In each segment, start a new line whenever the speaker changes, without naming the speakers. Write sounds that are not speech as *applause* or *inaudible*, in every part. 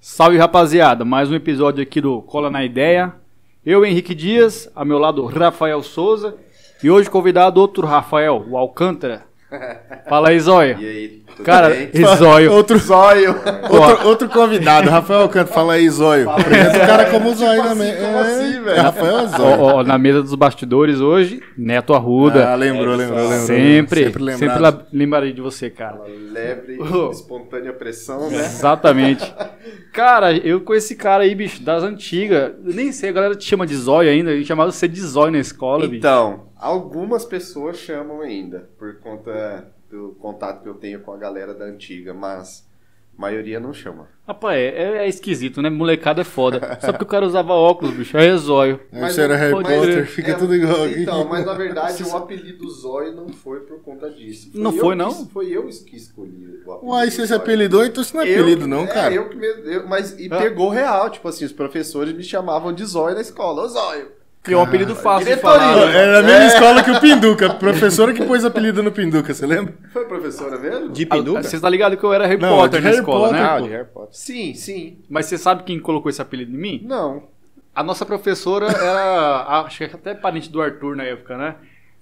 Salve rapaziada, mais um episódio aqui do Cola na Ideia. Eu, Henrique Dias, ao meu lado Rafael Souza e hoje convidado outro Rafael, o Alcântara. Fala aí,
E
Zóia.
aí, tudo
Cara,
bem?
e Zóio.
Outro zóio. outro, outro convidado. Rafael Alcântara, fala aí, zóio. Apresenta o cara é como zóio também.
assim, como
é,
assim, velho?
é Rafael é zóio.
Ó, ó, na mesa dos bastidores hoje, Neto Arruda.
Ah,
É
lembrou, lembrou, lembrou.
sempre, sempre,
lembrado.
la- lembrarei de você, cara. *laughs*
Lebre,
Ô.
espontânea pressão, né?
Exatamente. Cara, eu com esse cara aí, bicho, das antigas. Eu Nem sei, a galera te chama de zóio ainda. A gente chamava você de zóio na escola, bicho.
Então, algumas pessoas chamam ainda, por conta do contato que eu tenho com a galera da antiga, mas a maioria não chama.
Rapaz, é, é esquisito, né? Molecada é foda. Só porque o cara usava óculos, bicho. Aí é zóio.
Aí você era Harry
pode
Potter,
crer.
fica
É,
tudo igual. aqui.
Então, mas na
*laughs*
verdade o apelido Zóio não foi por conta disso.
Não
eu
foi,
que-
não?
foi eu que escolhi o apelido.
Uai, você se
Zóio.
apelidou, então isso não é
Eu-
apelido, não,
é,
cara.
eu que mesmo, eu- mas e
Ah.
pegou real, tipo assim, os professores me chamavam de Zóio na escola. Ô Zóio!
Que é um
*laughs*
apelido fácil de
diretoria.
Ah,
falar. né?
Era na
é.
mesma escola que o Pinduca. Professora que pôs apelido no Pinduca, você lembra?
Foi professora mesmo?
De
Ah,
Pinduca?
Você tá ligado que eu era Harry
Não,
Potter
de
na
Harry
escola,
Potter,
né?
Ah,
pô.
de Harry Potter.
Sim, sim.
Mas você sabe quem colocou esse apelido em mim?
Não.
A nossa professora era, acho que até parente do Arthur na época, né?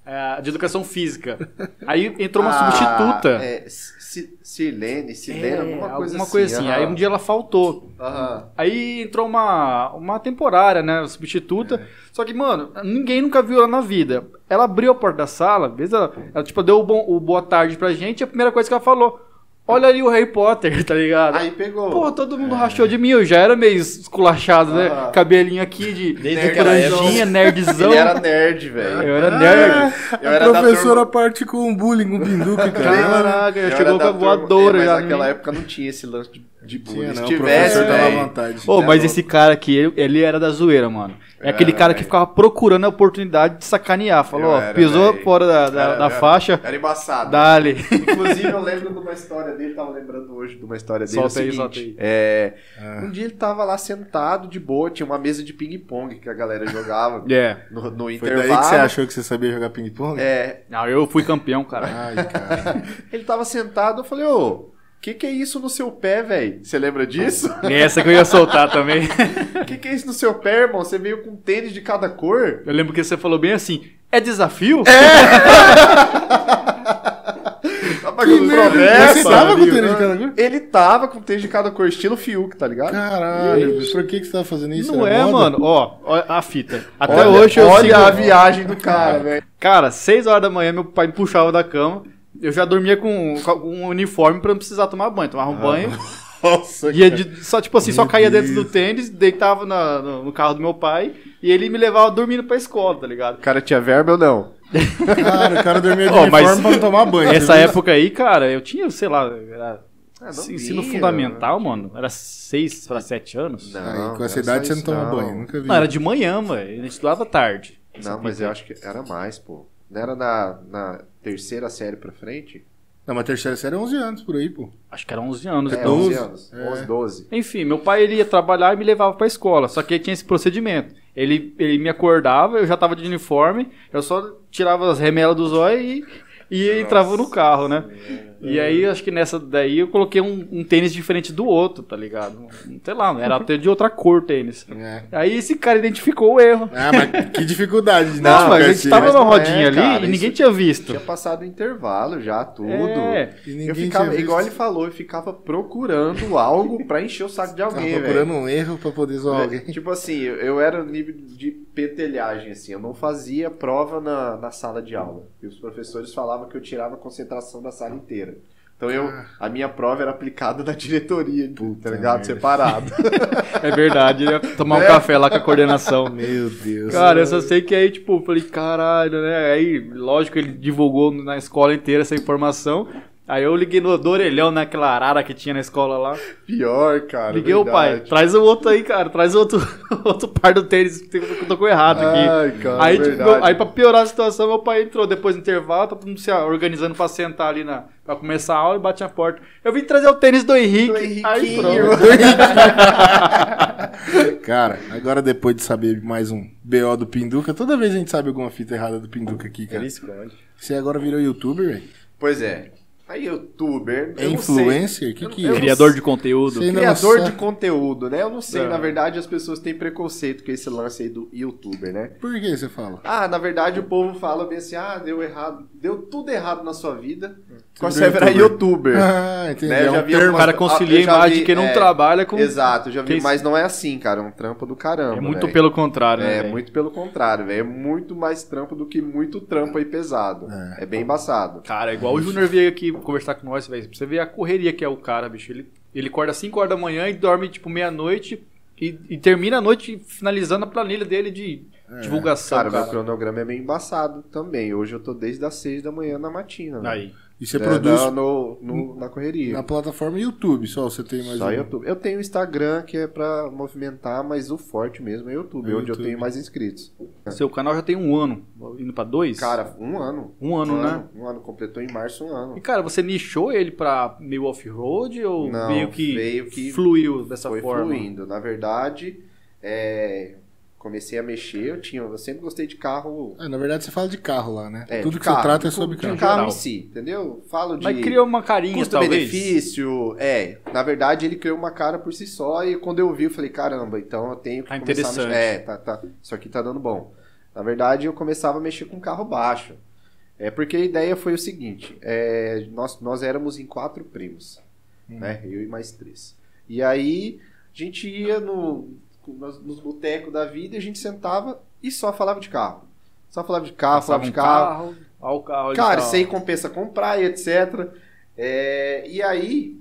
É, de educação física. Aí entrou uma
Ah,
substituta.
É, Ci- Cirlene, Cirlene,
É,
alguma coisa assim.
Aí um dia ela faltou.
Aham.
Aí entrou uma, uma temporária, né? Substituta.
É.
Só que, mano, ninguém nunca viu ela na vida. Ela abriu a porta da sala, às vezes ela, ela, tipo, deu o, bom- o boa tarde pra gente e a primeira coisa que ela falou: Olha ali o Harry Potter, *laughs* tá ligado?
Aí pegou.
Pô, todo mundo rachou de mim, eu já era meio esculachado, né?
Ah.
Cabelinho aqui de
Desde
de
aquela
franjinha, nerdzão.
Ele era nerd, velho. Ah,
Eu era nerd.
Eu
a
era da
professora
turma-
praticou um bullying com o Pinduca, cara.
Caraca,
eu
já
Ah, era
chegou
da
com a
turma-
voadora
é,
já.
Mas naquela
né?
época não tinha esse lance de, de bullying.
Tinha,
Se
não, o
tivesse,
professor tava à
velho,
vontade.
Ô, mas
né,
esse cara aqui, ele, ele era da zoeira, mano. É aquele
era,
cara que
velho.
ficava procurando a oportunidade de sacanear. Falou,
Eu
ó,
era,
pisou
velho.
fora da, da,
Era,
da
era.
faixa,
Era embaçado. *laughs*
dale.
Inclusive, eu lembro de uma história dele, tava lembrando hoje de uma história dele.
Solta
é o
aí,
seguinte,
solta aí.
É,
Ah.
Um dia ele tava lá sentado, de boa, tinha uma mesa de ping-pong que a
*laughs*
galera jogava
É.
no, no
Foi
intervalo.
daí que você achou que você sabia jogar ping-pong?
É,
Não, eu fui campeão, cara.
Ai, cara.
Ele tava sentado, eu falei, ô, que que é isso no seu pé, velho? Você lembra disso?
E essa que eu ia soltar também.
que que é isso no seu pé, irmão? Você veio com tênis de cada cor?
Eu lembro que você falou bem assim, é desafio?
Tá pagando um
Você
provérbio?
tava com o
pariu,
tênis de
né?
cada cor?
Ele tava com tênis de cada cor, estilo Fiuk, tá ligado?
Caralho, bicho, por que, que você tava fazendo isso?
Não
Era
é,
moda?
mano. Ó, ó a fita. Até
Olha-
hoje eu
Olha
sigo...
a viagem do cara, velho.
Cara, 6 horas da manhã, meu pai me puxava da cama. Eu já dormia com, com um uniforme pra não precisar tomar banho. Tomava
Ah.
um banho.
Nossa,
Ia de- só, tipo assim, só
Meu
caía dentro do
Deus.
tênis, deitava na- no, no carro do meu pai. E ele me levava dormindo pra escola, tá ligado?
O cara tinha verba ou não?
Cara, o cara dormia de
Ó, mas-
uniforme pra não tomar banho.
Essa
viu?
época aí, cara, eu tinha, sei lá, era
Ah, não
ensino
tinha,
fundamental, mano. Era 6 pra 7 anos. Não.
Aí, com
era
essa
só
idade você não
isso,
toma banho, nunca vi.
era de manhã, velho. A gente estudava tarde.
Não, mas eu acho que era mais, pô. Não era na, na terceira série pra frente?
Não, mas terceira série é 11 anos por aí, pô.
Acho que era 11 anos.
É,
então.
12,
11 anos.
é.
11, 12.
Enfim, meu pai ele ia trabalhar e me levava pra escola, só que aí tinha esse procedimento. Ele, ele me acordava, eu já tava de uniforme, eu só tirava as remelas do zóio e, e entrava no carro, né? E aí, acho que nessa daí eu coloquei um, um tênis diferente do outro, tá ligado? Um- Sei lá, era até de outra cor o tênis.
É.
Aí esse cara identificou o erro.
Ah, mas *laughs* que dificuldade né? de
Não, mas a gente
identificar
tava
esse-
numa
não é,
rodinha ali
cara,
e ninguém
isso-
tinha visto.
Tinha passado o intervalo já, tudo.
É.
E assim, ninguém
Eu ficava,
tinha
igual ele
visto.
falou, eu ficava procurando algo pra encher o saco de
Tava
alguém,
procurando um erro pra poder zoar
velho. *laughs*
alguém.
Tipo assim, eu eu era nível de pentelhagem, assim, eu não fazia prova na, na sala de aula. E os professores falavam que eu tirava a concentração da sala inteira. Então eu, a minha prova era aplicada na *laughs* diretoria, tá ligado?
Ah. merda. *laughs*
Separado.
É verdade, né? Tomar um
É.
café lá com a coordenação.
Meu Deus.
Cara, eu só sei que aí, tipo, eu falei, caralho, né? Aí, lógico, ele divulgou na escola inteira essa informação. Aí eu liguei no do orelhão, naquela arara que tinha na escola lá.
Pior, cara.
Liguei o pai,
verdade.
traz o outro aí, cara, traz o outro, *laughs* outro par do tênis, que eu tô com errado aqui.
Ai, cara,
Aí, tipo,
É verdade.
meu- aí, pra piorar a situação, meu pai entrou depois do intervalo, todo mundo se organizando pra sentar ali na, pra começar a aula e bate na porta. Eu vim trazer o tênis do Henrique.
Do
tipo, aí,
Henriquinho.
pronto.
*laughs*
*laughs*
Cara, agora depois de saber mais um BO do Pinduca, toda
É
vez a gente sabe alguma fita errada do Pinduca aqui,
Ele
cara.
esconde.
Você agora virou youtuber, velho?
Pois é. Aí, youtuber.
É
eu não sei.
influencer? O que,
Eu
que
não- eu
é?
Criador de conteúdo.
Sim. Ainda não
Criador
sabe.
de conteúdo, né? Eu não sei,
É.
na verdade as pessoas têm preconceito com esse lance aí do youtuber, né?
Por que você fala?
Ah, na verdade o povo fala bem assim, ah, deu errado, deu tudo errado na sua vida,
Você
quando você virar
virou
youtuber.
Ah, entendi.
Né,
É
eu já
um
vi
termo.
O
algumas-
cara concilia a
Ah, eu já
imagem
vi,
de quem não
é,
trabalha com.
Exato, eu já vi,
Quem-
mas não é assim, cara, é um trampo do caramba,
É muito
velho.
pelo contrário, né?
É,
velho?
muito pelo contrário, velho. É muito mais trampo do que muito trampo aí pesado. É, bem embaçado.
Cara, é igual o Júnior veio aqui conversar com nós, velho. Pra você ver a correria que é o cara, bicho. Ele, ele acorda 5 horas da manhã e dorme, tipo, meia-noite e, e termina a noite finalizando a planilha dele de divulgação.
É, Cara,
Cara,
meu cronograma é meio embaçado também. Hoje eu tô desde as seis da manhã na matina. né?
Aí.
E você
É,
produz
na, no- no- na correria.
na plataforma YouTube, só você tem mais
Só
um.
YouTube. Eu tenho o Instagram que é pra movimentar, mas o forte mesmo é o YouTube,
É o
onde eu
YouTube.
tenho mais inscritos.
Seu canal já tem um ano. Indo pra dois?
É. Cara, um ano.
um ano,
um
né?
Ano, um ano. Completou em março um ano.
E, cara, você nichou ele pra meio off-road ou
Não,
meio, que
veio que
fluiu dessa
foi
forma?
fluindo. Na verdade, é, comecei a mexer. Eu, tinha, eu sempre gostei de carro.
É, na verdade, você fala de carro lá, né?
É,
Tudo
de
que
carro,
você trata é
de-
sobre
de
carro.
Geral.
em si, entendeu? Falo de.
Mas criou uma carinha, talvez.
Custo-benefício, é. Na verdade, ele criou uma cara por si só e quando eu vi, eu falei, caramba, então eu tenho que
Tá
começar a
interessante.
mexer. É, tá, tá. Isso aqui tá dando bom. Na verdade, eu começava a mexer com carro baixo. É porque a ideia foi o seguinte: é, nós, nós éramos em quatro primos,
Hum.
né? Eu e mais três. E aí a gente ia no, nos, nos botecos da vida e a gente sentava e só falava de carro. Só falava de carro,
Passava
falava de
um
carro.
carro, olha o carro ali
Cara,
e tal.
isso aí compensa comprar e etc. É, e aí,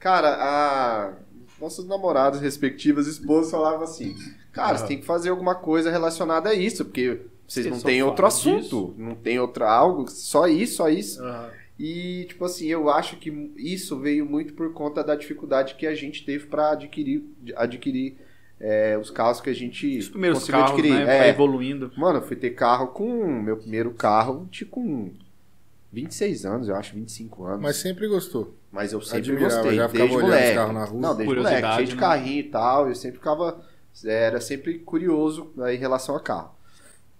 cara, a, nossos namorados, respectivas esposas falavam assim: Cara, você tem que fazer alguma coisa relacionada a isso, porque vocês
Porque
não
só
têm
falam
outro assunto,
disso.
não tem outro algo, só isso, só isso.
Aham.
E, tipo assim, eu acho que isso veio muito por conta da dificuldade que a gente teve pra adquirir, adquirir é, os carros que a gente
Os primeiros
conseguiu
carros,
adquirir.
né? Vai
É.
evoluindo.
Mano, eu fui ter carro com. Meu primeiro carro, tipo, com 26 anos, eu acho, 25 anos.
Mas
Mas,
sempre gostou.
eu sempre
admirava,
gostei.
já ficava
desde
olhando
moleque.
os carros na rua.
Não, desde
Curiosidade,
moleque, cheio de
né?
carrinho e tal. Eu sempre ficava. Era sempre curioso né, em relação a carro.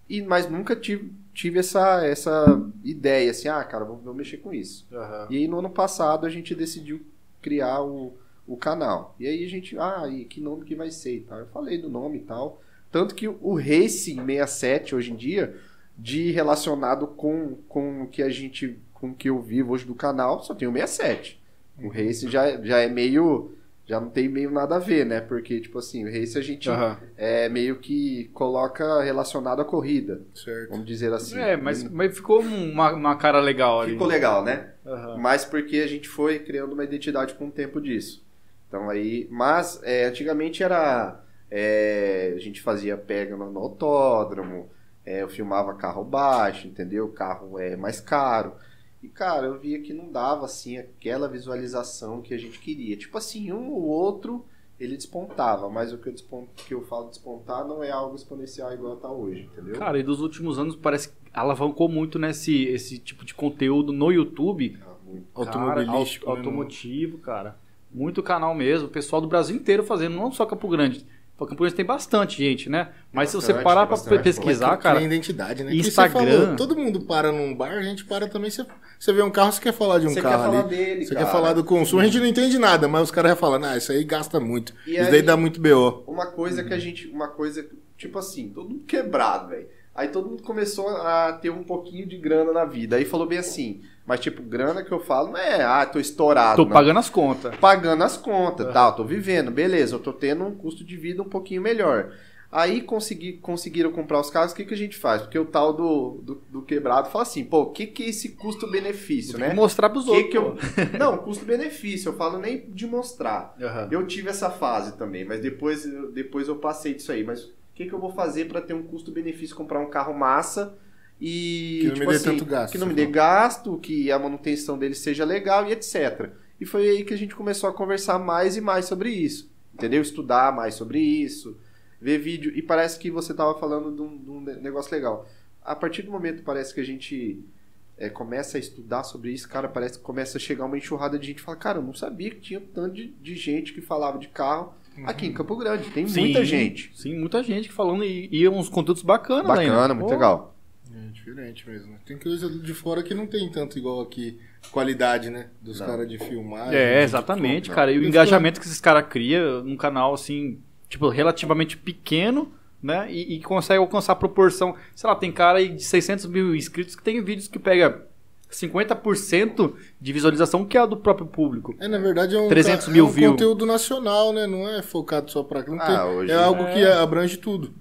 E, mas nunca tive, tive essa, essa ideia, assim, ah, cara, vou, vou mexer com isso. E aí no ano passado a gente decidiu criar o, o canal. E aí a gente, ah, e que nome que vai ser e tal. Eu falei do nome e tal. Tanto que o Racing 67 hoje em dia, de relacionado com, com o que a gente, com o que eu vivo hoje do canal, só tem o 67.
Uhum.
O Racing já, já é meio, já não tem meio nada a ver, né? Porque, tipo assim, o Racing a gente
Aham.
é meio que coloca relacionado à corrida,
Certo.
vamos dizer assim.
É, mas, mas ficou um, uma, uma cara legal ali.
Ficou legal, né?
Aham.
mas porque a gente foi criando uma identidade com o tempo disso. Então aí, mas é, antigamente era é, a gente fazia pega no, no autódromo, é, eu filmava carro baixo, entendeu? Carro é mais caro. E cara, eu via que não dava assim aquela visualização que a gente queria. Tipo assim, um ou outro ele despontava, mas o que eu, despon- que eu falo despontar não é algo exponencial igual tá hoje, entendeu?
Cara, e dos últimos anos parece que alavancou muito nesse esse tipo de conteúdo no YouTube.
Ah, muito.
Automobilístico.
Cara, au-
né,
automotivo, cara. Muito canal mesmo. O pessoal do Brasil inteiro fazendo, não só Campo Grande. Pô, Campo Grande tem bastante gente, né? Mas se você
bastante,
parar
tem
pra
bastante. é
pesquisar,
Mas que- que
cara.
nem identidade, né?
e
Que você
Instagram.
falou, todo mundo para num bar, a gente para também. Você, você vê um carro, você quer falar de um
Você
carro
quer falar
ali.
dele,
Você
cara.
quer falar do consumo, a gente não entende nada, mas os caras já falam, ah, isso aí gasta muito.
E
isso
aí-
daí dá muito BO.
Uma coisa que a
Uhum.
gente. Uma coisa. Tipo assim, todo mundo quebrado, velho. Aí todo mundo começou a ter um pouquinho de grana na vida. Aí falou bem assim. Mas, tipo, grana que eu falo não é, ah, tô estourado.
Tô
mas
pagando as contas.
pagando as contas, tal, tô vivendo, beleza, eu tô tendo um custo de vida um pouquinho melhor. Aí consegui, conseguiram comprar os carros, o que, que a gente faz? Porque o tal do, do, do quebrado fala assim, pô, o que, que é esse custo-benefício,
Tem que
né?
mostrar pros
Que
outros.
que eu... *laughs* Não, custo-benefício, eu falo nem de mostrar.
pô. Aham.
Eu tive essa fase também, mas depois, eu- depois eu passei disso aí. Mas o que, que eu vou fazer para ter um custo-benefício comprar um carro massa e
Que não me
tipo
dê
assim,
tanto gasto,
que não me
você
dê gasto, que a manutenção dele seja legal e etc. E foi aí que a gente começou a conversar mais e mais sobre isso, entendeu? Estudar mais sobre isso, ver vídeo e parece que você tava falando de um, de um ne- negócio legal. A partir do momento parece que a gente é, começa a estudar sobre isso, cara, parece que começa a chegar uma enxurrada de gente e fala, cara, eu não sabia que tinha um tanto de, de gente que falava de carro aqui
Uhum.
em Campo Grande. Tem
Sim,
muita gente.
Sim, muita gente que falando e, e uns conteúdos bacanas ainda.
Bacana, muito
Pô,
legal.
É, Diferente mesmo. Tem coisa de fora que não tem tanto igual aqui. Qualidade, né? Dos
Não.
caras de filmar.
É, exatamente,
não.
cara. E o
Isso
engajamento que esses caras criam num canal, assim, tipo, relativamente pequeno, né? E, e consegue alcançar a proporção. Sei lá, tem cara aí de 600 mil inscritos que tem vídeos que pega 50% de visualização, que é a do próprio público.
É, na verdade é um,
300
ca-
mil
é um
view.
conteúdo nacional, né? Não é focado só pra... Não
Ah,
tem-
hoje-
é algo que abrange tudo.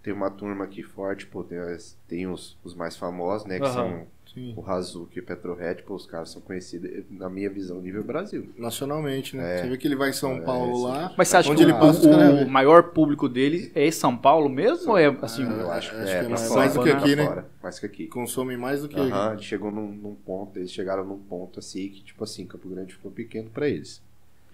Tem uma turma aqui forte, pô, tem, as- tem os, os mais famosos, né, que
Aham.
são
Sim.
o Razuki e o Petrohead, pô, os caras são conhecidos, na minha visão, nível Brasil.
Nacionalmente, né? Você vê que ele vai em São
É,
Paulo
sim.
lá.
Mas você acha
Onde
que
ele
o,
passa, né? os
o-
caras
o
vê.
maior público dele é São Paulo mesmo? Ou é assim?
Ah,
Eu acho,
acho que é
pra
mais-
fora,
mais do que
pra
aqui, né?
fora, Mais que aqui.
Consome mais do que...
Aham, ele chegou num, num ponto, eles chegaram num ponto assim que, tipo assim, Campo Grande ficou pequeno pra eles.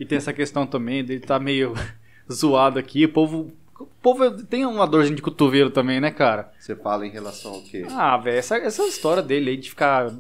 E tem essa questão também dele tá meio *laughs* zoado aqui. O povo, o povo tem uma dorzinha de cotovelo também, né, cara?
Você fala em relação ao quê?
Ah, velho, essa, essa história dele aí de ficar.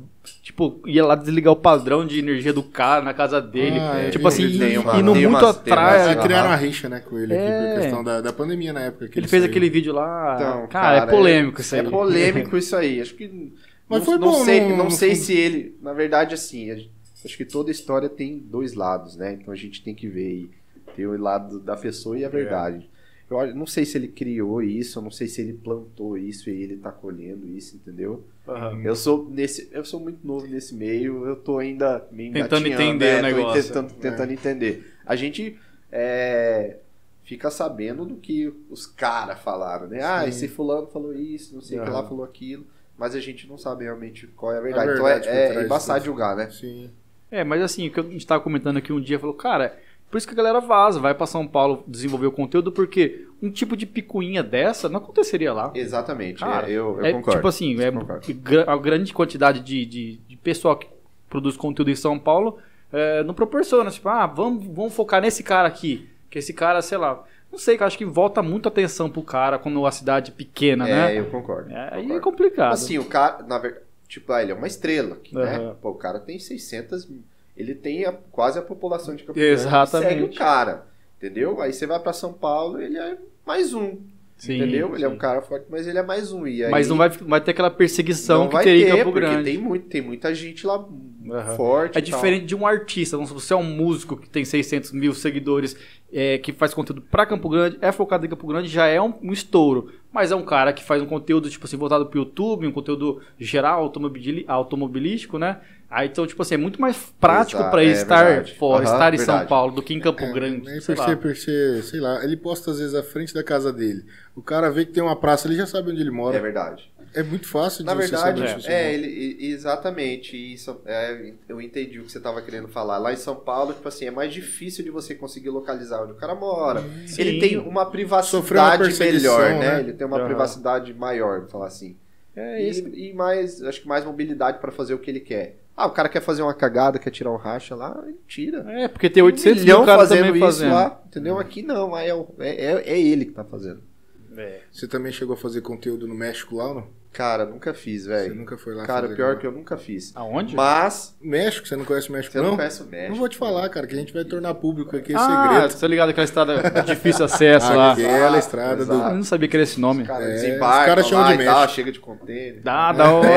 Tipo, ia lá desligar o padrão de energia do cara na casa dele.
Ah, é,
tipo assim,
ele tem
e-
uma-
e no
tem
muito
umas- tem umas-
atrás.
Ah,
é. Aham.
criaram uma rixa, né, com ele aqui,
É.
por questão da, da pandemia na época. Que
Ele fez
saiu.
aquele vídeo lá.
Então,
cara, é polêmico
é,
isso aí.
É polêmico isso aí. Acho que.
*laughs* Mas
não,
foi
não
bom,
sei,
não-
não,
não
sei
foi-
se ele. Na verdade, assim, a gente- acho que toda história tem dois lados, né? Então a gente tem que ver aí. Tem o lado da pessoa
É.
e a verdade. Eu acho- não sei se ele criou isso, eu não sei se ele plantou isso e ele tá colhendo isso, entendeu?
Aham.
Eu sou nesse, eu sou muito novo nesse meio, eu tô ainda me
Tentando
engatinhando,
entender
é,
o
tô
negócio.
Tentando, tentando entender. A gente é, fica sabendo do que os caras falaram, né? Ah,
Sim.
esse fulano falou isso, não sei o que
Aham.
lá falou aquilo, mas a gente não sabe realmente qual é a verdade.
verdade
então
por
é, é
trás
embaçar
disso.
julgar, né?
Sim.
É, mas assim, o que a gente tava comentando aqui um dia, falou, cara, por isso que a galera vaza, vai pra São Paulo desenvolver o conteúdo, porque um tipo de picuinha dessa não aconteceria lá.
Exatamente,
Cara,
é, eu, eu
é,
concordo.
Tipo assim, é,
Concordo.
gra- a grande quantidade de, de, de pessoal que produz conteúdo em São Paulo é, não proporciona. Tipo, ah, vamos, vamos focar nesse cara aqui. Que esse cara, sei lá. Não sei, cara, acho que volta muita atenção pro cara quando a cidade é pequena,
É,
né?
eu concordo.
É, aí é
concordo.
complicado.
Assim, o cara, na verdade, tipo, ah, ele é uma estrela, aqui, né?
Aham.
Pô, o cara tem 600, mil- ele tem a- quase a população de Campo Grande que
Exatamente.
segue o cara, entendeu? Aí você vai pra São Paulo, ele é mais um,
Sim,
entendeu? Ele é um
sim.
cara forte, mas ele é mais um. E aí,
Mas não vai, vai ter aquela
não
perseguição que
vai
teria em
ter,
Campo
porque
Grande.
Tem, muito, tem muita gente lá forte.
É
e tal.
diferente de um artista. Então, se você é um músico que tem 600 mil seguidores, é, que faz conteúdo pra Campo Grande, é focado em Campo Grande, já é um, um estouro. Mas é um cara que faz um conteúdo, tipo assim, voltado pro YouTube, um conteúdo geral, automobili- automobilístico, né? Aí, então, tipo assim, é muito mais prático
Exato,
pra ele
é
estar
verdade.
fora,
Aham,
estar em São
verdade.
Paulo do que em Campo
É,
Grande.
aí
sei
por
lá.
ser, por ser, sei lá, ele posta às vezes à frente da casa dele. O cara vê que tem uma praça, ele já sabe onde ele
É
mora.
verdade.
É, muito fácil de
Na
você
verdade,
saber assim, né? onde
é,
você
né?
mora.
ele, e- exatamente. e Isso, é, eu entendi o que você estava querendo falar. Lá em São Paulo, tipo assim, é mais difícil de você conseguir localizar onde o cara mora.
Sim.
Ele tem uma
Sofreu uma
privacidade
perseguição,
melhor, né?
né?
Ele tem uma
Aham.
privacidade maior, vamos falar assim.
É isso.
E, e mais, acho que mais mobilidade para fazer o que ele quer. Ah, o cara quer fazer uma cagada, quer tirar um racha lá, ele tira.
É, porque tem 800
um
mil
milhão
caras
fazendo
também
isso
fazendo.
lá, entendeu? Aqui não, aí é, o- é, é- é ele que tá fazendo. É.
Você também chegou a fazer conteúdo no México lá ou não?
Cara, nunca fiz,
Você
velho.
nunca foi lá
É. Cara,
fazer
pior
nada?
que eu nunca fiz.
Aonde?
Mas,
México? Você não conhece o México,
você não,
não?
conhece o México.
Não vou te falar, cara, que a gente vai tornar público aqui esse
ah,
segredo.
você tá ligado aquela estrada de difícil acesso
Ah,
lá.
que- Aquela estrada
Eu
Exato.
não sabia que era esse nome.
Cara,
É,
desembarca
os caras
lá
chamam de
e tal,
México.
chega de contêiner. É,
Ah, da hora.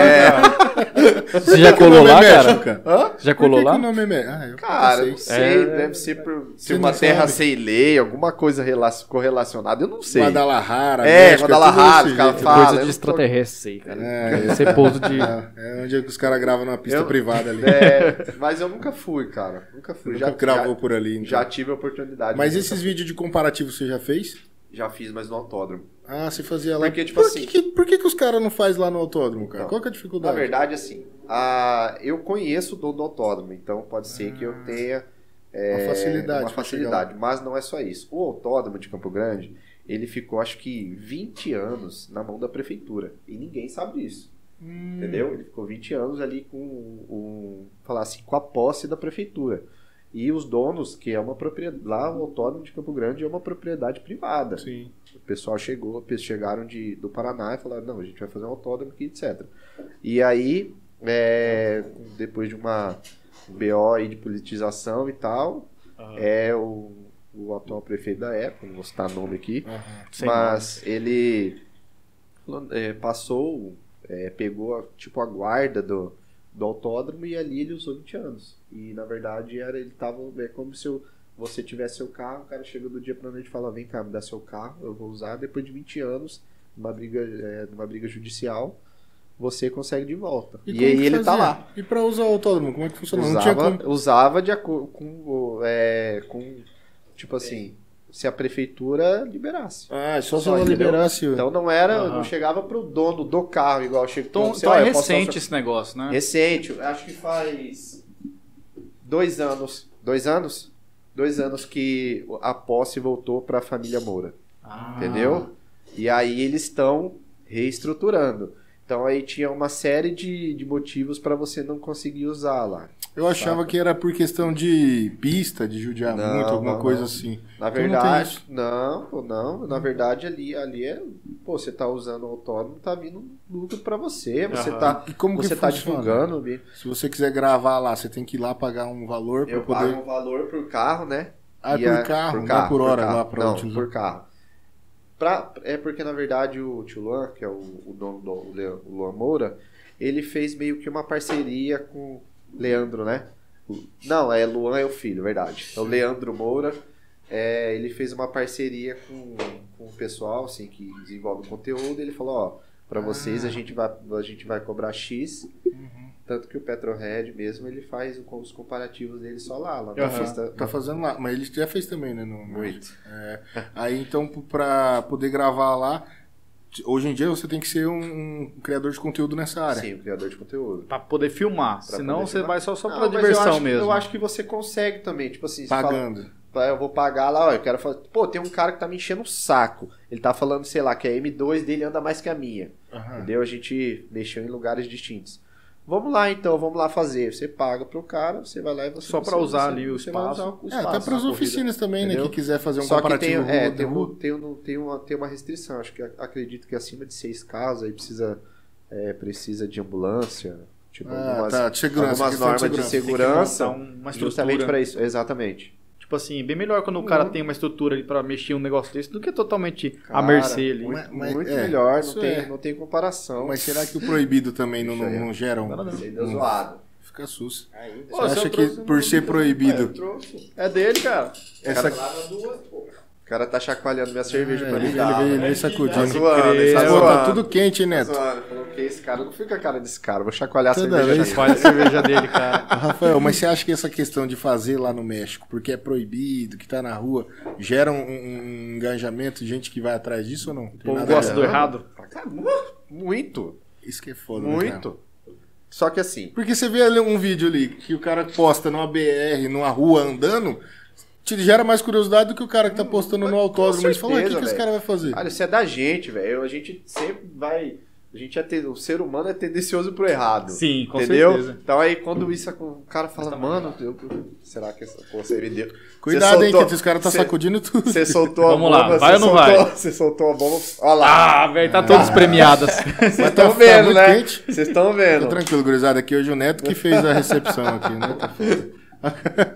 Você
Por
já
que que o
colou
nome
lá,
é
cara?
México,
Hã?
Já
Por
colou
que que
lá?
o nome é México? Ah, eu
Cara, não
sei.
sei,
É.
deve ser por ser
Você
uma
não
terra
sabe?
sem lei, alguma coisa rela- correlacionada, eu não sei.
Guadalajara,
É,
México, tudo
Guadalajara,
desse
os caras
jeito.
falam.
Coisa
eu
de
tô-
extraterrestre aí, cara.
É,
Deve ser pouso de.
é onde os caras gravam numa pista
Eu-
privada ali.
*laughs* É, mas eu nunca fui, cara. Nunca fui.
Nunca
já
gravou por ali. então.
Já, já tive a oportunidade.
Mas
nunca-
esses vídeos de comparativo você já fez?
Já fiz, mas no autódromo.
Ah, você fazia lá.
Porque, tipo
por
assim-
Que, que- por que, que os caras não fazem lá no autódromo, cara?
Então,
Qual que é a
Na
dificuldade?
verdade, assim, a... eu conheço o dono do autódromo, então pode ser que eu tenha
É, uma facilidade.
é, uma
pra
facilidade, mas não é só isso. O autódromo de Campo Grande, ele ficou acho que 20 anos na mão da prefeitura e ninguém sabe disso,
chegar lá. Hum,
entendeu? Ele ficou 20 anos ali com um, falar assim, com a posse da prefeitura. E os donos, que é uma propriedade, lá o autódromo de Campo Grande é uma propriedade privada.
Sim.
O pessoal chegou, pe- chegaram de, do Paraná e falaram, não, a gente vai fazer um autódromo aqui, etc. E aí, é, depois de uma BO aí de politização e tal, é o, o atual prefeito da época, não vou citar nome aqui,
Aham.
Sem
mas ele falou, é, eh, passou É, pegou a- tipo a guarda do, do autódromo e ali ele usou 20 anos. E na verdade era ele tava é como se eu- você tivesse seu carro, o cara chega do dia pra noite e fala: "Vem cá, me dá seu carro, eu vou usar depois de 20 anos numa briga é, numa briga judicial, você consegue de volta". E,
como
aí
que
ele tá
fazia?
lá.
E pra usar o autódromo, como é que funciona? Não tinha
Usava,
como.
usava de acordo com, o- é, com tipo assim, se a prefeitura liberasse.
Ah, só se
Só,
ela
entendeu?
liberasse. o-
Então não era,
Aham.
não chegava pro dono do carro igual chega
Então,
você,
então
assim, "Ó,
é
eu posso dar o seu
recente esse negócio, né?
Recente, eu acho que faz dois anos. Dois anos? Dois anos que a posse voltou para a família Moura,
Ah.
entendeu? E aí eles estão reestruturando. Então aí tinha uma série de, de motivos para você não conseguir usar lá.
Eu achava que era por questão de pista, de judiar
Não,
muito, alguma
não,
coisa
não.
assim.
Na
Então não tem
verdade,
isso.
não, pô, não, Na verdade ali, ali é, pô, você tá usando o autónomo, tá vindo lucro para você, você
Aham.
tá
E como
você
que
tá
funciona?
divulgando o ambiente.
Se você quiser gravar lá, você tem que ir lá pagar um valor pra
Eu
poder.
pago um valor por carro, né?
Ah, é
E
por
a-
carro, não é
carro,
por hora
carro.
lá pra
Não,
utilizar.
por carro. Pra- é porque, na verdade, o tio Luan, que é o, o dono do o Lea- o Luan Moura, ele fez meio que uma parceria com o Leandro, né? O- Não, é Luan é o filho, verdade. É o Leandro Moura. É, ele fez uma parceria com, com o pessoal, assim, que desenvolve o conteúdo. Ele falou, ó,
Ah.
pra vocês a, gente vai, a gente vai cobrar X.
Uhum.
Tanto que o Petrohead mesmo, ele faz o- os comparativos dele só lá. lá na
Aham.
festa-
Tá fazendo lá, mas ele já fez também, né? No, no-
Muito.
É, aí então, p- pra poder gravar lá, t- hoje em dia você tem que ser um, um criador de conteúdo nessa área.
Sim, o criador de conteúdo.
Pra poder filmar.
Pra
Senão
poder
você
filmar.
vai só, só
Não,
pra
mas eu
diversão
acho-
mesmo.
Eu acho que você consegue também. Tipo assim, você fala,
Pagando.
"Pá, eu vou pagar lá, ó, eu quero falar. Pô, tem um cara que tá me enchendo o saco. Ele tá falando, sei lá, que a M2 dele anda mais que a minha.
Aham.
Entendeu? A gente mexeu em lugares distintos. Vamos lá então, vamos lá fazer. Você paga pro cara, você vai lá e você.
Só pra
você-
usar
você-
ali o
você vai
espaço.
usar o
É,
espaço
até
na
pras
corrida.
oficinas também, né?
entendeu?
Que quiser fazer um
Só que tem,
comparativo.
é,
do-
tem,
do-
um- tem um- tem uma, tem uma restrição. Acho que ac- acredito que acima de seis carros aí precisa, é, precisa de ambulância.
É,
Tipo,
Ah,
algumas,
tá, de segurança.
algumas
questão
normas de
Tem que
segurança,
montar um- uma
Justamente
estrutura.
para isso, exatamente.
Tipo assim, bem melhor quando o cara
Não.
tem uma estrutura ali pra mexer um negócio desse do que totalmente à
Cara,
mercê ali.
mas- mas-
Muito
é,
melhor, não
isso
tem,
é.
não tem comparação.
Mas será que o proibido também não,
Deixa
não,
eu-
não gera um...
Não, não.
Você deu zoado.
Fica sus.
Ainda.
Pô,
Você
se eu
acha que
trouxe um
por ser
proibido-
proibido...
trouxe.
É dele, cara.
Essa...
Lava duas, pô.
O cara tá chacoalhando minha cerveja
É,
pra
ele
mim.
veio, ele veio
Tá
sacudindo.
zoando, ele tá
Tá
Pô,
zoando.
tá tudo quente, hein,
Tá
Neto?
zoando. Falou, que esse cara não fica a cara desse cara, vou chacoalhar a
Toda
cerveja
vez.
dele.
Faz a cerveja dele, cara.
Rafael, mas você acha que essa questão de fazer lá no México, porque é proibido, que tá na rua, gera um, um engajamento de gente que vai atrás disso ou não?
O
tá
povo gosta do errado.
Muito,
Isso que é foda, né, cara?
muito. Só que assim,
Porque você vê ali um vídeo ali que o cara posta numa BR, numa rua andando, te gera mais curiosidade do que o cara que tá postando no autódromo. Eles falam, "Ah, o que, que
certeza,
esse cara vai fazer?
Cara, isso é da gente, velho. A gente sempre vai. A gente é ten- o ser humano é tendencioso pro errado.
Sim, com
entendeu?
certeza.
Então aí quando isso acon- o cara fala, mano, eu- será que essa porra você me deu?
Cuidado, hein,
soltou-
que esse cara tá
cê-
sacudindo tudo.
Você soltou a
Vamos
bomba.
lá, vai
você
ou não
soltou-
vai?
*laughs* Você soltou a bomba. Olha lá.
Ah, velho, tá todos premiados.
Vocês
mas tá-
estão
tá
vendo,
muito
né?
quente.
Vocês estão
Fica
vendo.
tranquilo, gurizada, aqui hoje o Neto que fez a recepção aqui, né? Tá foda.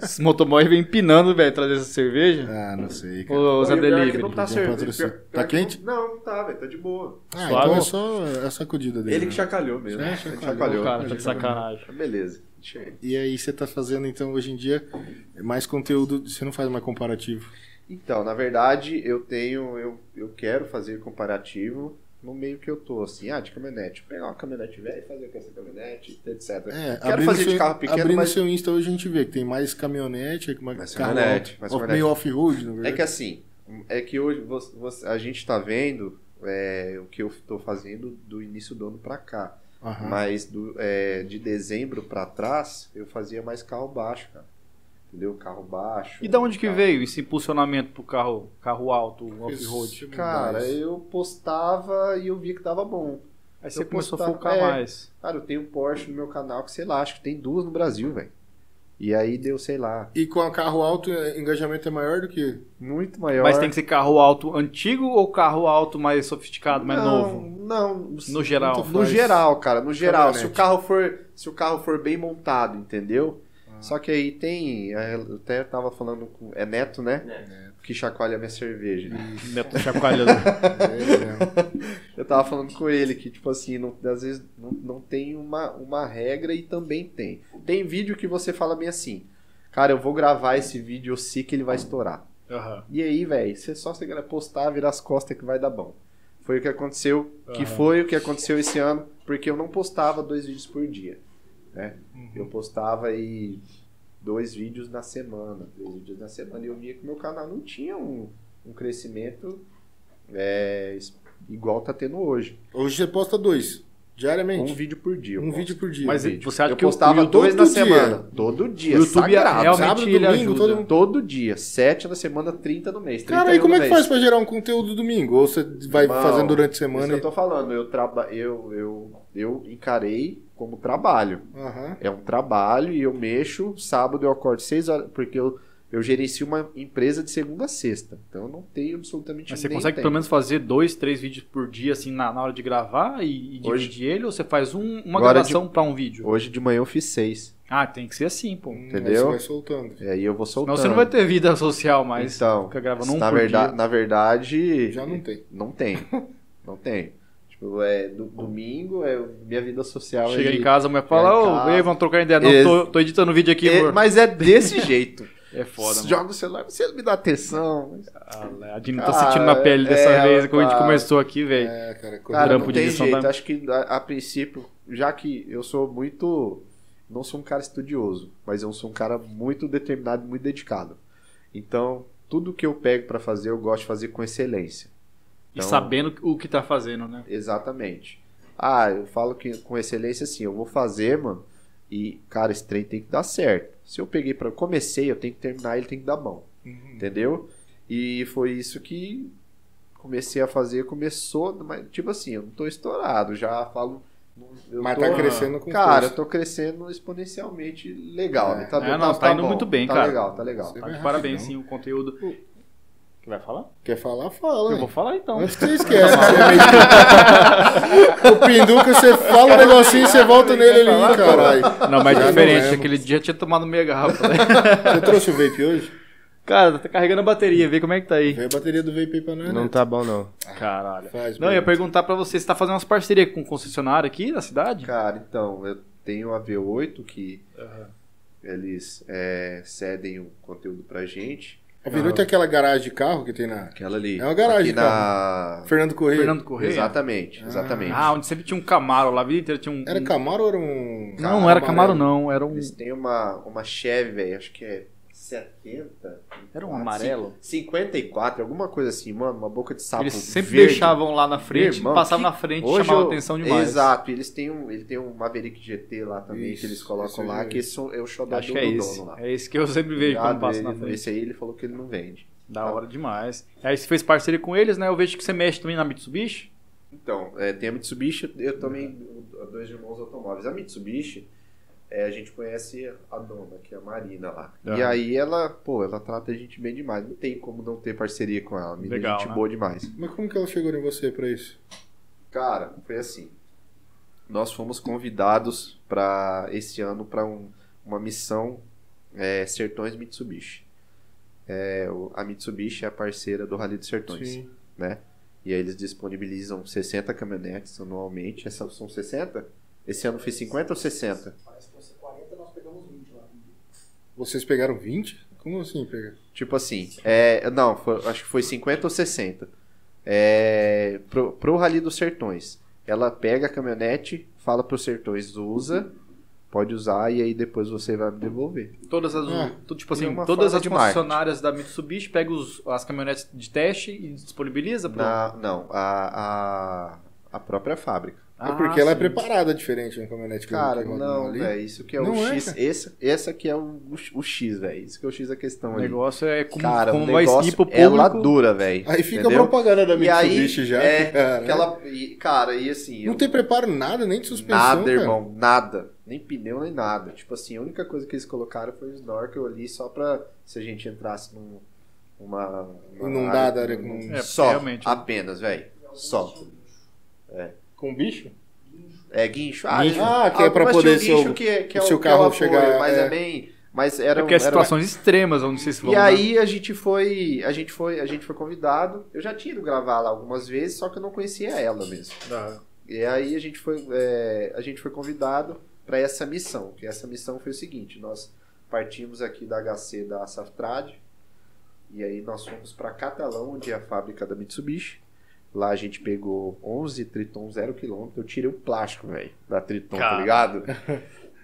Os motoboys vêm empinando, velho, trazer essa cerveja.
Ah, não sei, cara.
Ô, Zé
E o pior é que
Delivery.
não tá
Podia
servindo.
patrocinar.
Pior- pior
Tá
que não-
quente?
Não, não tá, velho. Tá de boa.
Ah,
Suave.
então é só é a sacudida dele.
Ele que
né?
chacalhou mesmo.
É,
Ele
chacalhou.
chacalhou.
Cara, tá de sacanagem.
Beleza. Deixa eu ver.
E aí você tá fazendo, então, hoje em dia, mais conteúdo, você não faz mais comparativo.
Então, na verdade, eu tenho, eu, eu quero fazer comparativo no meio que eu tô, assim, ah, de caminhonete, pegar uma caminhonete velha e fazer com essa caminhonete, etc.
É,
quero
abrindo
fazer
seu,
de carro pequeno,
abrindo
mas
seu Insta hoje a gente vê que tem mais caminhonete, mais,
Mais
carro
caminhonete,
off-
mais
off-
caminhonete.
meio off-road, na
é
Uhum.
verdade.
que assim, é que hoje você- você- a gente tá vendo é, o que eu tô fazendo do início do ano pra cá,
Ah.
Aham.
mas do, é, de dezembro pra trás eu fazia mais carro baixo, cara. Entendeu? Carro baixo.
E da onde que
carro-
veio esse impulsionamento pro carro, carro alto, off-road?
Cara, é eu postava e eu via que dava bom.
Aí você
eu
começou a
postava-
focar
é.
mais.
Cara, eu tenho um Porsche no meu canal que, sei lá, acho que tem duas no Brasil, velho. E aí deu, sei lá,
E com a carro alto, o engajamento é maior do
*laughs*
que...
muito maior.
Mas tem que ser carro alto antigo ou carro alto mais sofisticado, mais
não,
é novo?
Não,
No geral.
Tanto
No
faz.
geral, cara, no geral. Se o
Caminhonete.
carro for, se o carro for bem montado, entendeu? Só que aí tem, é, eu até tava falando com, é Neto, né? Que chacoalha minha cerveja.
*laughs* Neto chacoalhando.
É, é.
Eu tava falando com ele que, tipo assim, não- às vezes não, não tem uma, uma regra e também tem. Tem vídeo que você fala bem assim, cara, eu vou gravar esse vídeo, eu sei que ele vai estourar.
Aham.
E aí, velho, você só você postar, virar as costas que vai dar bom. Foi o que aconteceu, que
Aham.
foi o que aconteceu esse ano, porque eu não postava dois vídeos por dia. né? Eu postava aí dois vídeos na semana, três vídeos na semana, e eu via que meu canal não tinha um, um crescimento é, es- igual tá tendo hoje.
Hoje você posta dois, diariamente.
Um vídeo por dia. eu
Um,
posto.
vídeo por dia.
Mas
Um vídeo.
você acha
eu
que o-
postava
o-
dois na
todo dia? é
semana? Todo dia.
O YouTube
sagrado.
realmente
sábado,
ele
domingo,
ajuda.
todo mundo-
Todo dia. Sete na semana, 30 no mês. 30
Cara, e como é que faz pra gerar um conteúdo domingo? Ou você vai
Não,
fazendo durante a
Isso que
semana?
eu
e-
tô falando, eu, traba... eu, eu, eu encarei como trabalho.
Aham.
É um trabalho e eu mexo. Sábado eu acordo 6 horas, porque eu, eu gerencio uma empresa de segunda a sexta. Então eu não tenho absolutamente
Mas você
nem
consegue
tempo.
pelo menos fazer dois, três vídeos por dia, assim, na, na hora de gravar e, e
Hoje-
dividir ele? Ou você faz um- uma
Agora
gravação pra um vídeo?
Hoje de manhã eu fiz 6.
Ah, tem que ser assim, pô.
Hum,
Entendeu?
aí Você vai soltando.
E aí eu vou
Senão
soltando.
você não vai ter vida social mais.
Então,
fica gravando um
na,
por
verdade,
dia.
na verdade,
Já não tem.
não tem. não tem. Tipo, é do- domingo, é minha vida social. é
Chega
de-
em casa, a mulher
Chega em
fala, ô,
casa.
ei, vamos trocar ideia. Não,
Esse-
tô, tô editando vídeo aqui,
É,
amor.
mas é desse
*laughs*
jeito.
É foda, mano.
Joga o celular, você não me dá atenção.
Ah, A Dini tá
Cara,
sentindo na pele dessa
é,
vez, quando a gente
rapaz.
começou aqui, velho.
É, cara. coisa-
Cara,
Rampo
não
de
tem
edição
jeito.
da-
Acho que a, a princípio, já que eu sou muito. Não sou um cara estudioso, mas eu sou um cara muito determinado, muito dedicado. Então, tudo que eu pego pra fazer, eu gosto de fazer com excelência.
E
Então-
sabendo o que tá fazendo, né?
Exatamente. Ah, eu falo que com excelência assim, eu vou fazer, mano. E, cara, esse trem tem que dar certo. Se eu peguei para comecei, eu tenho que terminar, ele tem que dar bom.
Uhum.
Entendeu? E foi isso que comecei a fazer. Começou, mas, tipo assim, eu não tô estourado, já falo. eu
Mas
tô-
tá crescendo com
Cara, eu
força.
tô crescendo exponencialmente legal, né? Tá,
É,
bom,
não, tá indo
bom,
muito bem,
tá
cara.
legal, tá legal.
Você
Tá
vai
de parabéns,
rapidão.
sim, o conteúdo. Que vai falar?
Quer falar? Fala.
Eu
hein.
vou falar
*laughs*
então.
Antes que você esquece. que você é meio- o Pinduca, você fala um negocinho e você volta nele ele ih, caralho.
Não, mas
Já
é
não
diferente.
lembro.
Aquele dia eu tinha tomado meia garrafa. *laughs* né?
Você trouxe o vape hoje?
Cara, tá carregando a bateria, vê como é que tá aí.
Vem a bateria do vape aí pra nós.
Não
né?
tá bom, não.
Caralho.
Faz,
Não, eu ia
Pedro.
perguntar pra você, você tá fazendo umas parcerias com concessionário aqui na cidade?
Cara, então, eu tenho a V8 que eles é, cedem o conteúdo pra gente.
A Viruta é aquela garagem de carro que tem na.
Aquela ali.
É uma garagem,
aqui na...
Fernando Correia.
Fernando Correia?
Exatamente, exatamente.
Ah, onde sempre tinha um Camaro lá, a vida inteira tinha um...
Era
um-
Camaro ou era um.
Não, não era Camaro não, era um...
Eles têm uma, uma Chevy, velho, acho que é 70.
Era
Assim,
um amarelo?
54, alguma coisa assim, mano, uma boca de sapo
Eles sempre
verde.
deixavam lá na frente,
Irmão,
passavam
que-
na frente,
Hoje
chamavam
eu-
atenção demais.
Exato, eles têm um, ele tem um Maverick GT lá também que eles
Isso,
colocam
isso
lá,
aí.
que esse é o xodó
Acho
do,
que é
do
esse.
dono lá.
É esse que eu sempre vejo
Ah,
quando passo
ele-
na frente.
Esse aí ele falou que ele não vende.
Da hora demais. Aí você fez parceria com eles, né? Eu vejo que você mexe também na Mitsubishi.
Então, é, tem a Mitsubishi, eu também, o- dois irmãos automóveis. A Mitsubishi, é, a gente conhece a dona, que é a Marina lá.
Aham.
E aí ela, pô, ela trata a gente bem demais. Não tem como não ter parceria com ela. A menina é
Legal,
gente
né?
boa demais.
Mas como que ela chegou em você pra isso?
Cara, foi assim. Nós fomos convidados para esse ano para uma missão é, Sertões Mitsubishi. É, o- a Mitsubishi é a parceira do Rally dos Sertões.
Sim.
E aí eles disponibilizam 60 caminhonetes anualmente. Essa, são 60? Esse ano foi 50 ou 60?
Vocês pegaram 20? Como assim pegar?
Tipo assim, é, não, foi- acho que foi 50 ou 60. É, pro, pro Rally dos Sertões. Ela pega a caminhonete, fala pros Sertões, usa, pode usar e aí depois você vai me devolver.
Todas as,
É.
tu- tipo assim,
Tem uma
todas
forma
as
de
concessionárias da Mitsubishi pegam os- as caminhonetes de teste e disponibiliza pro...
Na- não, a, a, a própria fábrica.
é porque ela é
Ah, sim.
preparada diferente, né? Caminhonete que
Cara,
que roda
não,
ali.
velho, isso que é
Não
o
é,
X.
cara.
esse, esse aqui é o, o X, velho. Isso que é o X da questão
O
ali.
negócio é como,
Cara,
como
o
vai
negócio é
ir pro público.
ela dura, velho.
Aí fica
entendeu?
a propaganda da
E aí,
Mitsubishi já.
é,
cara.
Aquela, e, cara, e assim.
Não
eu-
tem preparo nada, nem de suspensão.
Nada,
cara.
irmão, nada. Nem pneu, nem nada. Tipo assim, a única coisa que eles colocaram foi o snorkel ali só pra se a gente entrasse num, uma. uma
Inundada,
área-
né, com-
É,
só.
realmente.
Apenas, velho. Só.
Com bicho?
É guincho. Ah,
Guincho.
é-
Ah, que é pra
mas
poder
tinha um
seu-
guincho que, é- que é
o seu
que é o
carro
apoio,
chegar,
Mas é,
é.
bem. Mas era
é porque é
era-
situações extremas, eu não sei se vão
E
dar.
aí a gente foi, a gente foi, a gente foi convidado. Eu já tinha ido gravar lá algumas vezes, só que eu não conhecia ela mesmo.
Ah,
E aí a gente foi, é, a gente foi convidado para essa missão. Que essa missão foi o seguinte: nós partimos aqui da HC da Saftrad e aí nós fomos para Catalão, onde é a fábrica da Mitsubishi. Lá a gente pegou 11 Triton 0 km. Eu tirei o plástico, velho, da Triton,
Cara.
tá ligado?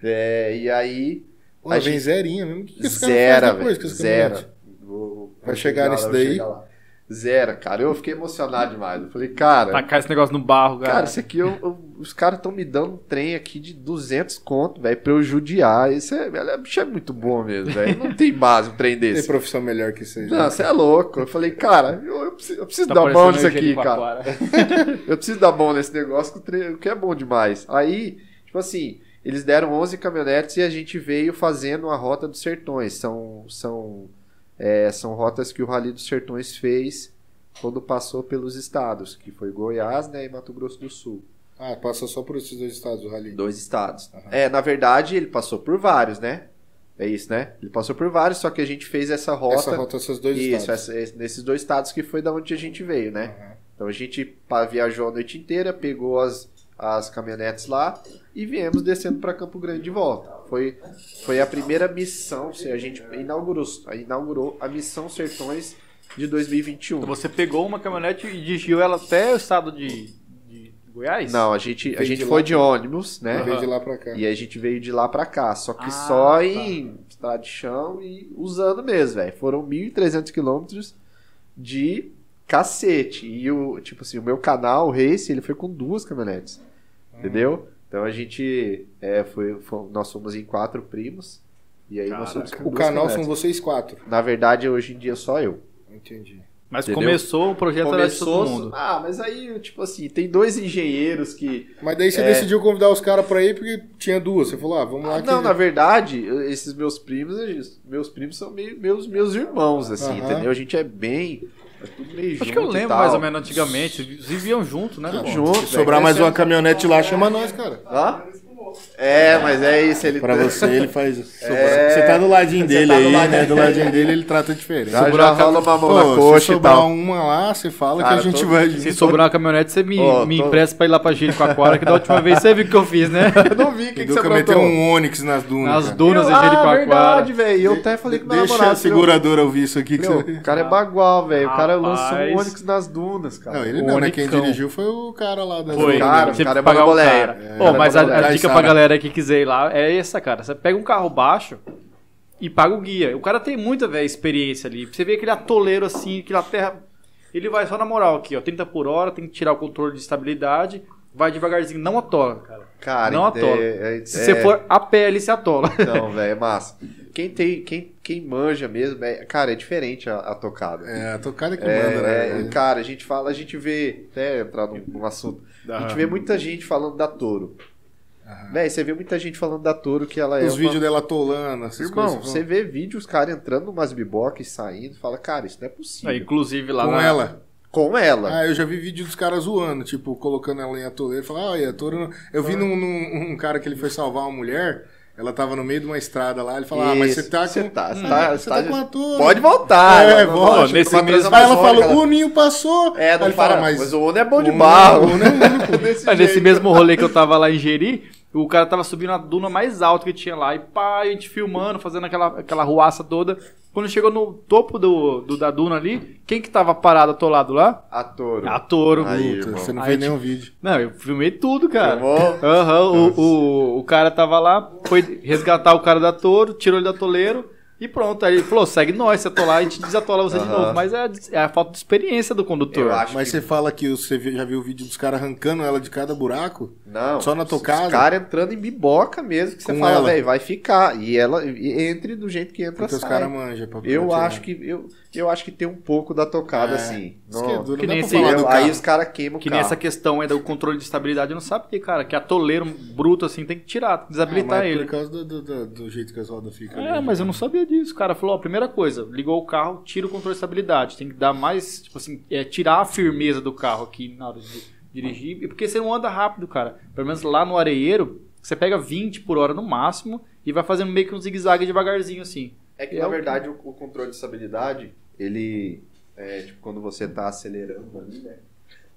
É, e aí
Pô,
A
vem zerinha mesmo. O que que esse cara
Zera,
faz depois
velho.
com esse
Zera.
caminhonete?
Vou-
Vai
vou
chegar
lá,
nesse
vou
daí?
chegar lá. Zera, cara. Eu fiquei emocionado demais. Eu falei, cara,
Tacar esse negócio no barro,
É. cara,
cara. Tá
isso aqui eu- eu- os caras estão me dando um trem aqui de 200 conto, velho, pra eu judiar. Isso é, velho, é- bicho é muito bom mesmo, velho. Não tem base um trem
Tem
desse.
profissão melhor que né? seja.
Não, você é louco. Eu falei, cara, eu, eu preciso, eu preciso
Tá
dar mão
parecendo
nisso aqui, cara.
Jericoacoara.
Eu preciso dar mão nesse negócio que, o tre- que é bom demais. Aí, tipo assim, eles deram 11 caminhonetes e a gente veio fazendo a Rota dos Sertões. São, são, é, são rotas que o Rally dos Sertões fez quando passou pelos estados, que foi Goiás né, e Mato Grosso do Sul.
Ah, passou só por esses dois estados, o Rally.
Dois estados.
Aham.
É, na verdade, ele passou por vários, né? É isso, né? Ele passou por vários, só que a gente fez essa rota.
Essa rota, esses dois
isso,
estados.
essa- nesses dois estados que foi da onde a gente veio, né?
Aham.
Então a gente pa- viajou a noite inteira, pegou as, as caminhonetes lá e viemos descendo para Campo Grande de volta. Foi, foi a primeira missão, se a gente inaugurou, inaugurou a Missão Sertões de 2021.
Então *laughs* Você pegou uma caminhonete e dirigiu ela até o estado de, de Goiás?
Não, a gente, a
Veio de
gente
lá
foi
pra-
de ônibus, né?
Em vez de lá pra cá.
E a gente veio de lá pra cá, só que
Ah,
só
tá.
em estrada de chão e usando mesmo, velho. Foram 1.300 quilômetros de cacete. E o, tipo assim, o meu canal, o Race, ele foi com duas caminhonetes,
Hum.
entendeu? Então a gente, é, foi, foi- nós fomos em quatro primos, e aí nós fomos
Caraca.
com
O
duas
canal são
caminhonetes.
vocês quatro.
Na verdade, hoje em dia é só eu.
Entendi.
Mas
Entendeu?
começou o projeto era de todo mundo.
Ah, mas aí, tipo assim, tem dois engenheiros que
Mas daí você decidiu convidar os caras pra ir porque tinha duas. Você falou, ah, vamos lá.
É. Ah,
que-
não, na verdade, eu- esses meus primos, eles- meus primos são meio, meus, meus irmãos, assim,
Aham.
entendeu? A gente é bem. É tudo meio junto.
Acho que eu
e
lembro
tal.
mais ou menos antigamente. Eles viviam junto, né?
Ah,
pô?
junto,
Se sobrar
velho, é um
mais
esse
uma caminhonete lá, chama nós, cara.
Hã? É, mas é isso, ele
Pra você, ele faz.
É.
Você tá do ladinho
Você
dele
tá do
aí,
lado
né?
dele.
Do ladinho dele ele trata diferente.
Já,
sobrar
já
a cam-
rola uma mão
Pô,
na coxa
se
e
sobrar
tal.
uma lá, você fala
Cara,
que a gente
tô-
vai.
Se sobrar uma caminhonete, você me,
Ó,
me
tô-
empresta pra ir lá pra Jericoacoara, que da última vez você viu o que eu fiz, né?
*laughs* Eu não vi o que,
Ele
que você
nunca meteu
aprontou.
um Onix nas dunas.
Nas
cara.
dunas
Eu-
de
ah,
Jericoacoara.
verdade, velho. Eu até falei com meu
Deixa
namorado.
a seguradora ouvir isso aqui. né?" Que
Meu,
você...
o cara é bagual, velho. O cara
Rapaz.
lançou um Onix nas dunas, cara.
Não, ele não, né? Quem
Onixão.
dirigiu foi o cara lá da
Foi.
Cara,
Você
o cara é
pagar um
bagaboleia.
cara.
É,
Pô,
cara é
mas a, a
bagaboleia.
dica pra
Caissara.
galera que quiser ir lá é essa, cara. Você pega um carro baixo e paga o guia. O cara tem muita velho, experiência ali. Você vê aquele atoleiro assim, aquela terra. Ele vai só na moral aqui, ó. 30 por hora, tem que tirar o controle de estabilidade. Vai devagarzinho, não atola, cara.
Cara,
Não atola.
é- é-
Se
é-
você for a pé ali, você atola.
Não, velho, é massa. Quem tem, quem, quem manja mesmo, é- cara, é diferente a, a tocada.
É, a tocada que
É,
manda, né?
é, e, cara, a gente fala, a gente vê, né, até entrar num, num assunto,
*laughs*
a gente vê muita gente falando da Toro.
Aham.
Véi, você vê muita gente falando da Toro que ela é.
Os
uma-
vídeos dela tolando, essas
Irmão,
coisas.
você vê vídeos, cara, entrando numas bibocas e saindo, fala, cara, isso não é possível.
Ah, inclusive lá
com
na-
ela.
Com ela.
Ah, eu já vi vídeo dos caras zoando, tipo, colocando ela em atoleiro. Falar, olha, a touro. não-" Eu
Ah.
vi num, num- um cara que ele foi salvar uma mulher, ela tava no meio de uma estrada lá. Ele falou, ah, mas
Isso,
você tá com.
Você tá, você
Hum,
tá,
você
você
tá
tá-
com a touro.
Pode né? voltar.
É,
ela- ela-
volta.
ela-
Nesse
ela-
mesmo-
ela-
Aí ela falou,
ela-
o ninho passou.
É, não
Aí ele fala,
para,
mas.
mas o Ono é bom de
o
barro.
Ono é único.
*laughs* Desse
Ah, nesse
jeito.
mesmo rolê que eu tava lá em Jeri, o cara tava subindo a duna mais alta que tinha lá. E pá, a gente filmando, fazendo aquela, aquela ruaça toda. Quando chegou no topo do, do- da duna ali, quem que tava parado atolado lá?
A Toro.
A Toro.
Aí,
Puta,
irmão.
você não
Aí,
fez
tipo,
nenhum vídeo.
Não, eu filmei tudo, cara.
Filmou?
Aham, o, o, o cara tava lá, foi resgatar o cara da Toro, tirou ele do atoleiro. E pronto, aí ele falou, segue nós, se atolar, a gente desatola você de
Aham.
novo. Mas é, a des- é a falta de experiência do condutor.
Eu acho
Mas
que-
você fala que você vi- já viu o vídeo dos caras arrancando ela de cada buraco?
Não.
Só na tocada?
Os caras entrando em biboca mesmo, que você
Com
fala,
ela.
velho, vai ficar. E ela e entre do jeito que entra,
Porque os
sai.
caras manjam. pra- pra
Eu
tirar.
acho que eu, eu acho que tem um pouco da tocada
É.
assim.
Isso
Não-
que é duro,
Que
não
nem
dá pra
esse-
falar do
Eu- aí
carro.
os caras queimam o
Que
carro.
nessa questão ainda do controle de estabilidade, eu não sabe porque, cara, que atoleiro bruto assim tem que tirar, tem que desabilitar
Ah, mas
ele.
Por causa do, do- do- do jeito que as rodas ficam. né?
É, mas eu não sabia disso, cara. Falou, ó, primeira coisa, ligou o carro, tira o controle de estabilidade. Tem que dar mais, tipo assim, é, tirar a firmeza do carro aqui na hora de dirigir. E Porque você não anda rápido, cara. Pelo menos lá no areeiro, você pega 20 por hora no máximo e e vai fazendo meio que um zigue-zague devagarzinho, assim.
É que,
É
na
o-
verdade, o, o controle de estabilidade, ele. É, tipo, quando você tá acelerando ali, né?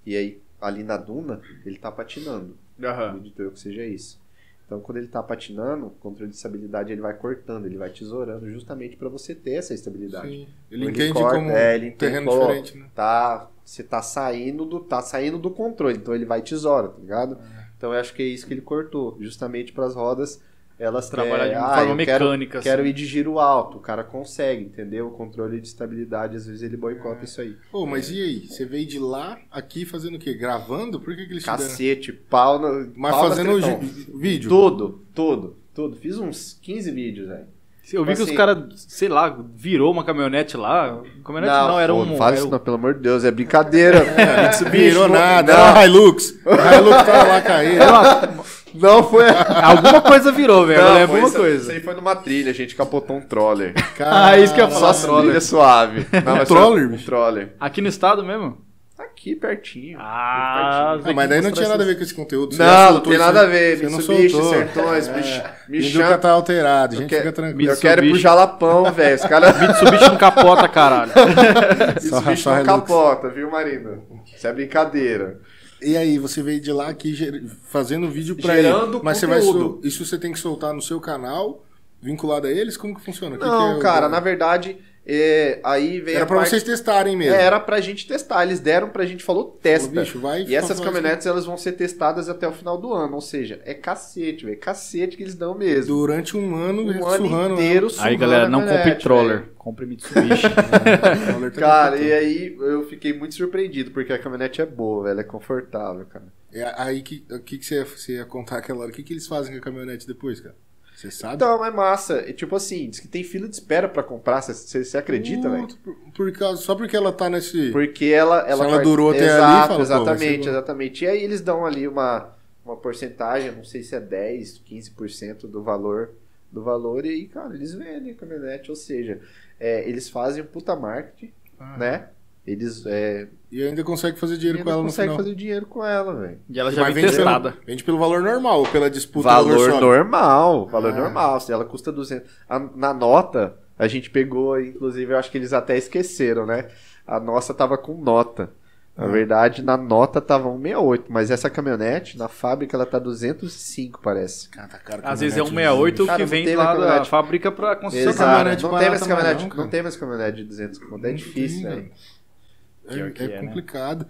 E aí, ali na duna, ele tá patinando.
Tá.
Acredito eu que seja isso. Então, quando ele tá patinando, o controle de estabilidade ele vai cortando, ele vai tesourando, justamente para você ter essa estabilidade.
Sim. Ele entende
corta,
como
é, ele
um
entende,
terreno
ó,
diferente, né?
Tá, você tá saindo do tá saindo do controle, então ele vai e tesoura, tá ligado? Então, eu acho que é isso que ele cortou, justamente para as rodas elas
Trabalhar de
é,
uma
ah,
forma
eu quero-
mecânica. assim.
Quero ir de giro alto, o cara consegue, entendeu? O controle de estabilidade, às vezes ele boicota isso aí.
Pô, mas e aí? Você veio de lá aqui fazendo o quê? Gravando? Por que, que eles te deram?
Cacete, pau no.
Mas
pau na
fazendo
tretão.
ju- vídeo?
Tudo, tudo, tudo. Fiz uns 15 vídeos, velho.
Eu vi que
Assim-
os caras, sei lá, virou uma caminhonete lá. Caminhonete não, era
pô,
um.
faz
era
isso,
um-
não, pelo amor de Deus, é brincadeira. Esse bicho
Virou
não-
nada.
Não,
Era Hilux. A Hilux tava
*laughs*
lá caindo.
não foi.
Alguma coisa virou, velho.
Não,
é
Eu
foi
lembro alguma
isso- Isso
coisa.
aí foi numa trilha, a gente capotou um troller.
Ah, isso que eu ia falar.
Só as trilha
*laughs*
suave. Não, mas
um troller,
só- Um
bicho?
troller. Tá
Aqui no estado mesmo?
Aqui pertinho.
Ah,
Ah, mas daí não tinha nada a ver com esse conteúdo. Você já
Não, não É.
soltou
tem
isso
nada a
aí.
ver.
Você não
Mitsubishi,
soltou.
Sertões,
Minduca
Michan.
tá alterado, a
Eu
gente
que-
fica tranquilo.
um Eu quero ir pro
Mitsubishi.
*laughs*
Jalapão, velho. Os caras.
Mitsubishi não capota, caralho.
Só-
Mitsubishi
só
não
Hilux.
capota, viu, Marina? Isso é brincadeira.
E aí, você veio de lá aqui ger- fazendo vídeo pra
Gerando
ele. Mas você vai
conteúdo.
sol- isso você tem que soltar no seu canal, vinculado a eles? Como que funciona? O que
Não,
que é o-
cara, na verdade, é, aí vem
Era
a
pra
parte...
vocês testarem mesmo.
É, era pra gente testar. Eles deram pra gente, falou,
Falou,
testa.
bicho, vai
E essas
faz-
caminhonetes, elas vão ser testadas até o final do ano. Ou seja, é cacete, velho. Cacete que eles dão mesmo.
Durante um ano,
Um ano
surrando.
inteiro surrando
Aí, galera,
a
não compre
caminhonete,
troller.
é velho.
Compre Mitsubishi.
né?
*laughs* Cara, e é- aí eu fiquei muito surpreendido, porque a caminhonete é boa, velho. É confortável, cara.
É, aí que, o que, que você, ia, você ia contar aquela hora? O que, que eles fazem com a caminhonete depois, cara? Você sabe?
Então, é massa. E, tipo assim, diz que tem fila de espera pra comprar. Você acredita, velho?
Puta, por- por causa- só porque ela tá nesse.
Porque ela. ela,
ela durou até ali, fala, pô, vai ser
Exatamente,
bom.
exatamente. E aí eles dão ali uma, uma porcentagem, não sei se é 10, 15% do valor. Do valor, e aí, cara, eles vendem a caminhonete. Ou seja, é, eles fazem um puta marketing,
Ah.
né? Eles é,
E ainda consegue fazer dinheiro
ainda
com ela no
conseguem
final.
fazer dinheiro com ela, velho.
e ela já
Mas
vem
vende
testada.
pelo, vende pelo valor normal, ou pela disputa
Valor
só.
normal, valor
Ah.
normal. Se ela custa 200. a- na nota, a gente pegou, inclusive, eu acho que eles até esqueceram, né? A nossa tava com nota.
Ah.
Na verdade, na nota tava 168, mas essa caminhonete, na fábrica, ela tá 205, parece.
Cara, tá caro
Às vezes é um
caminhonete, né?
68
Cara,
que
não
vem
tem na
lá da
caminhonete.
fábrica pra construção.
Exato. caminhonete
Não tem
barata
mais
mais
caminhonete,
não,
não,
cara.
tem mais caminhonete de 200 conto, é
Não
difícil,
tem,
velho.
É,
Pior que
é
é, né?
complicado.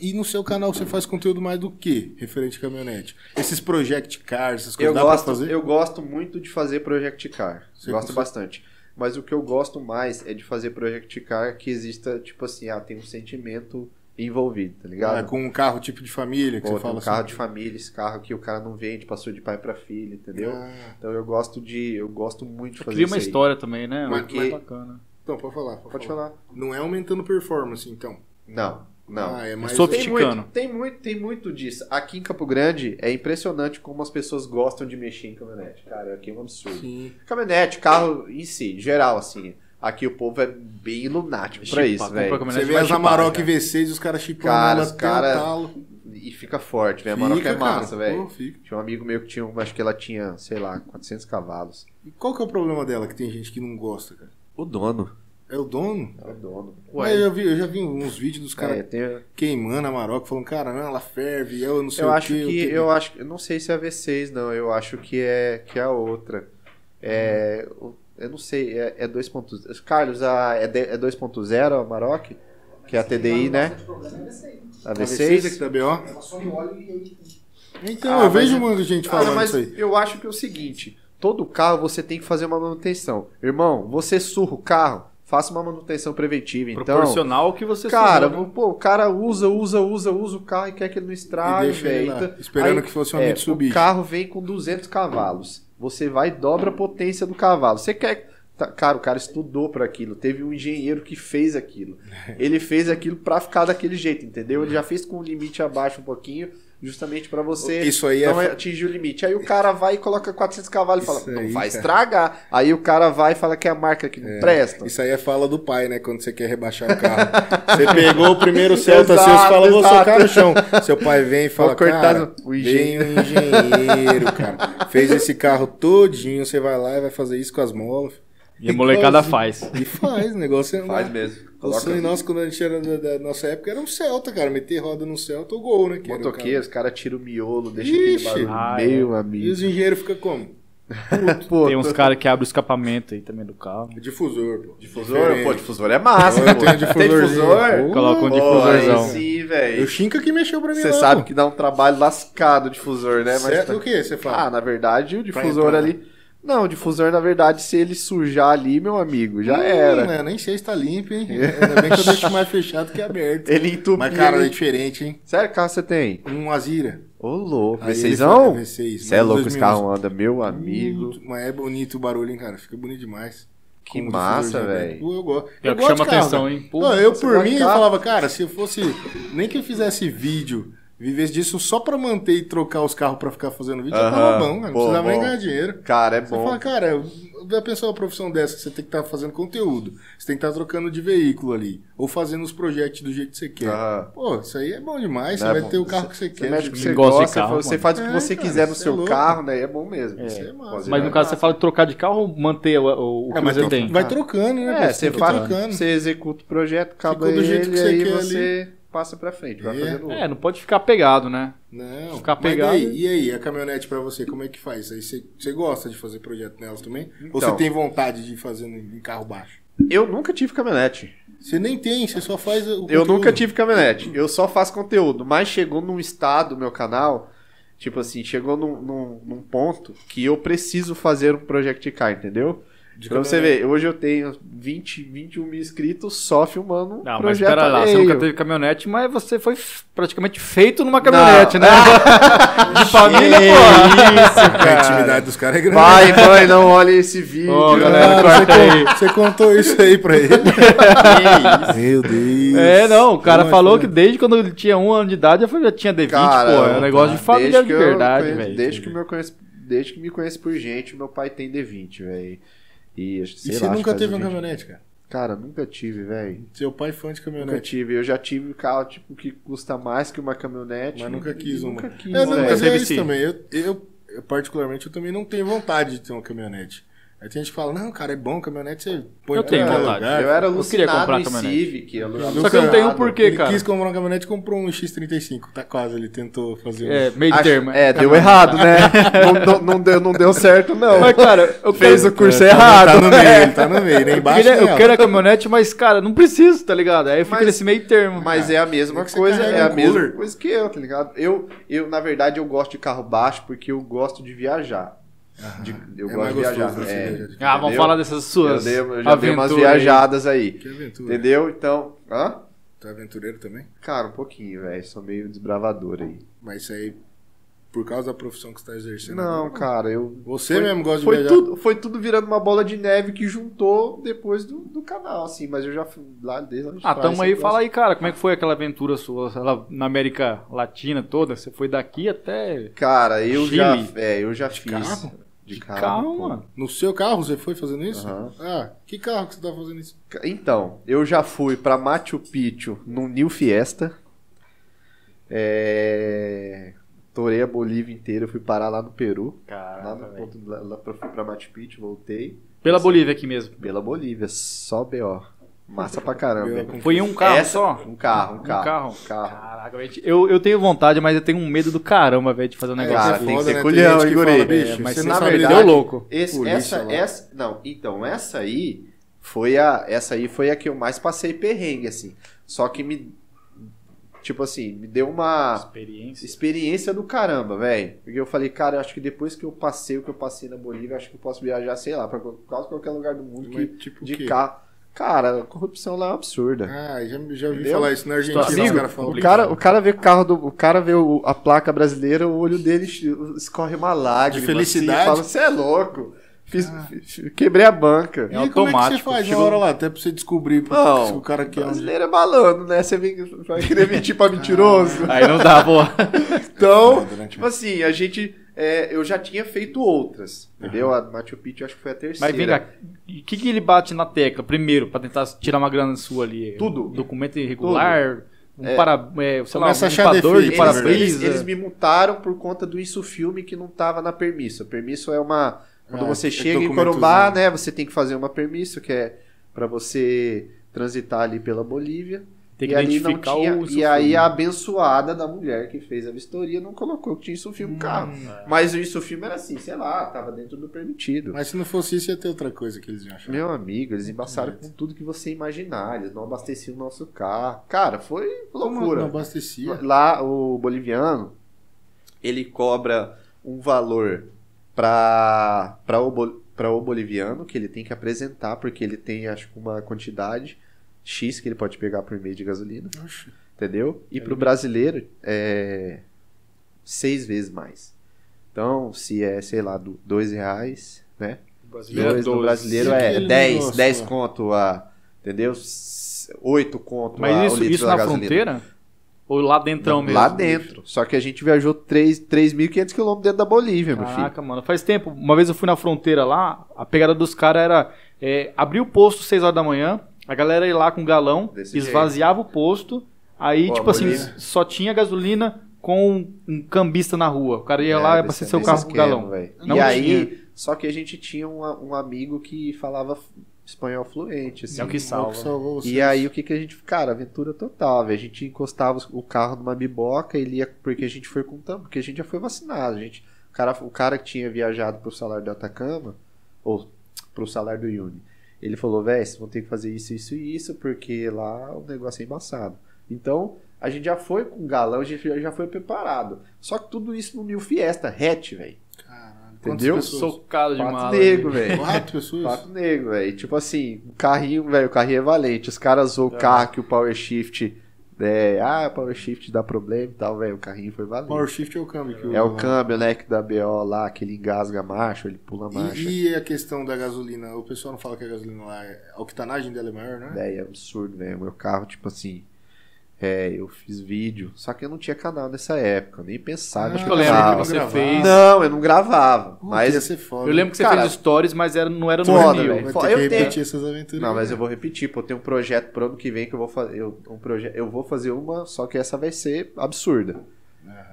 E no seu canal você faz conteúdo mais do que referente a caminhonete? Esses project cars, essas
Eu
coisas dá
gosto,
pra fazer?
eu gosto muito de fazer Project Car.
Você
gosto
consegue?
bastante. Mas o que eu gosto mais é de fazer Project Car que exista, tipo assim, ah, tem um sentimento envolvido, tá ligado?
Ah, com um carro tipo de família que
Pô,
você
tem
fala
um carro
assim.
de família, esse carro que o cara não vende, passou de pai pra filho, entendeu?
Ah,
Então eu gosto de. Eu gosto muito de fazer
Cria
isso.
uma
aí.
história também, né?
Mas
Muito
que-
bacana.
então, pode falar. Pode,
Pode
falar.
falar.
Não é aumentando performance, então.
Não, não.
Ah, é mais...
soft-
Tem muito,
Criticando.
tem muito, tem muito disso. Aqui em Campo Grande é impressionante como as pessoas gostam de mexer em caminhonete. Cara, aqui é um absurdo.
Sim.
Caminhonete, carro em si, geral, assim. Aqui o povo é bem lunático pra
Chipa,
isso,
compra
velho.
caminhonete
Você vê
vai
as
chipar,
Amarok
já.
V6 e os caras chipando
Cara,
ela
os
até o
cara-
talo.
E fica forte, velho. A Maroc é
Fica,
massa,
cara.
velho.
Pô, fica.
Tinha um amigo meu que tinha, uma- acho que ela tinha, sei lá, 400 cavalos.
E qual que é o problema dela que tem gente que não gosta, cara?
O dono.
É o dono?
É o dono.
Ué,
Mas eu, já vi, eu já vi uns vídeos dos caras
É, tem-
queimando a Maroc, falando, cara, não, ela ferve, eu não sei
Eu
o
acho
quê,
que,
tenho-
eu acho, eu não sei se é a V6 não, eu acho que é que é a outra. É, o- eu não sei, é, é 2.0. Carlos, a é, de- é 2.0 a Maroc, que é a TDI, né? A
A V6 é que
V6.
tá BO? Então,
Ah,
eu vejo
mas-
muita gente
Cara,
falando
mas
isso aí.
eu acho que é o seguinte, todo carro você tem que fazer uma manutenção. Irmão, você surra o carro, faça uma manutenção preventiva, então.
proporcional ao que você
Cara,
sonhou, né?
pô, o cara usa, usa, usa, usa o carro e quer que ele não
E
estrague,
deixa ele
velho.
lá,
Então,
esperando
aí-
que fosse uma
é,
Mitsubishi.
O carro vem com 200 cavalos. Você vai e dobra a potência do cavalo. Você quer. tá- cara, o cara estudou para aquilo. Teve um engenheiro que fez
*laughs*
aquilo. Ele fez aquilo para ficar daquele jeito, entendeu? Ele já fez com o limite abaixo um pouquinho. Justamente pra você
Isso aí é
não
fa-
atingir Então o limite. Aí o cara vai e coloca 400 cavalos e
Isso
fala, não
aí,
vai
cara.
estragar. Aí o cara vai e fala que é a marca que não presta.
Isso aí é fala do pai, né? Quando você quer rebaixar o
*laughs*
carro. Você pegou o primeiro Celta seu, você
Exato,
fala, vou
exato.
socar no chão. Seu pai vem e fala,
Ó, Cortázar,
cara,
o
vem um engenheiro, cara. Fez esse carro todinho, você vai lá e vai fazer isso com as molas.
E a molecada
Igualzinho.
faz.
E faz, o negócio é uma-
Faz mesmo.
O sonho
Coloca
nosso, quando a gente era da, da nossa época, era um Celta, cara. Meter roda num Celta ou gol, né? que era o
motoqueiro, os caras tiram o miolo, deixa
Ixi.
aquele barulho.
Ah,
Meu
cara. E
amigo.
os engenheiros ficam como?
Pô,
um
Tem uns
tô-
caras que abrem o escapamento aí também do carro.
Difusor, pô.
Difusor, pô,
Diferente. um
difusor é massa,
Eu
pô.
tenho
Tem difusor?
difusorzinho.
Coloca um
Pô,
difusorzão.
aí sim,
E o
velho.
Xinca que mexeu pra mim
Você
lá,
sabe
pô.
que dá um trabalho lascado o difusor, né?
Certo
tá-
o que você
Ah,
fala?
na verdade, o difusor
entrar.
né?
ali... Não, o difusor, na verdade, se ele sujar ali, meu amigo, já
Hum,
era.
né, nem sei se tá limpo, hein? Ainda bem que eu deixo mais fechado que aberto.
Ele entupiu.
*laughs* Mas, cara, é
ele...
diferente, hein?
Sério, que carro você tem?
Um Azira.
Ô, louco.
Aí ele
V6zão?
foi- V6,
Você é
mas
louco, esse
2011.
carro anda, meu amigo.
Muito- um Mas é bonito o barulho, hein, cara? Fica bonito demais.
Que
Com o
massa,
difusorzinho
velho.
aberto. né? Pô, Eu gosto.
Pior
eu
É que
gosto de
chama
carro, né?
atenção,
velho.
hein?
Não, eu,
você
por
gosta
mim,
de
eu
carro?
falava, cara, se eu fosse... Nem que eu fizesse vídeo, vivesse disso só pra manter e trocar os carros pra ficar fazendo vídeo, já tava
Aham.
bom, cara. Não
Pô,
precisava nem
bom.
ganhar dinheiro.
Cara, é
Você
bom.
fala, cara, eu- a pessoa uma profissão dessa, que você tem que estar fazendo conteúdo, você tem que estar trocando de veículo ali, ou fazendo os projetos do jeito que você quer.
Aham.
Pô, isso aí é bom demais,
Ah. Não
você
é
vai
bom.
ter o carro que você
Você
quer.
mexe com o que Tá. você
Não gosto de
gosta,
carro,
você
mano.
faz o
É,
que você
cara,
quiser no
você é
seu
louco.
carro, né? E É bom mesmo.
É.
Isso
é massa.
Pode
Mas
ir,
no
né?
caso, você fala de trocar de carro ou manter o, o, o que
É, mas
você
tem-
tem?
vai trocando, né? pô?
então. É, você,
tem que ir
faz,
trocando.
você executa o projeto, acaba
Ficou do jeito
ele,
que você
aí
quer
você passa pra frente, vai
É.
fazendo outro.
É, não pode ficar pegado, né?
Não,
Ficar
mas
pegado.
daí, e aí, a caminhonete pra você, como é que faz? Aí você, você gosta de fazer projeto nelas também? ou você
Então.
tem vontade de fazer em carro baixo?
Eu nunca tive caminhonete.
Você nem tem, você só faz o
Eu
conteúdo.
nunca tive caminhonete. Eu só faço conteúdo. Mas chegou num estado, do meu canal, tipo assim, chegou num, num- num ponto que eu preciso fazer um projeto de car, entendeu?
De
pra você
caminhonete.
ver, hoje eu tenho 20, 21 mil inscritos só filmando um
Não, mas
projeto
pera lá, você
alheio.
nunca teve caminhonete, mas você foi f- praticamente feito numa caminhonete, né? *laughs* de família,
Que
pô.
A intimidade dos caras é grande.
Pai, mãe, não olha esse vídeo. né?
Ô, galera,
Cara,
corta
você,
aí.
con- você contou isso aí pra ele? Meu Deus.
É, não, o cara
Como
falou
foi?
que desde quando ele tinha um ano de idade já, foi- já tinha D20, pô. É um
eu-
negócio de família
desde
de
que eu
verdade,
conheço-
velho.
Desde que, meu conheço, desde que me conheço por gente, meu pai tem D20, velho. E, acho que,
E
sei
você
lá, acho
nunca
que faz
teve um uma
20.
caminhonete, cara?
Cara, nunca tive, velho.
Seu pai é fã de
Nunca
caminhonete.
tive. Eu já tive carro tipo, que custa mais que uma caminhonete.
Mas nunca quis uma.
Nunca quis,
é, não,
velho.
mas
Teve
é isso
sim.
também. Eu, eu- eu, particularmente, eu também não tenho vontade de ter uma caminhonete. Aí tem gente que fala, não, cara, é bom, caminhonete você põe
Eu
em
tenho
qualquer
vontade.
lugar.
Eu
Eu
era
queria
alucinado
comprar
em
caminhonete.
Civic. alu-
Só que eu não tenho um
alucinado.
por quê,
ele
cara?
quis comprar uma caminhonete e comprou um X35. Tá quase, ele tentou fazer um...
É, meio
Acho-
termo.
É, deu
Caminhonete.
errado,
*laughs*
né? não, não- não deu, não deu certo, não.
Mas, cara, eu
Fez
quero- É,
o curso
Tá-
errado.
*laughs*
Tá no meio,
né?
ele tá no meio, nem
Eu
embaixo
queria-
nem
eu
alto.
quero a caminhonete, mas, cara, não preciso, tá ligado? Aí fica
Mas-
nesse meio termo.
Mas é a mesma
Tem que ser
coisa, é
carrega
a
um
mesma
cooler.
coisa que eu, tá ligado? Eu, eu, na verdade, eu gosto de carro baixo porque eu gosto de viajar. De- eu
É
gosto
mais
de viajar.
gostoso, né,
é.
você viajar.
Ah, vamos
Entendeu?
falar dessas
eu
suas
dei, eu já dei
aventuras.
umas
aí.
viajadas aí.
Que aventura.
Entendeu? Então, hã?
Tu é aventureiro também?
Cara, um pouquinho, velho. Sou meio desbravador aí.
Mas isso aí, por causa da profissão que você tá exercendo.
Não,
agora,
cara, eu.
Você
foi-
mesmo gosta de
Foi
viajar?
tudo, foi tudo virando uma bola de neve que juntou depois do, do canal, assim. Mas eu já fui lá desde lá de
Ah,
trás, assim,
tamo aí,
eu gosto.
fala aí, cara, como é que foi aquela aventura sua ela- na América Latina toda? Você foi daqui até
Cara, eu
Chile.
já, é, eu já fiz.
carro?
De carro,
carro,
pô.
mano.
No seu carro você foi fazendo isso?
Aham.
Ah, que carro que você tá fazendo isso?
Então, eu já fui pra Machu Picchu no New Fiesta. É... Torei a Bolívia inteira, fui parar lá no Peru. Lá no ponto, lá, lá pra, fui pra Machu Picchu, voltei.
Pela Bolívia aqui mesmo.
Pela Bolívia, só BO. Massa pra caramba.
B.O.
hein?
Foi em um carro
Essa-
só?
Um carro, um carro.
carro?
carro.
Caraca, velho, eu, eu tenho vontade, mas eu tenho um medo do caramba, velho, de fazer um negócio.
Cara,
desse.
tem que
foda,
ser
né?
culhão,
gente que
hein,
fala,
guri?
bicho,
É, mas
você
você
não
na
sabe
verdade-
lidar.
deu louco.
Esse-
Polícia
essa,
lá.
essa, não, então, essa aí foi a, essa aí foi a que eu mais passei perrengue, assim. Só que me, tipo assim, me deu uma
Experiência.
experiência do caramba, velho. Porque eu falei, cara, eu acho que depois que eu passei o que eu passei na Bolívia, eu acho que eu posso viajar, sei lá, pra quase qualquer lugar do mundo que,
Mas, tipo, o
de
quê?
carro. Cara, a corrupção lá é absurda.
Ah, já, já ouvi
Entendeu?
falar isso na Argentina,
Amigo,
os caras
O
falam.
cara, o cara vê o carro do, o cara vê o- a placa brasileira, o olho dele escorre uma lágrima.
De felicidade?
Você é louco. Fiz-
Ah.
fiz- quebrei a banca.
É
e aí, como é que você
automático,
faz na
chegou-
hora lá? Até pra você descobrir porque
Não,
se o cara aqui é um...
Brasileiro é malandro, né? Você vem- vai querer mentir
*laughs*
pra mentiroso.
Ah.
Aí não dá,
*laughs*
pô.
Então,
Foda, né,
tipo assim, a gente. é, eu já tinha feito outras, entendeu? A Machu Picchu acho que foi a terceira.
Mas vem cá, o que, que ele bate na tecla primeiro pra tentar tirar uma grana sua ali?
Tudo.
Documento irregular, um para, é, sei lá,
Começa a
um
achar
limpador de
defeito,
Eles,
parabéns.
eles, eles
para-brisa.
me multaram por conta do isso filme que não tava na permissa. Permisso é uma. Quando
Ah,
você
é
chega em
documentozinho.
Corumbá, né? Você tem que fazer uma permissa, que é pra você transitar ali pela Bolívia.
Tem que
e ali não
identificar
tinha,
o
E aí a abençoada da mulher que fez a vistoria não colocou que tinha isso
Hum.
filme no carro. Mas o isso filme era assim, sei lá, tava dentro do permitido.
Mas se não fosse isso, ia ter outra coisa que eles iam achar.
Meu amigo, eles embaçaram com tudo que você imaginar. Eles não abasteciam o nosso carro. Cara, foi
Como
loucura.
Não abastecia.
Lá, o boliviano, ele cobra um valor para o, bol- pra o boliviano que ele tem que apresentar, porque ele tem, acho que, uma quantidade X que ele pode pegar por mês de gasolina,
Oxe.
entendeu? E
Uhum.
para o brasileiro, é seis vezes mais. Então, se é, sei lá, do dois reais, né?
é
Dois no brasileiro
E
é
aquele
10,
negócio
10
lá?
conto a. Entendeu? 8 conto a. o
Mas isso,
litro
isso
da
na
gasolina.
fronteira? Ou lá dentrão Então mesmo?
Lá dentro. Só que a gente viajou 3 3.500 quilômetros dentro da Bolívia, meu filho.
Caraca, mano, faz tempo. Uma vez eu fui na fronteira lá, a pegada dos caras era é, abrir o posto às 6 horas da manhã, a galera ia lá com galão,
Desse
esvaziava o posto, aí,
Pô,
tipo assim,
Bolívia.
só tinha gasolina com um, um cambista na rua. O cara ia lá e abastecer seu
É, desse
carro com
esquema,
galão.
velho.
Não
E
tinha.
aí, só que a gente tinha um, um amigo que falava f- espanhol fluente, assim.
É o que
Salva.
salva.
Salvou vocês.
E aí o que que a gente, cara, aventura total, velho. A gente encostava os- o carro numa biboca, ele ia porque a gente foi com tampa, porque a gente já foi vacinado, a gente. O cara, o cara que tinha viajado pro salário do Atacama ou pro salário do Uni. Ele falou, velho, vocês vão ter que fazer isso, isso e isso, porque lá o negócio é embaçado. Então, a gente já foi com galão, a gente já- já foi preparado. Só que tudo isso no New Fiesta, hatch, velho.
Caralho.
Entendeu?
Entendeu?
Socado de mala.
Quatro negro,
né?
velho.
Quatro pessoas?
Pato negro, velho. Tipo assim, o carrinho, velho, o carrinho é valente. Os caras zoam o carro que o Power Shift. É, ah, Power Shift dá problema e tal, velho. O carrinho foi valente.
Power Shift é o câmbio que
É o câmbio, né, que dá BO lá, que ele engasga a marcha, ele pula a marcha.
E, e a questão da gasolina? O pessoal não fala que a gasolina lá é. A octanagem dela é maior, né?
Véi, é absurdo, velho. Meu carro, tipo assim. É, eu fiz vídeo. Só que eu não tinha canal nessa época. Eu nem pensava
Ah,
que
Eu lembro que
gravava.
não
você
gravava.
fez.
Não, eu não gravava.
Puta,
mas
ia ser foda.
Eu lembro que você
Cara,
fez stories, mas era, não era no
foda,
Rio.
velho.
Vai
Fo-
ter
eu
que repetir
tenho-
essas aventuras. Tá
Não, mas eu vou repetir, pô, eu tenho um projeto pro ano que vem que eu vou fazer. Eu, um proje- eu vou fazer uma, só que essa vai ser absurda.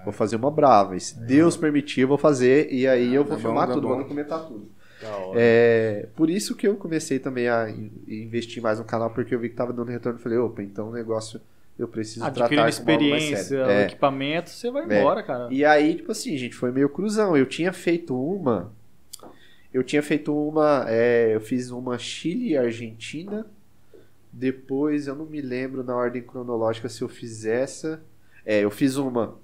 Vou fazer uma brava. E se Deus permitir, eu vou fazer. E aí eu vou
Tá bom,
filmar
tá
tudo,
bom.
vou documentar tudo.
Da hora.
É, por isso que eu comecei também a in- investir mais no canal, porque eu vi que tava dando retorno. Eu falei, opa, então o negócio eu preciso
Adquirindo
tratar com algo mais
Ah, experiência,
sério. É.
equipamento, você vai
É.
embora, cara.
E aí, tipo assim, gente, foi meio cruzão. Eu tinha feito uma. Eu tinha feito uma. é, eu fiz uma Chile e Argentina. Depois, eu não me lembro na ordem cronológica se eu fiz essa. É, eu fiz uma.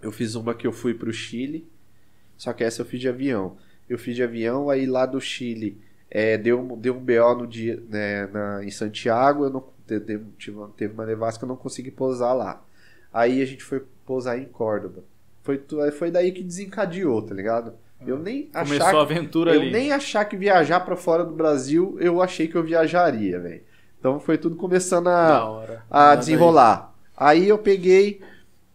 Eu fiz uma que eu fui pro Chile. Só que essa eu fiz de avião. Eu fiz de avião, aí lá do Chile é, deu, um- deu um BO no dia, né, na, em Santiago. Eu não, te- te- tive uma- teve uma nevasca, eu não consegui pousar lá. Aí a gente foi pousar em Córdoba. Foi, tu- aí foi daí que desencadeou, tá ligado? Eu nem
Ah. Começou
achava-
a aventura
eu
ali.
nem achar que viajar pra fora do Brasil, eu achei que eu viajaria, velho. Então foi tudo começando
Da
a,
hora.
a
Nada
desenrolar. Aí eu peguei,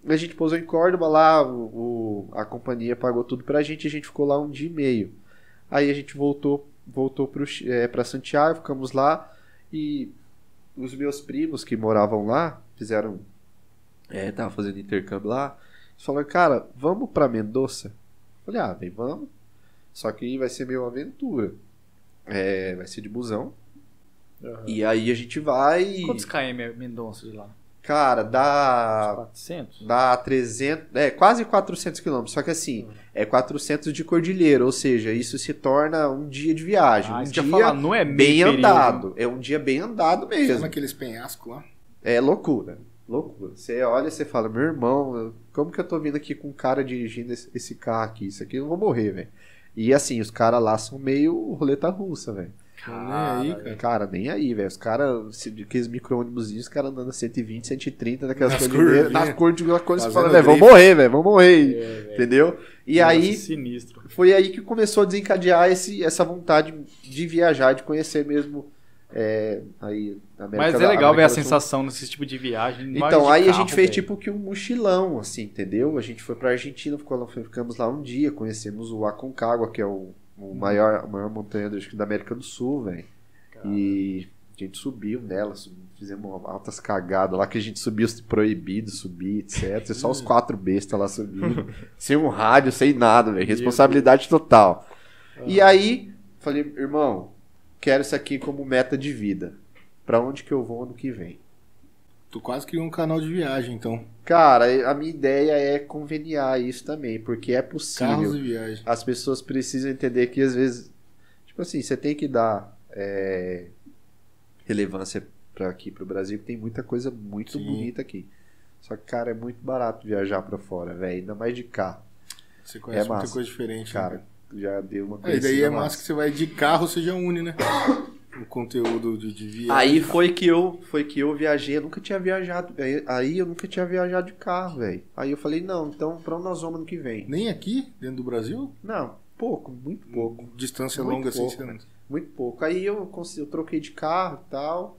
a gente pousou em Córdoba lá, o, o- a companhia pagou tudo pra gente, a gente ficou lá um dia e meio. Aí a gente voltou, voltou pro, Chi- eh, pra Santiago, ficamos lá e os meus primos que moravam lá fizeram. É, tava fazendo intercâmbio lá. Eles falaram, cara, vamos pra Mendoza? Eu falei, ah, vem, vamos. Só que vai ser meio aventura. É, vai ser de busão. E aí a gente vai.
Quantos KM é Mendonça de lá?
Cara, dá.
400?
Dá 300, é quase 400 quilômetros, só que assim, é 400 de cordilheira, ou seja, isso se torna um dia de viagem,
Ah,
um
isso que eu
dia
ia falar, não é meio
bem
período.
andado, é um dia bem andado
Só
mesmo,
Tá naqueles penhascos lá.
é loucura, loucura. Você olha e você fala, meu irmão, como que eu tô vindo aqui com um cara dirigindo esse, esse carro aqui, isso aqui eu não vou morrer, velho. E assim, os caras lá são meio roleta russa, velho.
Cara, nem é aí, cara.
Cara, nem aí, velho. Os caras, aqueles micro-ônibusinhos, os caras andando 120, 130 naquelas
Nas
coisas.
curvinhas.
Nas cores de uma coisa, você fala,
Fazendo
velho, vamos
drift.
morrer, velho, vamos morrer. entendeu? E
Nossa,
aí,
Sinistro.
foi aí que começou a desencadear esse, essa vontade de viajar, de conhecer mesmo é, aí a América
Mas é
da-
legal ver
América
a
do Sul.
sensação nesse tipo de viagem.
Então, aí a gente fez
tipo
tipo que um mochilão, assim, entendeu? A gente foi pra Argentina, ficou lá- ficamos lá um dia, conhecemos o Aconcagua, que é o, o maior, a maior montanha acho que, da América do Sul, velho. E a gente subiu nela, subi- fizemos altas cagadas lá, que a gente subiu proibido, subir, etc. E só os quatro bestas lá subindo, *laughs* sem um rádio, sem nada, velho. Responsabilidade total. E aí, falei, irmão, quero isso aqui como meta de vida. Pra onde que eu vou ano que vem?
Tu quase criou um canal de viagem, então.
Cara, a minha ideia é conveniar isso também, porque é possível.
Carros de viagem.
As pessoas precisam entender que às vezes, tipo assim, você tem que dar é, relevância para aqui pro Brasil, que tem muita coisa muito
Sim.
bonita aqui. Só que, cara, é muito barato viajar pra fora, velho, ainda mais de carro.
Você conhece
É
muita
massa.
coisa diferente, né,
Cara, já deu uma
É,
coisa.
e daí é massa que você vai de carro, você já une, né? O conteúdo de, de viagem.
Aí foi que eu foi que eu viajei, eu nunca tinha viajado. aí- Aí eu nunca tinha viajado de carro, velho. Aí eu falei, não, então pra onde nós vamos ano que vem?
Nem aqui, dentro do Brasil?
Não, pouco, muito pouco.
Distância
Muito
longa assim.
pouco,
você não-
Muito pouco. Aí eu, cons- eu troquei de carro e tal.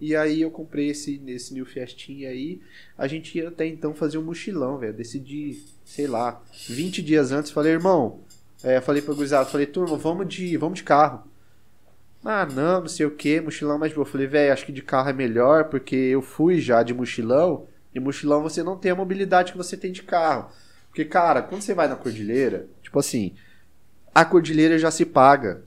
E aí eu comprei esse, esse New Fiestinha aí. A gente ia até então fazer um mochilão, velho. Decidi, sei lá, 20 dias antes, falei, irmão, é, falei pra gurizada, falei, turma, vamos de, vamos de carro. Ah, não, não sei o que, mochilão mais boa. Falei, velho, acho que de carro é melhor, porque eu fui já de mochilão, e mochilão você não tem a mobilidade que você tem de carro. Porque, cara, quando você vai na cordilheira, tipo assim, a cordilheira já se paga.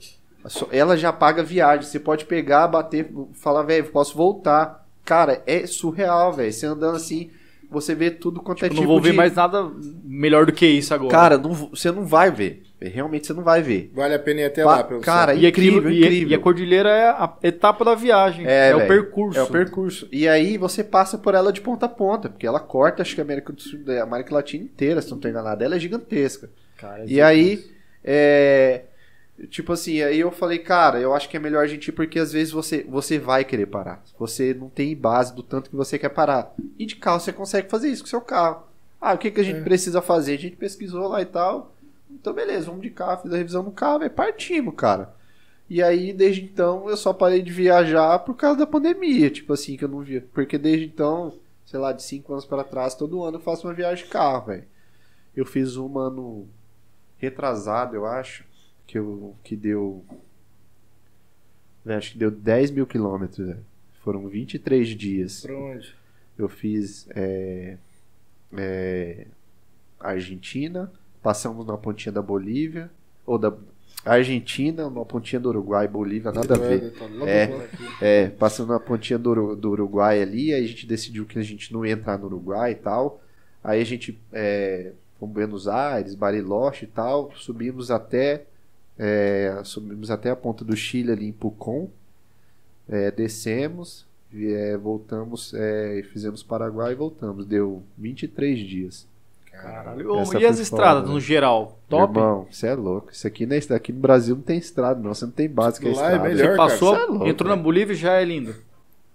Só- Ela já paga a viagem. Você pode pegar, bater, falar, velho, posso voltar. Cara, é surreal, velho. Você andando assim, você vê tudo quanto é tipo
não vou ver
de-
mais nada melhor do que isso agora.
Cara, não vo- você não vai ver. Realmente você não vai ver.
Vale a pena ir até
Pa-
lá pra você.
cara,
e, aquilo-
é incrível,
e-
incrível.
e a cordilheira é a etapa da viagem.
É,
É, o
velho.
percurso.
É o percurso. E aí você passa por ela de ponta a ponta, porque ela corta, acho que a América, do Sul, a América Latina inteira, se não estou enganado. Ela é gigantesca.
Cara,
E aí, é, tipo assim, aí eu falei, cara, eu acho que é melhor a gente ir porque às vezes você, você vai querer parar. Você não tem base do tanto que você quer parar. E de carro você consegue fazer isso com o seu carro. Ah, o que, que a gente precisa fazer? A gente pesquisou lá e tal. Então, beleza, vamos de carro, fiz a revisão no carro, e partimos, cara. E aí, desde então, eu só parei de viajar por causa da pandemia, tipo assim, que eu não via. Porque desde então, sei lá, de cinco anos para trás, todo ano eu faço uma viagem de carro, velho. Eu fiz uma no retrasado, eu acho, que, eu, que deu. né, acho que deu 10 mil quilômetros. né? Foram 23 dias.
Pra onde?
Eu fiz é, é, Argentina, passamos na pontinha da Bolívia, ou da Argentina, na pontinha do Uruguai, Bolívia, nada a ver. É. É, passando na pontinha do, Uru- do Uruguai ali, aí a gente decidiu que a gente não ia entrar no Uruguai e tal. Aí a gente é, foi em Buenos Aires, Bariloche e tal, subimos até é, subimos até a ponta do Chile ali em Pucón, é, descemos, e, é, voltamos, é, e fizemos Paraguai e voltamos. Deu 23 dias.
Caralho. Ô,
Essa
E as
foi
estradas,
foda,
no geral? Top?
Irmão, você é louco. Isso aqui, não é, aqui no Brasil não tem estrada, não. Você não tem base que é
Lá é
estrada.
melhor. cara,
Passou,
cê é louco,
entrou na Bolívia e já é lindo.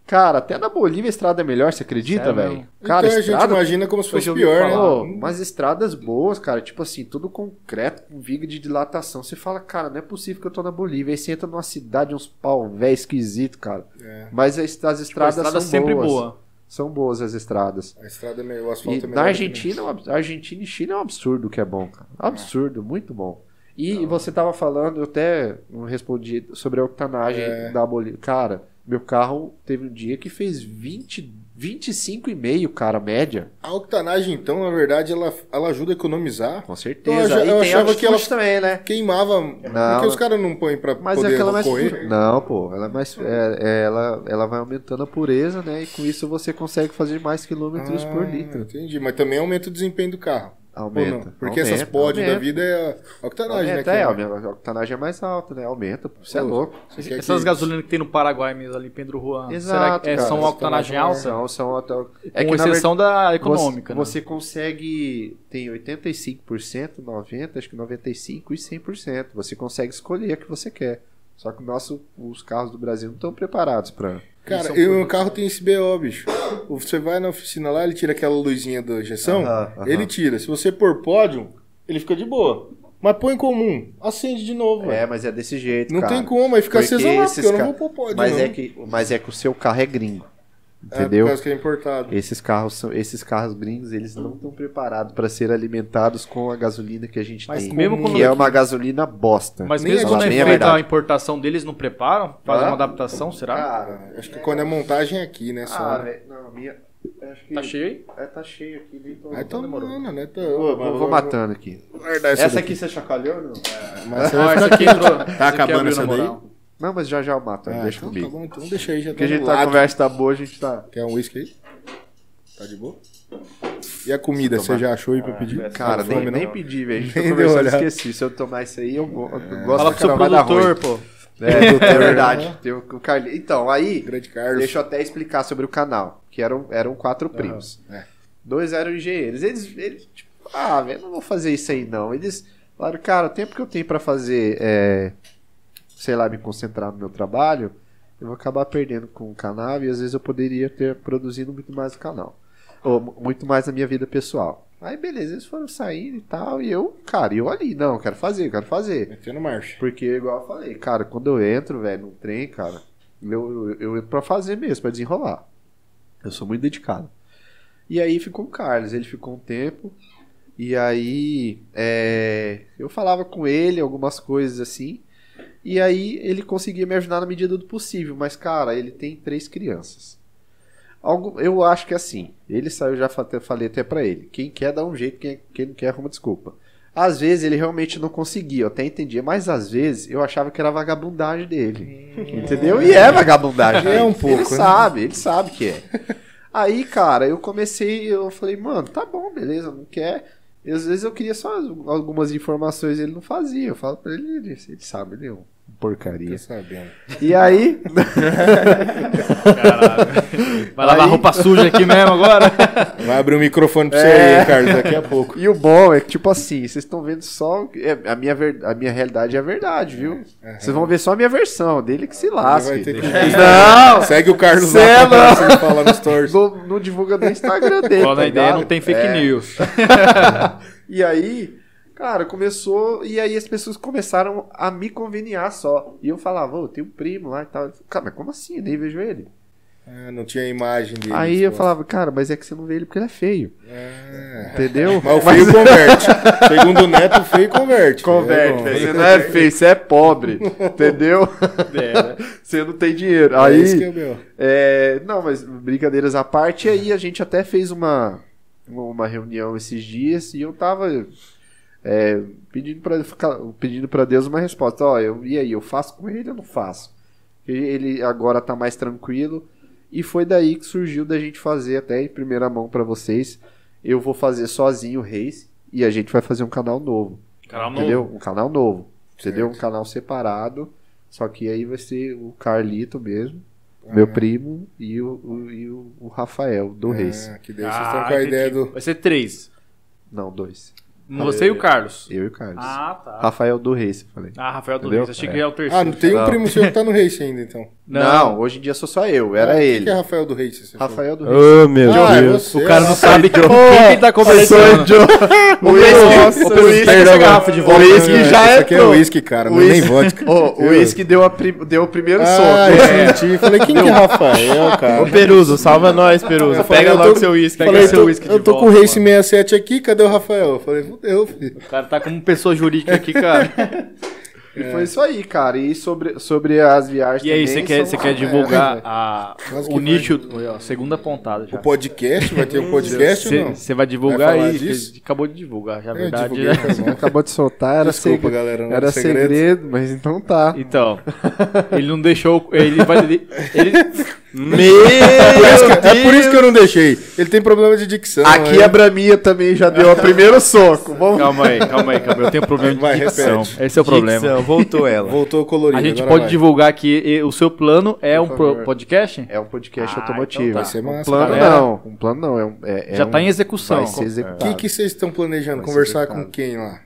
Cara, até na Bolívia a estrada é melhor, você acredita,
Sério
velho?
mesmo?
Cara,
então a gente
estrada
imagina como se
Hoje
fosse
eu ouvi
pior, né?
falar.
Pô,
Hum.
mas estradas boas, cara, tipo assim, tudo concreto, com viga de dilatação. Você fala, cara, não é possível que eu tô na Bolívia. Aí você entra numa cidade, uns pau véio esquisito, cara.
É,
Mas as, as estradas
a estrada
são
sempre
boas.
boa.
São boas as estradas.
a estrada é melhor, o asfalto
E
é melhor.
na
né?
Argentina, é um abs- Argentina e Chile é um absurdo que é bom, cara. Absurdo, muito bom. E você tava falando, eu até não respondi sobre a octanagem da Bolívia. Cara, meu carro teve um dia que fez 20, 25,5, cara, média.
A octanagem, então, na verdade, ela, ela ajuda a economizar.
Com
Eu
certeza.
acha-
e
eu
tem
achava
altitude
que ela-
também, né?
Queimava. porque os caras não põem pra
Mas é
poder
aquela mais
correr.
pura. Não, pô, ela é mais é- é, ela ela vai aumentando a pureza, né? E com isso você consegue fazer mais quilômetros
Ah,
por litro.
Entendi, mas também aumenta o desempenho do carro. Ou
Aumenta.
não? Porque
aumenta,
essas pod da
aumenta.
vida é a octanagem,
Aumenta,
né?
é,
cara?
aumenta, a octanagem é mais alta, né? Aumenta, pô, você é
Pô,
louco.
Você quer
Essas
que-
gasolinas que tem no Paraguai mesmo, ali, Pedro Juan, será
Exato,
que é,
cara,
são
essa
octanagem
tá mais
alta?
São, são até-
É
que,
Com
na verdade,
exceção da econômica, né?
Você, você consegue. Tem 85%, 90%, acho que 95% e 100%. Você consegue escolher a que você quer. Só que o nosso, os carros do Brasil não estão preparados para.
Cara, eu, meu carro tem esse BO, bicho. Você vai na oficina lá, ele tira aquela luzinha da injeção,
Aham, aham.
ele tira. Se você pôr pódio, ele fica de boa. Mas põe comum, acende de novo,
É,
velho.
mas é desse jeito.
Não
cara.
tem como, aí fica
Porque
acesa lá,
esses
porque eu não
ca-
vou pôr pódio,
mas
não.
é que Mas é que o seu carro é gringo.
É,
Entendeu?
por causa que é importado.
Esses carros são, esses carros gringos, eles não estão preparados para ser alimentados com a gasolina que a gente
Mas
tem,
mesmo
que
quando-
é uma gasolina bosta.
Mas
Nem
mesmo
a
quando
gente-
é
nem é
feita a
verdade.
importação deles, não preparam? Faz
Hã?
uma adaptação, será?
Cara,
Acho que quando é montagem é aqui, né? Só, né?
Ah, velho, não, minha acho que
Tá cheio
é, tá cheio aqui, nem tô,
Aí tá mano, né? Tá,
Vou,
Ô, mas
vou matando aqui.
guardar essa,
Essa
daqui.
aqui você chacalhou, não?
Mas você
aí?
vai
Ah,
ficar
essa aqui entrou. Essa aqui
acabando
abriu, na
essa daí?
moral.
Não, mas já já eu mato,
Ah,
deixa
então
comigo.
tá bom, então deixa aí, já
Porque a
tá
gente
no
tá, a
lado.
conversa tá boa, a gente tá.
Quer um whisky aí? Tá de boa? E a
Deixa
comida,
eu
você
tomar.
já achou aí pra pedir?
Cara,
Tá com
nem,
fome,
nem
não?
pedi, velho. A gente
Nem
foi
deu É.
conversando,
olhada.
esqueci. Se eu tomar isso aí, eu, go- eu gosto
Fala
Fala
pro seu
vai dar ruim.
produtor, pô.
*laughs*
É,
Produtor,
é verdade.
né?
Tem o, o Carli- Então, aí,
Grande Carlos.
deixa eu até explicar sobre o canal. Que eram, eram quatro primos.
é.
Dois eram engenheiros. Eles, eles tipo, ah, velho, não vou fazer isso aí, não. Eles falaram, cara, o tempo que eu tenho pra fazer, é, sei lá, me concentrar no meu trabalho, eu vou acabar perdendo com o canal e às vezes eu poderia ter produzido muito mais no canal. Ou mu- muito mais na minha vida pessoal. Aí, beleza, eles foram saindo e tal. E eu, cara, eu ali, não, eu quero fazer, eu quero fazer.
Metendo marcha.
Porque, igual eu falei, cara, quando eu entro, velho, num trem, cara, eu, eu, eu entro pra fazer mesmo, pra desenrolar. Eu sou muito dedicado. E aí ficou o Carlos, ele ficou um tempo. E aí é, eu falava com ele algumas coisas assim. E aí ele conseguia me ajudar na medida do possível. Mas, cara, ele tem três crianças. Algo, eu acho que é assim, ele saiu, já fa- até falei até pra ele. Quem quer dá um jeito, quem, quem não quer arruma desculpa. Às vezes ele realmente não conseguia, eu até entendia, mas às vezes eu achava que era vagabundagem dele. Entendeu? E é vagabundagem.
É
dele.
um pouco,
Ele
né?
sabe, ele sabe que é. Aí, cara, eu comecei, eu falei, mano, tá bom, beleza, não quer. E às vezes eu queria só as- algumas informações, ele não fazia. Eu falo pra ele, ele, ele sabe, ele é um porcaria.
Tô sabendo.
E aí,
Caralho. Vai lavar
Aí-
roupa suja aqui mesmo agora?
*laughs*
Vai abrir o
É.
microfone pra você aí, Carlos, daqui a pouco.
E o bom é que, tipo assim, vocês estão vendo só. é, a, minha ver- a minha realidade é a verdade, viu? Vocês vão ver só a minha versão, dele que se
é. Vai
lasque.
ter que-
Não!
Segue o Carlos
Cê é
lá pra
louco.
você falar nos
*laughs*
stories.
Não, não divulga no Instagram dele.
Qual
tá
a ideia?
ligado?
Não tem fake
É.
news.
E aí, cara, começou. E aí as pessoas começaram a me conveniar só. E eu falava, ô, tem um primo lá e tal. Ele falou, Cara, mas como assim? Eu nem vejo ele.
Ah, não tinha imagem dele.
aí eu
Só.
falava, cara, mas é que você não vê ele porque ele é feio.
Ah.
Entendeu?
Mas o feio
*laughs*
converte. Segundo o Neto, o feio converte.
Converte,
É
velho. você
bom.
não é feio, você é
*laughs*
pobre, entendeu? É, né? Você não tem dinheiro.
É
Aí,
isso que é o meu.
É, não, mas brincadeiras à parte, e aí a gente até fez uma, uma reunião esses dias e eu tava é, pedindo para pedindo para Deus uma resposta. Ó, eu e aí, eu faço com ele ou não faço? E Ele agora tá mais tranquilo e foi daí que surgiu da gente fazer até em primeira mão pra vocês. Eu vou fazer sozinho o Race e a gente vai fazer um canal novo.
Caramba,
Entendeu? Um canal novo. Entendeu? Um canal separado. Só que aí vai ser o Carlito mesmo, meu primo, e o, o- e o- o Rafael, do Reis.
Ah, que daí vocês estão com a ideia do.
Vai ser três.
Não, dois.
Você e o Carlos.
Eu e o Carlos.
Ah, tá.
Rafael do Reis, eu falei.
Ah, Rafael do
Entendeu?
Reis. Achei que é o
Ah,
terceiro.
não tem um
Não.
primo seu que tá no Race ainda, então.
Não. hoje em dia sou só eu, era
Ah, o que
ele.
que é Rafael do Race? você falou?
Rafael do Reis.
Ô, meu
Ah, é
Deus.
você.
O cara não
Nossa,
sabe
*laughs*
com
é?
quem ele tá conversando.
*laughs*
O
Nossa,
uísque- o uísque-
pega essa garrafa de
o
volta.
uísque já
Isso
é
aqui é uísque, cara, não é nem vodka.
O
é
uísque deu, a prim- deu o primeiro
Ah,
soco. né,
eu senti. Falei, quem que é Rafael, cara?
Ô, Peruso, salva nós, Peruso.
Eu falei,
Pega
eu
logo
tô-
seu uísque.
Falei,
Pega
eu
seu
tô-
uísque.
eu tô
de
com o
volta,
Race 67 aqui, cadê o Rafael? Eu Falei, fudeu, filho.
O cara tá como pessoa jurídica aqui,
*laughs*
cara.
E foi isso aí, cara. E sobre, sobre as viagens
É. E aí, você
também,
quer,
são-
você quer
É,
divulgar a,
né, Quase
o
que
nicho, Olha, ó, segunda pontada
O
já.
podcast? Vai ter um podcast ou não?
Você vai
Vai
divulgar
falar
aí,
disso?
que acabou de divulgar, já a
Eu
verdade.
divulguei,
né? *laughs*
foi mal.
Acabou de soltar, era
Desculpa,
segredo.
galera, não
Era
era segredo.
segredo. mas então tá.
Então, ele não deixou. Ele vai.
*laughs*
Ele,
Por
Meu!
isso que- é por isso que eu não deixei. Ele tem problema de dicção.
Aqui
é
a Braminha também já deu o primeiro soco. Vamos
Calma aí, calma aí, calma aí. Eu tenho problema de
Vai,
dicção.
repete.
Esse é o problema.
Dicção,
*laughs*
voltou ela.
Voltou colorido.
A gente
agora
pode
vai.
divulgar que e- o seu plano é um
Por
pro-
favor.
podcast?
É um podcast
Ah,
automotivo.
então tá.
Vai ser
Um
massa,
plano
galera.
não, um plano não. É, um- é- é
já
um,
tá em execução.
Vai ser
O que
executado.
que vocês estão planejando?
Vai ser
Conversar com
delicado.
quem lá?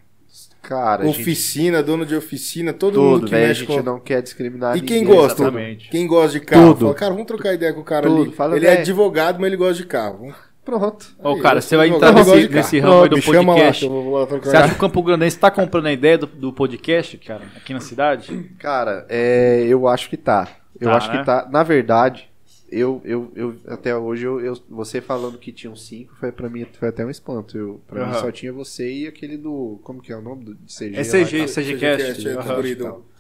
Cara, a gente,
Oficina, dono de oficina, todo mundo
tudo,
que
velho, a
mexe
gente é
com.
não quer discriminar
E quem
ninguém, tá?
gosta?
exatamente.
Quem gosta de carro,
Tudo.
fala, cara, vamos trocar ideia com o cara
Tudo,
ali.
fala,
ele é
velho.
advogado, mas ele gosta de carro. Vamos-
Pronto.
Aí,
Ô, cara,
eu
você
sou
vai entrar
advogado, eu
nesse,
gosto de
nesse
carro.
ramo aí
Me
do
chama lá,
podcast.
que eu vou lá trocar
Você acha que o Campo Grandense tá comprando a ideia do, do podcast, cara, aqui na cidade?
Cara, é, eu acho que tá. Eu
Tá,
acho
né?
que tá. Na verdade, eu, eu, eu até hoje, eu, eu- você falando que tinham cinco, foi pra mim, foi até um espanto. Eu, pra mim
Aham.
só tinha você e aquele do. Como que é o nome do de CG?
É
lá,
CG,
tá?
CGcast.
é
Aham.
colorido. Do Michael Cox.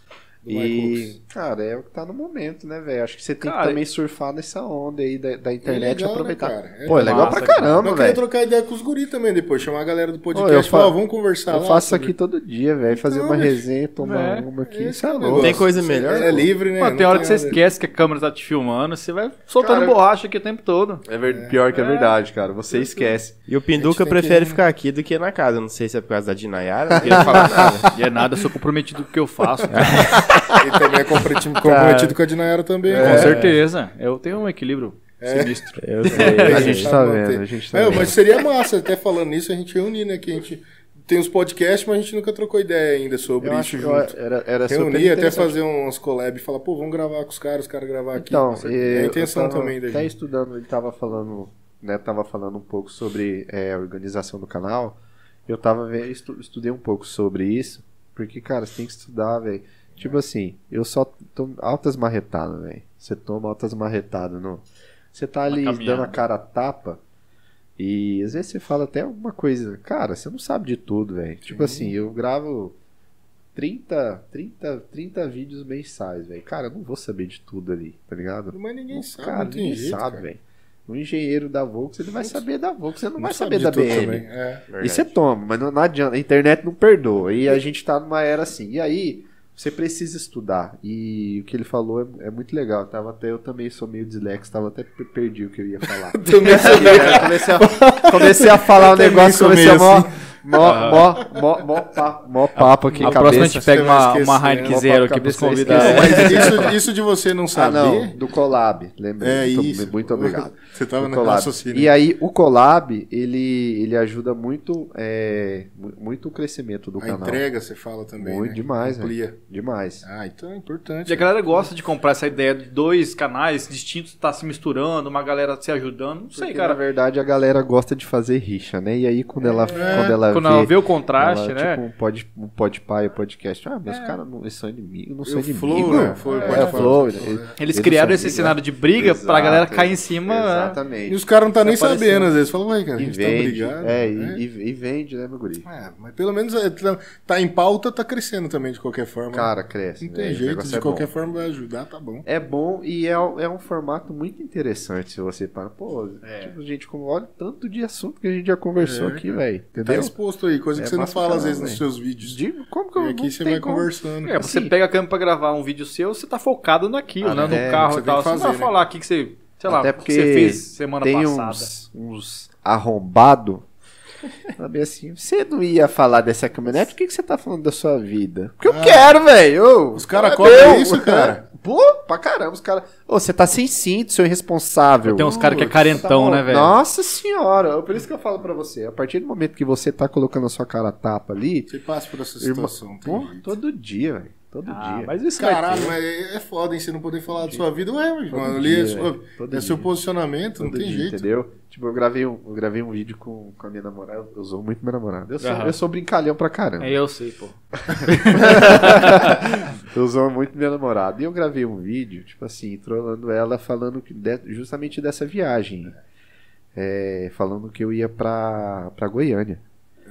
E, cara, é o que tá no momento, né, velho? Acho que você tem
Cara,
que também surfar nessa onda aí da, da
É
internet e
legal, né,
aproveitar.
cara? É
Pô, é
legal.
legal
Massa,
pra
cara.
caramba,
Não queria
velho.
trocar ideia com os guri também depois, chamar a galera do
Ô, eu
podcast e falar,
fa-
ó, vamos conversar
Eu
lá.
faço
sobre-
aqui todo dia, velho. Fazer
né? Então,
uma
bicho.
resenha, tomar
É,
uma aqui.
Esse
Isso
é
é
o
louco.
Tem
negócio.
coisa melhor,
É
pô.
livre, né?
Mano,
Não
tem hora que você
nada.
esquece que a câmera tá te filmando, você vai soltando
Cara,
borracha aqui o tempo todo.
É ver- pior que é verdade, cara. Você esquece.
E o Pinduca
tem que-
prefere ficar aqui do que na casa. Não sei se é por causa da Dinayara,
*laughs*
não queria falar nada.
E é nada, eu sou comprometido com o que eu faço. *laughs* cara.
E também
*laughs* Tá.
é comprometido, comprometido com a Dinayara também.
É.
Com certeza. Eu tenho um equilíbrio
É.
sinistro.
Eu sei,
A
eu
Tem,
gente
sei.
tá
tá
bom,
vendo,
tem.
a gente tá
É,
vendo.
mas seria massa, até falando nisso, a gente reunir, né? Que a gente tem uns podcasts, mas a gente nunca trocou ideia ainda sobre
Eu
isso
acho que
junto.
eu- era, era super
Reunir, até
interessante.
fazer uns collab e falar, pô, vamos gravar com os caras, os caras gravar aqui.
Então,
é a
eu
intenção
tava
também da
até
gente.
estudando, ele tava falando, né, tava falando um pouco sobre é, a organização do canal. Eu tava vendo, estu- estudei um pouco sobre isso, porque cara, você tem que estudar, velho. Tipo assim, eu só tomo altas marretadas, velho. Você toma altas marretadas, não. Você tá ali
caminhada.
dando a cara a tapa e às vezes você fala até alguma coisa. Cara, você não sabe de tudo, velho. Tipo assim, eu gravo 30, 30, 30 vídeos mensais, velho. Cara, eu não vou saber de tudo ali, tá ligado?
Mas ninguém sabe,
cara,
não tem
ninguém
jeito,
sabe,
cara.
velho. Um engenheiro da Volks, ele vai saber da Volks, ele não,
Não
vai
sabe
saber
de
da
tudo
BM.
também,
*laughs*
é.
E você toma, mas não, não adianta, a internet não perdoa. E a gente tá numa era assim. E aí, você precisa estudar. E o que ele falou é, é muito legal. Tava até, eu também sou meio dislexo, tava até per- perdi o que eu ia
*laughs*
falar. *laughs*
Também sou
E aí eu comecei, a, comecei a falar
Eu
o
também
negócio,
sou
comecei a
meio assim.
mó, mó, mó, mó, mó, pa- mó papo aqui
a
em
próxima a
cabeça.
gente pega
você vai
uma,
esquecer,
uma
né?
Heineken
Vou
Zero
pra
aqui pros
cabeça, você
convidados.
esquece.
Mas isso, *laughs* isso de você não
Ah,
saber.
não, do Collab, lembrei.
É
Muito-
isso.
Muito obrigado.
*laughs* Você tava
O
no
collab.
raciocínio.
E aí, o collab, ele, ele ajuda muito, é, mu- muito o crescimento do
a
canal.
entrega, você fala também.
Muito
né?
demais, velho.
Amplia.
Demais.
Ah, então é importante.
E a galera gosta de comprar essa ideia de dois canais distintos, tá se misturando, uma galera se ajudando. Não sei,
Porque,
cara.
Na verdade, a galera gosta de fazer rixa, né? E aí, quando
É.
ela, quando ela
Quando
vê,
ela vê o contraste,
ela,
né?
Tipo, um pode, um pode pai, um podcast. Ah, mas os caras não eles são inimigos, não são
É. o
inimigos.
flow, né? Foi,
É,
pode falar.
flow,
Eles
eles
criaram
são
esse
amigos,
cenário de briga pra
Exato,
galera cair em cima. né?
É, E
Exatamente.
os caras não tá nem
Apareceu.
sabendo, às vezes. Fala, ué, cara, a
E
gente tá
vende.
brigado.
É, e, e- e vende, né, meu guri?
É, mas pelo menos é, tá- tá em pauta, tá crescendo também, de qualquer forma. né?
Cara, cresce.
não tem
velho, o
jeito,
negócio
de
é bom.
qualquer forma vai ajudar, tá bom.
É bom e é, é um formato muito interessante se você para. Pô,
É.
tipo, gente, como olha o tanto de assunto que a gente já conversou
É,
aqui,
cara.
velho.
Tá
Entendeu?
exposto aí, coisa
É
que você não
massa
fala
pra
às vezes
caramba,
nos
né?
seus vídeos.
Digo, como que eu
E aqui
não
você
tem
vai
como.
conversando.
É, você
Assim.
pega a câmera pra gravar um vídeo seu, você tá focado naquilo,
Ah,
né? No
é,
carro
você
e
tem
tal.
que
Você não
fazer,
vai
né?
falar o que, que você. Sei lá,
Até
o que que
porque
você fez semana
Tem
passada.
uns, uns arrombado. *laughs* Sabe assim, você não ia falar dessa caminhonete? Por que, que você tá falando da sua vida? Porque eu
Ah.
quero, velho.
Os caras
cobram
cobram isso, cara.
*laughs* Pô, pra caramba, os caras. Ô, você tá sem cinto, seu irresponsável.
Tem uns caras que é
Putz,
carentão,
Tá bom.
né, velho?
Nossa senhora, é por isso que eu falo pra você, a partir do momento que você tá colocando a sua cara a tapa ali,
Você passa por essa
irmão,
situação. tem
pô,
jeito.
todo dia, velho, todo
Ah,
dia.
mas isso vai
Caralho,
ter.
mas é é foda, hein? Você não poder falar da sua vida. Ué, meu irmão,
Todo
ali é,
dia,
sua-
velho, todo
é seu
dia.
posicionamento,
Todo
não tem
dia,
jeito.
entendeu? Tipo, eu gravei um, eu gravei um vídeo com, com a minha namorada, eu- eu sou muito minha namorada. Eu sou,
Aham.
eu sou brincalhão pra caramba.
É, eu sei, pô.
Eu sou muito minha namorada. E eu gravei um vídeo, tipo assim, trolando ela, falando que de- justamente dessa viagem. É, falando que eu ia pra, pra Goiânia.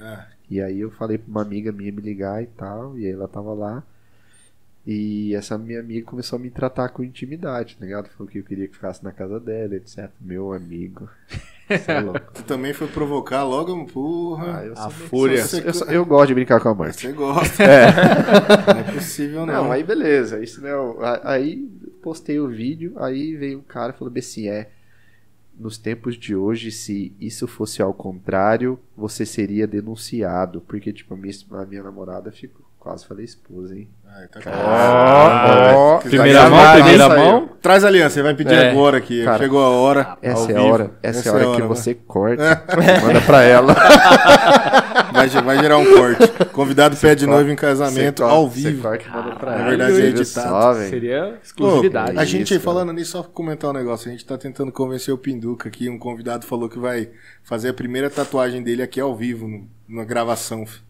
Ah,
E aí eu falei pra uma amiga minha me ligar e tal, e aí ela tava lá. E essa minha amiga começou a me tratar com intimidade, tá ligado? Falou que eu queria que ficasse na casa dela, etc. Meu
*laughs*
amigo. Você é louco.
tu também foi provocar logo, porra.
Ah, eu sou
A
meio-
fúria.
sou- Eu, sou- eu gosto de brincar com a morte.
Você gosta. Não é possível, não.
Não, aí beleza. Isso não. a- Aí postei o vídeo, aí veio um cara e falou bem assim: é. Nos tempos de hoje, se isso fosse ao contrário, você seria denunciado. Porque, tipo, a minha, a minha namorada ficou. Quase falei esposa, hein?
Ah, tá
Ó, ó,
Quiser
primeira
gravar,
mão,
tá
primeira
aí.
mão.
Traz a aliança, ele vai pedir
É,
agora aqui.
cara.
Chegou a hora.
Essa
ao
é a
vivo.
*laughs* hora, essa, é a hora que
vai.
você corta, manda pra ela.
Vai vai, vai gerar
*laughs*
um corte. Convidado pede noivo em casamento
Você corta-
ao
você
vivo.
corta e manda pra
Na
ela.
verdade,
Você
é
viu
editado.
só, velho?
Seria
Pô,
exclusividade.
a gente aí
Isso,
falando nisso, só comentar um negócio. A gente tá tentando convencer o Pinduca aqui. Um convidado falou que vai fazer a primeira tatuagem dele aqui ao vivo, no- na gravação. fi.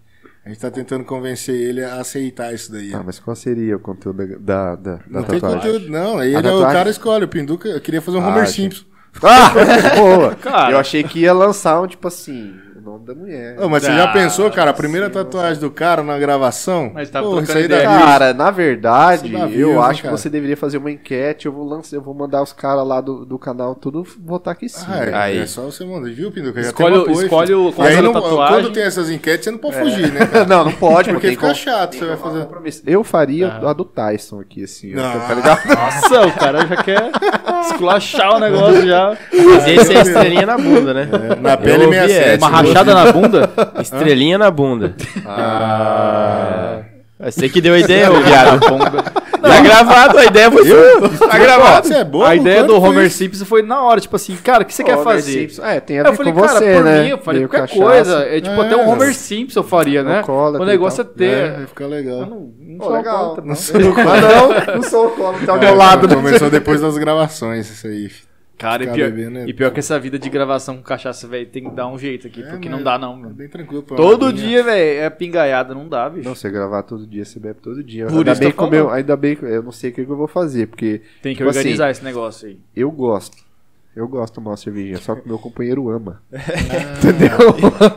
A gente tá tentando convencer ele a aceitar isso daí.
Ah, mas qual seria o conteúdo da, da, da, da
não tem
tatuagem?
conteúdo, não. Aí
A
ele é o
tatuagem?
cara escolhe. O Pinduca eu queria fazer um
Ah,
Homer
gente.
Simpson.
*laughs* Ah, *laughs* boa.
Cara.
Eu achei que ia lançar um, tipo assim, o nome da mulher.
Ô, mas você já
Ah,
pensou, cara, a primeira
sim,
tatuagem do cara na gravação?
Mas tá
Porra, isso
trocando
aí dá
ideia.
views.
Cara, na verdade,
Isso dá views,
eu
hein,
acho
cara?
que você deveria fazer uma enquete. Eu vou lançar, eu vou mandar os caras lá do, do canal tudo votar que sim.
Ah, é,
velho.
Aí.
é só você mandar, viu, Pinduca? Já
Escolhe
tem
o-
um apoio,
escolhe o-
filho. E aí
quando
não,
a tatuagem- É.
Quando tem essas enquetes, você não pode
*laughs*
fugir, né, cara?
Não, não pode,
Porque
porque,
fica
com-
chato,
tem
você vai
que tomar
fazer-
compromisso. Eu faria
Ah.
a do Tyson aqui, assim.
Não.
Tá ligado?
Nossa, o cara já quer esculachar o negócio já.
Mas esse é estrelinha na bunda, né?
Na
Eu
pele
ouvi
67.
essa.
Uma rachada na bunda?
*laughs* Estrelinha na bunda. Ah. Você que deu a ideia, ô viado. Tá gravado, a ideia foi sua. Tá gravado.
Você é bobo,
a ideia
quando
do
foi
Homer
isso?
Simpson foi na hora, tipo assim, cara, o que você quer
Homer
fazer?
Simpson. É, tem a ver
Eu falei,
com
cara,
você,
por
né?
mim, eu falei
Meio
qualquer
cachaça.
coisa. É tipo, até
É.
um Homer Simpson eu faria, né?
Alcoólatra
o negócio
e
é
tal.
ter.
É, vai ficar legal.
Não, não
Pô,
sou
legal.
alcoólatra,
é Não
não.
sou ah, *laughs* não, não sou o Colo, tá ao meu lado. né?
É, Começou depois das gravações, isso aí. filho.
Cara, e
Ficar
pior,
bebendo é-
e pior que essa vida de gravação com cachaça, velho, tem que dar um jeito aqui,
É,
porque
mas-
não dá não,
É
mano.
bem tranquilo. pô,
Todo
uma
dia, velho, é pingaiada, não dá, bicho.
Não, você gravar todo dia, você bebe todo dia.
Por
ainda
isso
bem
tá
que o meu-
falando.
ainda bem que eu não sei o que que eu vou fazer, porque
Tem que
tipo assim,
organizar esse negócio aí.
eu gosto. Eu gosto de tomar uma cervejinha, só que o meu companheiro ama. Entendeu?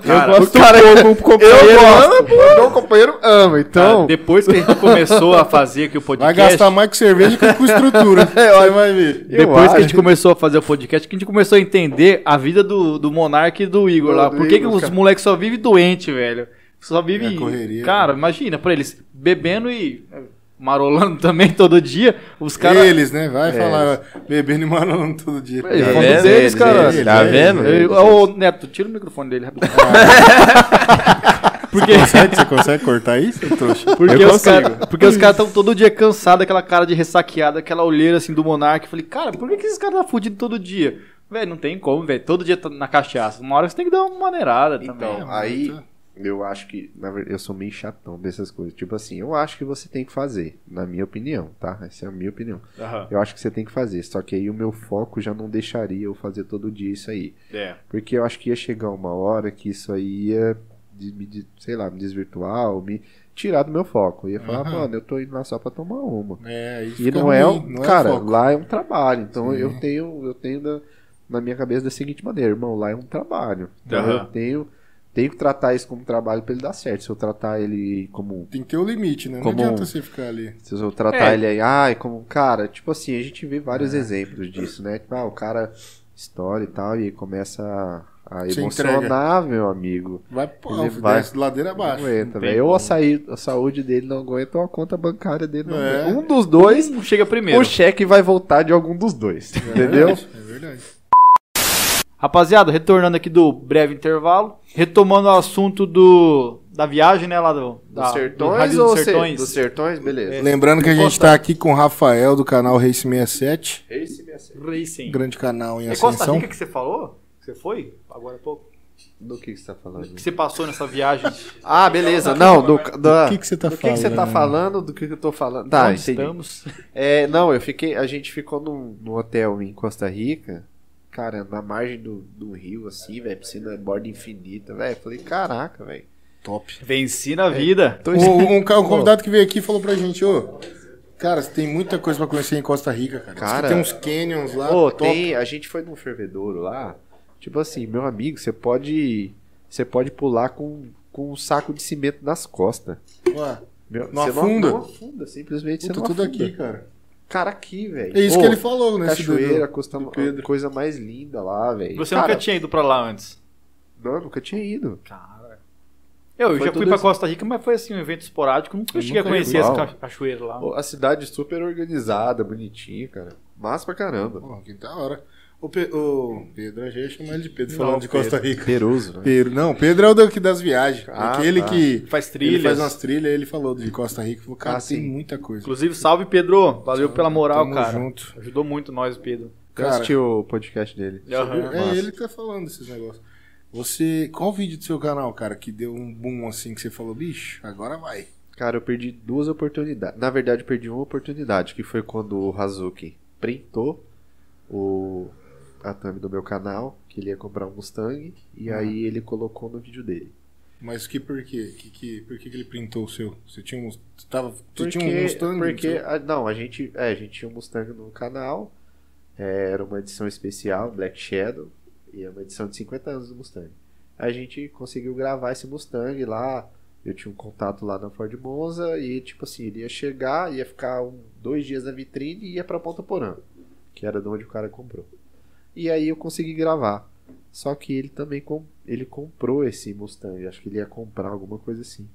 Cara,
eu gosto cara, o companheiro
eu
ama, pô. Meu companheiro ama, então.
Cara, depois que a gente começou a fazer aqui o
Vai
podcast.
gastar mais com cerveja que
*laughs*
com estrutura. Você vai ver.
Eu
Depois que a
acho.
gente começou a fazer o podcast, que a gente começou a entender a vida do, do Monark e do Igor
Do-
lá.
do
Por que, que
Igor,
os
cara.
moleques só vivem doente, velho? Só
É
vivem.
correria,
cara, imagina, pra eles bebendo e é, marolando *laughs* também todo dia, os É. caras.
Eles, né? Vai falar bebendo e malando todo dia.
Ele
Tá
falou
vendo?
deles,
Ele-
cara.
ele- Tá
Ele-
vendo?
Eu- Ô, Neto, tira o microfone dele rapidinho.
Porque... Você, consegue, você consegue cortar isso, trouxa?
Porque
Eu
os
consigo.
cara- porque os caras estão todo dia cansados, aquela cara de ressaqueada, aquela olheira assim do Monark. Eu falei, cara, por que, que esses caras tá fudido todo dia? Velho, não tem como, velho. Todo dia tá na cachaça. Uma hora você tem que dar uma maneirada também.
Então, aí eu acho que, na verdade, eu sou meio chatão dessas coisas. Tipo assim, eu acho que você tem que fazer, na minha opinião, tá? Essa é a minha opinião.
Então, Aham.
Eu acho que você tem que fazer, só que aí o meu foco já não deixaria eu fazer todo dia isso aí.
É.
Porque eu acho que ia chegar uma hora que isso aí ia, de- me, de- sei lá, me desvirtuar ou me tirar do meu foco. Eu ia falar,
Aham.
mano, eu tô indo lá só pra tomar uma.
É, aí
E
fica
não é,
ruim,
um,
não é
cara,
foco.
lá é um trabalho. Então eu tenho, eu tenho na, na minha cabeça da seguinte maneira, irmão, lá é um trabalho. Então
Aham.
eu tenho, tenho que tratar isso como trabalho pra ele dar certo. Se eu tratar ele como
Tem que ter o limite, né? Não
Como-
adianta você ficar ali.
se eu tratar
É.
ele aí, ai, como, cara, tipo assim, a gente vê vários exemplos disso, né? Tipo, ah, o cara estoura e tal, e começa a, a
Se
emocionar, meu amigo.
Vai, pô,
Ele vai-
desce ladeira abaixo.
Não aguenta,
Não tem
velho. Ou
como.
a, saí- a saúde dele não aguenta, ou a conta bancária dele não
É.
aguenta. Um dos dois,
Não Então, chega primeiro.
o cheque vai voltar de algum dos dois,
É
entendeu?
verdade, É verdade.
Rapaziada, retornando aqui do breve intervalo, retomando o assunto do da viagem, né, lá do, da, do Rádio dos
se-
Sertões.
dos sertões, beleza.
Lembrando que a gente tá aqui com o Rafael do canal Race67,
Esse me acerta.
Racing.
grande canal em
É Costa
ascensão.
Rica que você falou? Que Você foi agora há pouco?
Do que, que você tá falando?
Que você passou nessa viagem?
Ah, beleza. Não, do, da-
O que que você tá
do que que você tá
falando?
falando, do que, que eu tô falando. Tá,
Onde
entendi.
estamos?
É, não, eu fiquei. A gente ficou num, num hotel em Costa Rica, cara, na margem do, do rio, assim, velho, piscina borda infinita, velho. Falei, caraca, velho.
Top.
Venci na vida.
Tô-
Um, um ca- um convidado que veio aqui falou pra gente, ô, cara, você tem muita coisa pra conhecer em Costa Rica, cara. Diz que
Cara.
tem uns canyons lá,
Pô,
top.
tem. A gente foi num fervedouro lá. Tipo assim, meu amigo, você pode. Você pode pular com, com um saco de cimento nas costas.
Ué,
Meu,
Não
você
afunda?
Não, não afunda, simplesmente
puta,
você não
tudo
afunda.
aqui, cara.
Cara, aqui, velho.
É isso
é Ô,
que ele falou, né? esse
Cachoeira,
doido.
Costa,
do Pedro.
coisa mais linda lá, velho.
Você
Cara,
nunca tinha ido pra lá antes?
Não, nunca tinha ido.
Cara. Eu, eu
Foi
já fui
tudo
pra
isso.
Costa Rica, mas foi assim, um evento esporádico. Nunca
Eu
cheguei
nunca
a conhecer
fui.
essa
Uau.
ca- cachoeira lá.
Pô, A cidade é super organizada, bonitinha, cara. Massa pra caramba.
Pô, que da hora. O, Pe- o Pedro, a gente ia chamar ele de Pedro, falando
Não,
de
Pedro.
Costa Rica.
Peroso,
Pedro, não, Pedro é o daqui das viagens.
Ah,
aquele
tá.
que
Faz
ele faz
trilhas.
umas trilhas, ele falou de Costa Rica. Falou, cara,
Ah,
tem
sim.
muita coisa.
Inclusive, salve Pedro. Valeu pela moral,
Tamo
cara.
junto.
Ajudou muito nós, o Pedro.
Eu
Cara,
assisti o podcast dele.
Aham.
É ele que tá falando desses negócios. Você. Qual o vídeo do seu canal, cara, que deu um boom assim que você falou, bicho, agora vai.
Cara, eu perdi duas oportunidades. Na verdade, eu perdi uma oportunidade, que foi quando o Hazuki printou o a thumb do meu canal, que ele ia comprar um Mustang, e aí ele colocou no vídeo dele.
Mas que por quê? Que, que, por que, que ele printou o seu? Você tinha um. Você, tava, você
Porque,
tinha um Mustang?
porque ah, não, a gente, é, a gente tinha um Mustang no canal, é, era uma edição especial, Black Shadow, e é uma edição de 50 anos do Mustang. A gente conseguiu gravar esse Mustang lá, eu tinha um contato lá na Ford Monza, e tipo assim, ele ia chegar, ia ficar um- dois dias na vitrine e ia pra Ponta Porã, que era de onde o cara comprou. E aí eu consegui gravar. Só que ele também com- ele comprou esse Mustang, acho que ele ia comprar alguma coisa assim.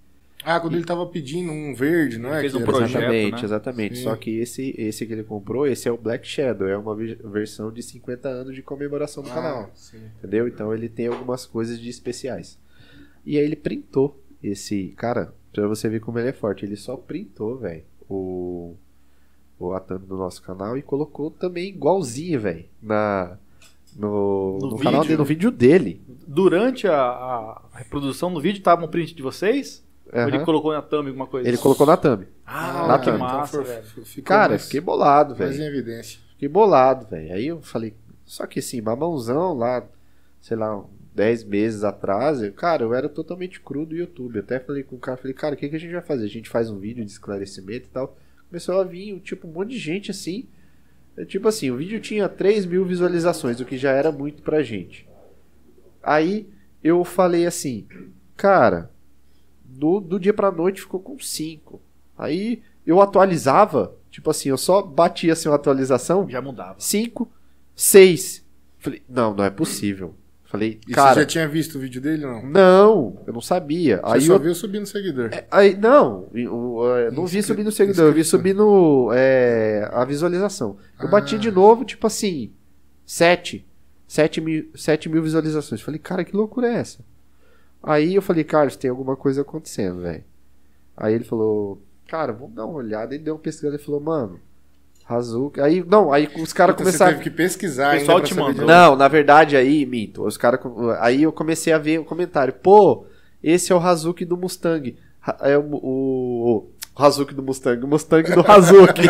Ah, quando ele tava pedindo um verde, não é?
Fez
Que
um
era-
projeto.
exatamente,
né?
exatamente.
Sim.
Só que esse, esse que ele comprou, esse é o Black Shadow, é uma vi- versão de 50 anos de comemoração do canal,
Ah, sim.
entendeu? Então ele tem algumas coisas de especiais. E aí ele printou esse, cara, pra você ver como ele é forte, ele só printou, velho, o o Atami do nosso canal e colocou também igualzinho, velho, na no,
No
no, canal
vídeo.
dele, no vídeo dele.
Durante a, a reprodução do vídeo, tava um print de vocês? Ou
Aham.
ele
Ele,
colocou na thumb alguma coisa?
colocou na thumb.
Ah,
na
que
thumb. Então
massa,
foi-
velho.
foi- ficou
Cara, eu
mais-
fiquei bolado, velho.
mais em evidência.
é.
Fiquei bolado, velho. Aí eu falei, só que assim, mamãozão lá, sei lá, 10 meses atrás, eu, cara, eu era totalmente cru do YouTube. Eu até falei com o cara, falei, cara, o que, que a gente vai fazer? A gente faz um vídeo de esclarecimento e tal. Começou a vir, tipo, um monte de gente assim. É, Tipo assim, o vídeo tinha 3 mil visualizações, o que já era muito pra gente. Aí eu falei assim, cara, do, do dia pra noite ficou com 5. Aí eu atualizava, tipo assim, eu só batia assim uma atualização,
Já mudava.
5, 6. Falei, não, não é possível. Falei,
E você
cara,
já tinha visto o vídeo dele ou não?
não, eu não sabia.
Você
Aí
só
eu.
viu subindo seguidor.
Aí, não, eu, eu não vi
Inscri-
subindo o seguidor, eu vi subindo é, a visualização. Eu bati
Ah.
de novo, tipo assim, 7. 7 mil, 7 mil visualizações. Falei, cara, que loucura é essa? Aí eu falei, Carlos, tem alguma coisa acontecendo, velho. Aí ele falou, cara, vamos dar uma olhada. Ele deu uma pesquisada e falou, mano, Hazuki. Aí, não, aí os caras
Puta,
começaram.
Você teve que pesquisar
O
ainda
pessoal
pra
te
saber
mandou.
de-
Não, na verdade, aí, minto. Os cara, com- aí eu comecei a ver o comentário. Pô, esse é o Hazuki do Mustang. Ha- É o, o, o Hazuki do Mustang. O Mustang do Hazuki.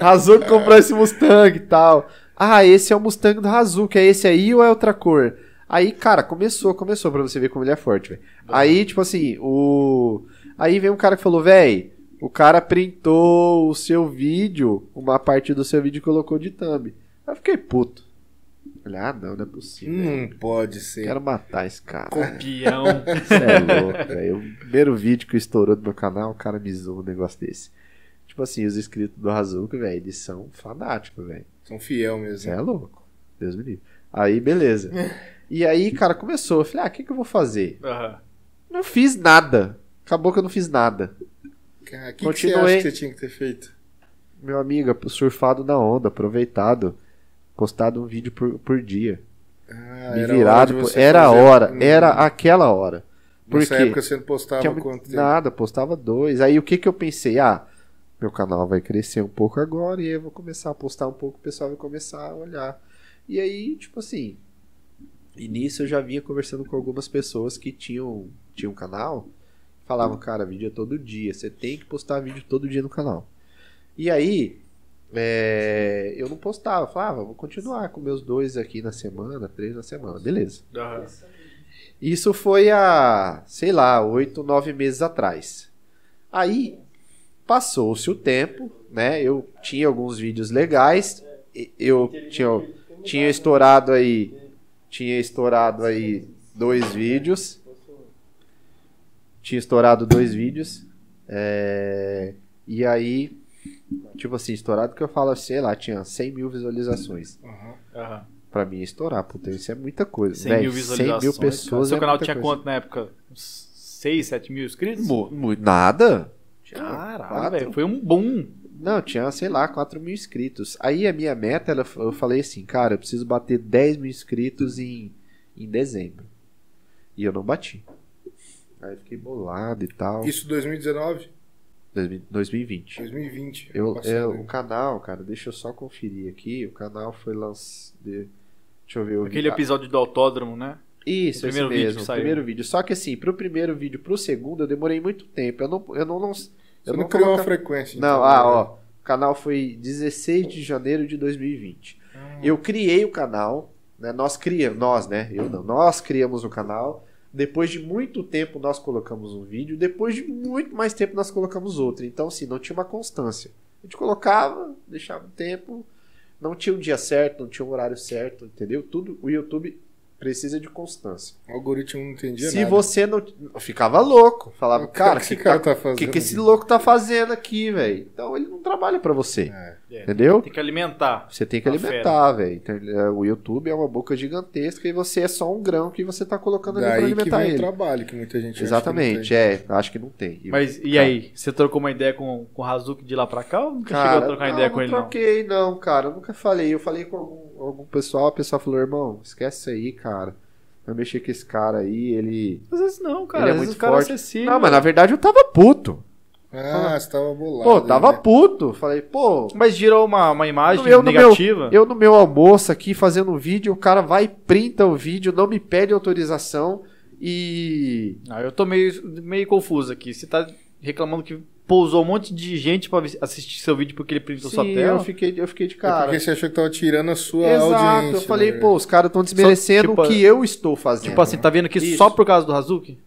Hazuki comprou esse Mustang e tal. Ah, esse é o Mustang do Hazuki. É esse aí ou é outra cor? Aí, cara, começou, começou pra você ver como ele é forte, velho. Aí, tipo assim, o. Aí vem um cara que falou, véi, o cara printou o seu vídeo, uma parte do seu vídeo e colocou de thumb. Aí eu fiquei puto. Falei, ah, não, não é possível.
Não pode ser.
Quero matar esse cara.
Copião.
Você é louco, velho. O primeiro vídeo que estourou do meu canal, o cara me zoou um negócio desse. Tipo assim, os inscritos do Razuco, velho, eles são fanáticos, velho.
São fiel mesmo.
Você é louco. Deus me livre. Aí, beleza. E aí, cara, começou. Eu falei, ah, o que, que eu vou fazer?
Aham.
Não fiz nada. Acabou que eu não fiz nada.
Cara, o que, que você
Continuei.
acha que você tinha que ter feito?
Meu amigo, surfado na onda, aproveitado, postado um vídeo por, por dia.
Ah,
me
era
virado.
hora de
pô,
você
Era a
fazer-
hora,
Hum.
era aquela hora. Por
Nessa
quê?
época você não postava
Tinha muito-
quanto tempo?
nada, postava dois. Aí o que que eu pensei? Ah, meu canal vai crescer um pouco agora e eu vou começar a postar um pouco, o pessoal vai começar a olhar. E aí, tipo assim, e nisso eu já vinha conversando com algumas pessoas que tinham, tinham um canal, falavam, cara, vídeo é todo dia, você tem que postar vídeo todo dia no canal. E aí, é, eu não postava, eu falava, "Ah, vou continuar com meus dois aqui na semana, três na semana, beleza.
aham.
Isso foi há, sei lá, oito, nove meses atrás. Aí passou-se o tempo, né? Eu tinha alguns vídeos legais, e- eu tinha, tinha estourado aí, tinha estourado aí dois vídeos, tinha estourado dois vídeos, é, e aí, tipo assim, estourado que eu falo, sei lá, tinha 100 mil visualizações.
Aham.
aham.
Pra mim, estourar, puta, isso é muita coisa.
100
véi,
mil visualizações.
100 mil pessoas.
Seu
é
canal
muita
tinha
coisa.
quanto na época? Uns 6, 7 mil inscritos?
Mu- mu- nada?
Caralho,
Quatro.
velho. Foi um boom.
Não, tinha, sei lá, 4 mil inscritos. Aí a minha meta, ela, eu falei assim, cara, eu preciso bater 10 mil inscritos em, em dezembro. E eu não bati. Aí eu fiquei bolado e tal.
Isso 2019,
2000 2020.
2020.
Eu,
passado,
eu-
né?
o canal, cara, deixa eu só conferir aqui. O canal foi lançado. Deixa eu ver. Eu vi-
Aquele
ah,
episódio do autódromo, né?
Isso,
O primeiro
esse
vídeo
mesmo,
que
o
saiu.
primeiro vídeo. Só que assim, pro primeiro vídeo, pro segundo, eu demorei muito tempo. Eu não. Eu não, não,
Você
eu
não, criou
coloca-
uma frequência.
Não,
então,
ah,
né?
ó. O canal foi 16 de janeiro de 2020.
Ah.
Eu criei o canal, né? Nós criamos, nós, né? Eu não. Nós criamos o canal. Depois de muito tempo nós colocamos um vídeo, depois de muito mais tempo nós colocamos outro. Então, assim, não tinha uma constância. A gente colocava, deixava um tempo, não tinha um dia certo, não tinha um horário certo, entendeu? Tudo o YouTube precisa de constância.
O algoritmo não entendia
Se
nada.
você não. Eu ficava louco. Falava,
O que-
cara,
o
o
que
que,
esse cara
tá-
tá
o que,
fazendo
que esse
aqui?"
louco tá fazendo aqui, velho? Então ele não trabalha pra você.
É.
Entendeu?
Tem que alimentar.
Você tem
Tá
que alimentar, velho. Então, é, o YouTube é uma boca gigantesca e você é só um grão que você tá colocando ali pra
Daí que
alimentar
vem o
ele.
trabalho que muita gente acha que não
Exatamente,
tem.
é. Acho que não tem. E-
Mas e aí? Você trocou uma ideia com, com o Hazuki de lá pra cá ou nunca chegou a trocar
não,
ideia com ele,
não
não?
troquei, não. cara. Eu nunca falei. Eu falei com algum, algum pessoal, a pessoa falou, irmão, esquece isso aí, cara. Eu mexi com esse cara aí, ele.
Às vezes não, cara.
Ele é
Às vezes
muito
o cara
forte.
é acessível.
Não, mas na verdade eu tava puto.
Ah, você tava bolado.
Pô, tava
né?
puto. Falei, pô,
Mas girou uma, uma imagem
Eu no
negativa.
Eu no meu almoço aqui fazendo um vídeo, o cara vai, printa o vídeo, não me pede autorização e.
Ah, eu tô meio, meio confuso aqui. Você tá reclamando que pousou um monte de gente pra vi- assistir seu vídeo porque ele printou sua
Sim,
tela?
eu fiquei, eu fiquei de
É
cara.
porque você achou que tava tirando a sua
Exato,
audiência.
eu falei,
né?
pô, os caras estão
Só,
desmerecendo
tipo,
o que eu estou fazendo.
Tipo assim, tá vendo aqui
Isso.
só por causa do Hazuki?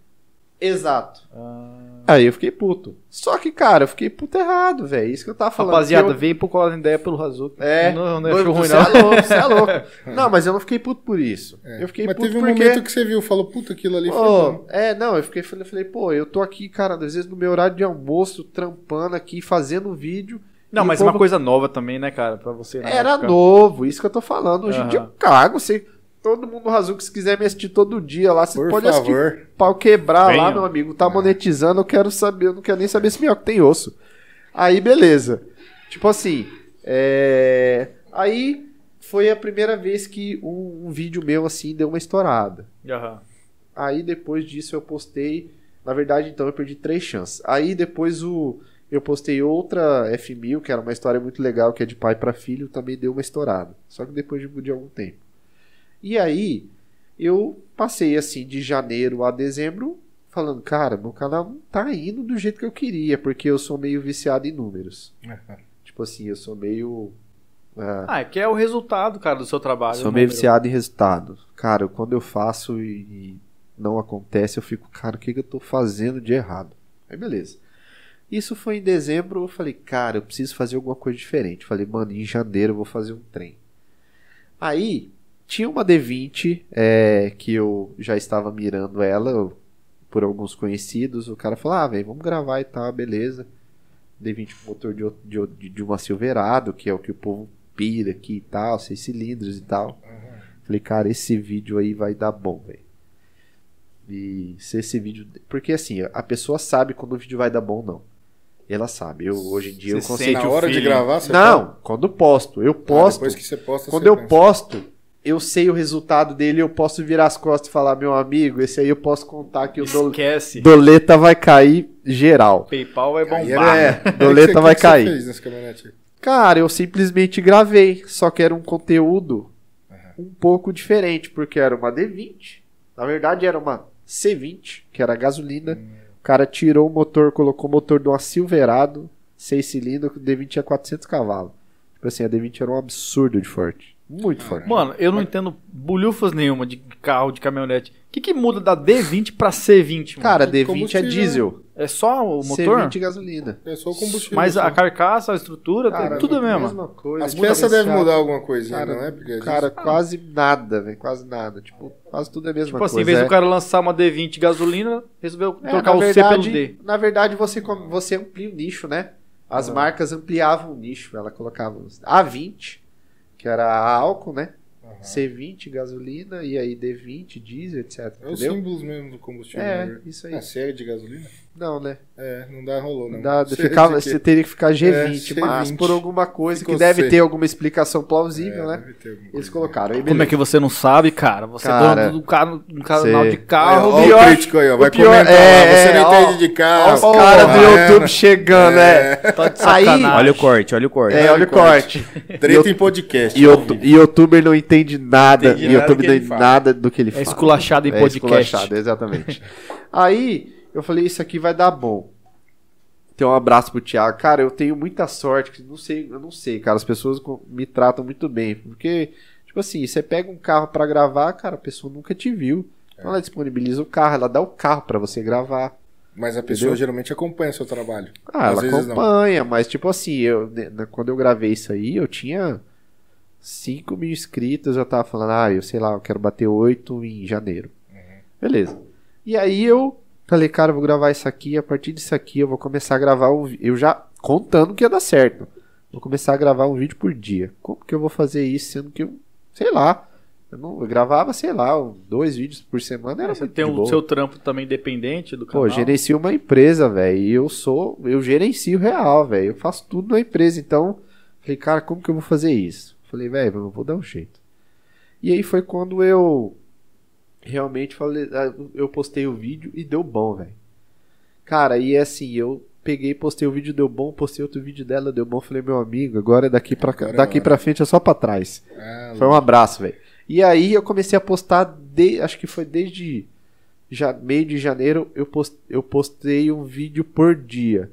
Exato.
Ah.
Aí eu fiquei puto. Só que, cara, eu fiquei puto errado, velho. Isso que eu tava falando.
Rapaziada,
que eu-
vem por causa da ideia pelo Hazuki.
É.
Não, não
Mano,
é show ruim,
você
não.
é louco, você
*laughs*
é louco. Não, mas eu não fiquei puto por isso. Eu fiquei
Mas
puto
teve um
porque...
momento que você viu, falou, puta, aquilo ali foi
Pô,
bom.
é, não, eu fiquei falei, falei, pô, eu tô aqui, cara, às vezes no meu horário de almoço, trampando aqui, fazendo um vídeo.
Não,
E
mas é
o
uma
povo-
coisa nova também, né, cara? Pra você. na
Era
época.
novo, isso que eu tô falando. Hoje em
Aham.
dia eu cago, você, todo mundo razão que se quiser me assistir todo dia lá, você
Por
pode assistir
favor.
pau quebrar lá,
Venham. É.
meu amigo, tá monetizando, eu quero saber, eu não quero nem saber se minhoca tem osso. Aí, beleza. Tipo assim, é... aí foi a primeira vez que um, um vídeo meu, assim, deu uma estourada.
Aham.
Aí depois disso eu postei. Na verdade, então eu perdi três chances. Aí depois o, eu postei outra F1000, que era uma história muito legal, que é de pai pra filho, também deu uma estourada. Só que depois de, de algum tempo. E aí eu passei assim de janeiro a dezembro falando, cara, meu canal não tá indo do jeito que eu queria, porque eu sou meio viciado em números. Tipo assim, eu sou meio. ah,
Ah, é que é o resultado, cara, do seu trabalho.
Sou
né,
meio
meu?
viciado em resultado. Cara, eu- quando eu faço e, e não acontece, eu fico, cara, o que, que eu tô fazendo de errado? Aí beleza. Isso foi em dezembro, eu falei, cara, eu preciso fazer alguma coisa diferente. Falei, mano, em janeiro eu vou fazer um trem. Aí, tinha uma D20 é, que eu já estava mirando ela eu- por alguns conhecidos. O cara falou, ah, velho, vamos gravar e tal, beleza. D20 com um motor de, o- de, o- de- de uma Silverado, que é o que o povo pira aqui e tal, seis cilindros e tal. Falei, cara, esse vídeo aí vai dar bom, velho. E se esse vídeo. Porque assim, a pessoa sabe quando o vídeo vai dar bom ou não. Ela sabe. Eu, hoje em dia eu
Você
consigo.
sente
Na
o
hora de
feeling.
gravar, você
Não,
fala?
quando posto. Eu
Ah,
posto.
Depois que você posta,
Quando
você
eu
pensa.
posto, eu sei o resultado dele, eu posso virar as costas e falar, meu amigo, esse aí eu posso contar que o do-
Esquece.
*laughs* doleta vai cair geral.
PayPal vai
Aí
bombar. né?
É,
O que que
doleta
você-
vai
o que que você
cair.
fez nesse caminhonete?
Cara, eu simplesmente gravei, só que era um conteúdo um pouco diferente, porque era uma D20, na verdade era uma C20, que era gasolina.
Hum.
O cara tirou o motor, colocou o motor de uma Silverado, 6 cilindros, que o D20 tinha 400 cavalos. Tipo assim, a D20 era um absurdo de forte, muito forte.
Mano, eu não entendo bulhufas nenhuma de carro, de caminhonete. O que, que muda da D20 pra C20, mano?
Cara,
Como
D20 é
combustível,
diesel.
é só o motor?
C20 gasolina.
É só o combustível.
Mas a
assim.
carcaça, a estrutura,
Cara,
tudo é mesmo.
Mesma coisa.
As
muda
peças devem
viciado.
mudar alguma coisinha,
Cara,
não é? Porque às
Cara,
vezes-
quase nada, velho. Quase nada. Tipo, quase tudo é a mesma
Tipo assim, em
coisa.
vez
é.
do cara lançar uma D20 gasolina, resolveu
É,
trocar
na
o
verdade,
C pelo D. Ah.
Na verdade, você, com- você amplia o nicho, né? As marcas ampliavam o nicho. Ela colocava os- A20, que era álcool, né?
Aham.
C20, gasolina, e aí D20, diesel, etc.
É os
entendeu?
símbolos mesmo do combustível.
É,
né?
isso aí.
É, série de gasolina?
Não, né?
É, não dá, rolou, não.
Dá-
Sei *laughs*
ficava-
que-
você teria que ficar G20,
É,
mas
G20.
por alguma coisa
Ficou
que deve
C.
ter alguma explicação plausível,
é,
né?
deve ter alguma
Eles
coisa.
colocaram. Aí,
Como é
beleza.
que você não sabe, cara? Você é
Cara,
dono do cara, um canal
você-
de carro.
Ó,
o
ó
pior-
o crítico aí, ó.
o
Vai
pior- é,
comentar. ó, você não
é,
entende de carro.
Olha os caras do
Havaiana,
YouTube chegando,
É.
né? Tá de sacanagem.
Olha o corte, olha o corte.
É, olha o corte.
Treta em podcast.
E
ao vivo.
o youtuber não entende nada.
Entende
E
nada do
YouTube
que
não
ele
entende
fala.
nada do que ele
É
fala.
esculachado em
É
podcast.
esculachado, exatamente. Aí eu falei, isso aqui vai dar bom. Então um abraço pro Thiago. Cara, eu tenho muita sorte, que não sei, eu não sei, cara, as pessoas co- me tratam muito bem, porque tipo assim, você pega um carro pra gravar, cara, a pessoa nunca te viu. Então Ela disponibiliza o carro, ela dá o carro pra você gravar.
Mas a pessoa
Entendeu?
geralmente acompanha seu trabalho.
Ah,
Às
ela
vezes não.
acompanha, mas tipo assim, eu, de- na- quando eu gravei isso aí, eu tinha 5 mil inscritos, eu tava falando, ah, eu sei lá, eu quero bater 8 em janeiro.
Uhum.
Beleza. E aí eu falei, cara, eu vou gravar isso aqui, a partir disso aqui eu vou começar a gravar um vi- Eu já contando que ia dar certo. Vou começar a gravar um vídeo por dia. Como que eu vou fazer isso, sendo que eu, sei lá, eu, não, eu gravava, sei lá, um- dois vídeos por semana, era
Você
muito
tem
de
o
boa.
seu trampo também dependente do canal.
Pô, gerencio uma empresa, velho. E eu sou. Eu gerencio real, velho. Eu faço tudo na empresa. Então, falei, cara, como que eu vou fazer isso? Falei, velho, eu vou dar um jeito. E aí foi quando eu realmente falei. ah, Eu postei o vídeo e deu bom, velho. Cara, e assim, eu peguei, postei o vídeo, deu bom, postei outro vídeo dela, deu bom. Falei, meu amigo, agora é daqui pra,
Agora é
daqui
hora.
pra frente é só pra trás.
Ah,
Foi um abraço, velho. E aí eu comecei a postar, de, acho que foi desde ja- meio de janeiro, eu, pos- eu postei um vídeo por dia.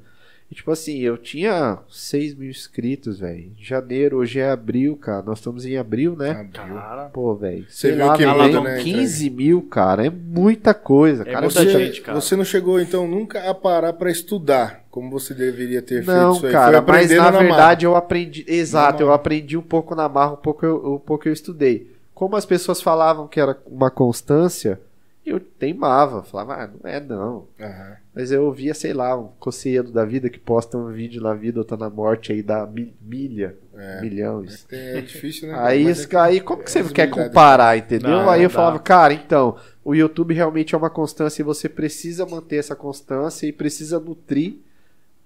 E, tipo assim, eu tinha 6 mil inscritos, velho. Janeiro, hoje é abril, cara. Nós estamos em abril, né?
abriu.
Cara,
Pô, velho.
Você
Sei
viu
lá,
que
velho,
muda, né,
15 mil, cara. É muita coisa,
É
cara.
muita
Você-
você,
gente, cara.
você não chegou, então, nunca a parar pra estudar, como você deveria ter feito
Não,
isso aí.
cara,
Foi
mas
aprendendo
na
marra.
verdade eu aprendi. Exato,
Na
eu
marra.
aprendi um pouco na marra, um pouco eu, um pouco eu estudei. Como as pessoas falavam que era uma constância, eu teimava, falava, ah, não é não.
Aham.
Mas eu ouvia, sei lá, um conselheiro da vida que posta um vídeo na vida ou tá na morte aí da mi- milha, milhões.
Tem- É difícil, né?
Aí,
Mas é
esse cara- aí como que você
as
quer
habilidades-
comparar, entendeu?
Não,
aí
não
eu
dá.
falava, cara, então, o YouTube realmente é uma constância e você precisa manter essa constância e precisa nutrir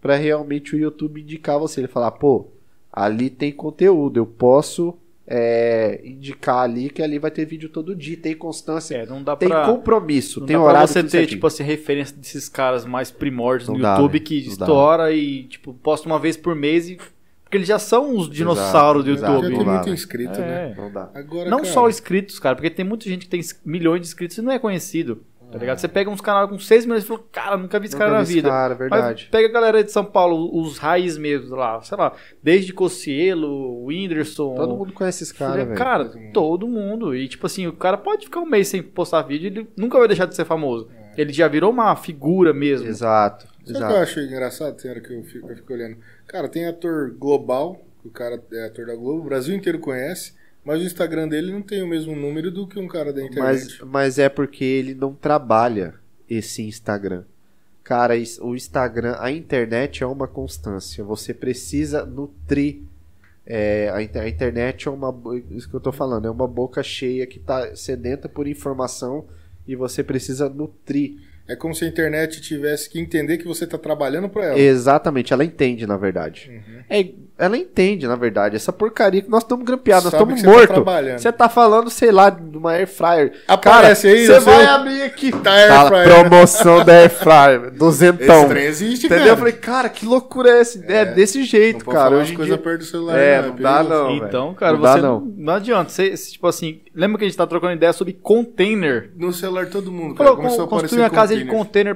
pra realmente o YouTube indicar você. Ele falar, pô, ali tem conteúdo, eu posso é, indicar ali que ali vai ter vídeo todo dia, tem constância,
é, não dá
tem
pra...
compromisso,
Não
tem
dá
horário.
pra você
tudo
ter,
certinho.
tipo assim, referência desses caras mais primórdios
Não
no
dá,
YouTube
velho.
que
Não dá.
estoura e, tipo, posta uma vez por mês e. Porque eles já são os dinossauros do
exato.
Já tem
YouTube.
Vamos lá,
é muito
né?
inscrito, né?
É.
não dá.
Agora,
Não
cara,
só inscritos, cara, porque tem muita gente que tem ins- milhões de inscritos e não é conhecido. Tá ligado? Você pega uns canais com 6 milhões e fala, cara, nunca vi esse cara
É. Nunca
na
vi esse
vida.
Cara, é
Mas
verdade.
pega a galera de São Paulo, os raiz mesmo, lá, sei lá, desde Cocielo, Whindersson.
Todo mundo conhece esse cara,
Falei,
velho.
é, cara,
todo mundo.
todo mundo. E tipo assim, o cara pode ficar um mês sem postar vídeo, ele nunca vai deixar de ser famoso. Ele já virou uma figura mesmo.
Exato,
Sabe o que eu
exato.
acho engraçado? Tem hora que eu fico, eu fico olhando. Cara, tem ator global, que o cara é ator da Globo, o Brasil inteiro conhece, mas o Instagram dele não tem o mesmo número do que um cara da
Mas,
internet.
mas é porque ele não trabalha esse Instagram. Cara, is- o Instagram, a internet é uma constância. Você precisa nutrir. é, a, inter- a internet é uma. bo- Isso que eu tô falando, é uma boca cheia que tá sedenta por informação e você precisa nutrir.
É como se a internet tivesse que entender que você tá trabalhando pra ela.
Exatamente, ela entende, na verdade.
Uhum.
É, ela entende, na verdade, essa porcaria que nós estamos grampeados, nós
Sabe
estamos
que você tá
mortos.
trabalhando.
Você tá falando, sei lá, de uma air fryer.
Aparece
Cara,
aí,
você
o seu-
vai abrir aqui.
Tá air
Fala,
fryer.
promoção da air
*laughs*
fryer, duzentão.
Esse trem existe,
Entendeu?
cara.
Eu falei, cara, que loucura é esse? É, desse
não
jeito,
pode
cara.
falar
Hoje
de
em
coisa
dia...
perto do celular.
É,
né?
não dá,
perigoso.
não.
Então, cara,
Não dá,
você
não.
não. não adianta. Você, você, tipo assim, lembra que a gente tá trocando ideia sobre container?
No celular todo mundo, cara,
Falou,
começou a
con-
aparecer
construir uma casa de
container.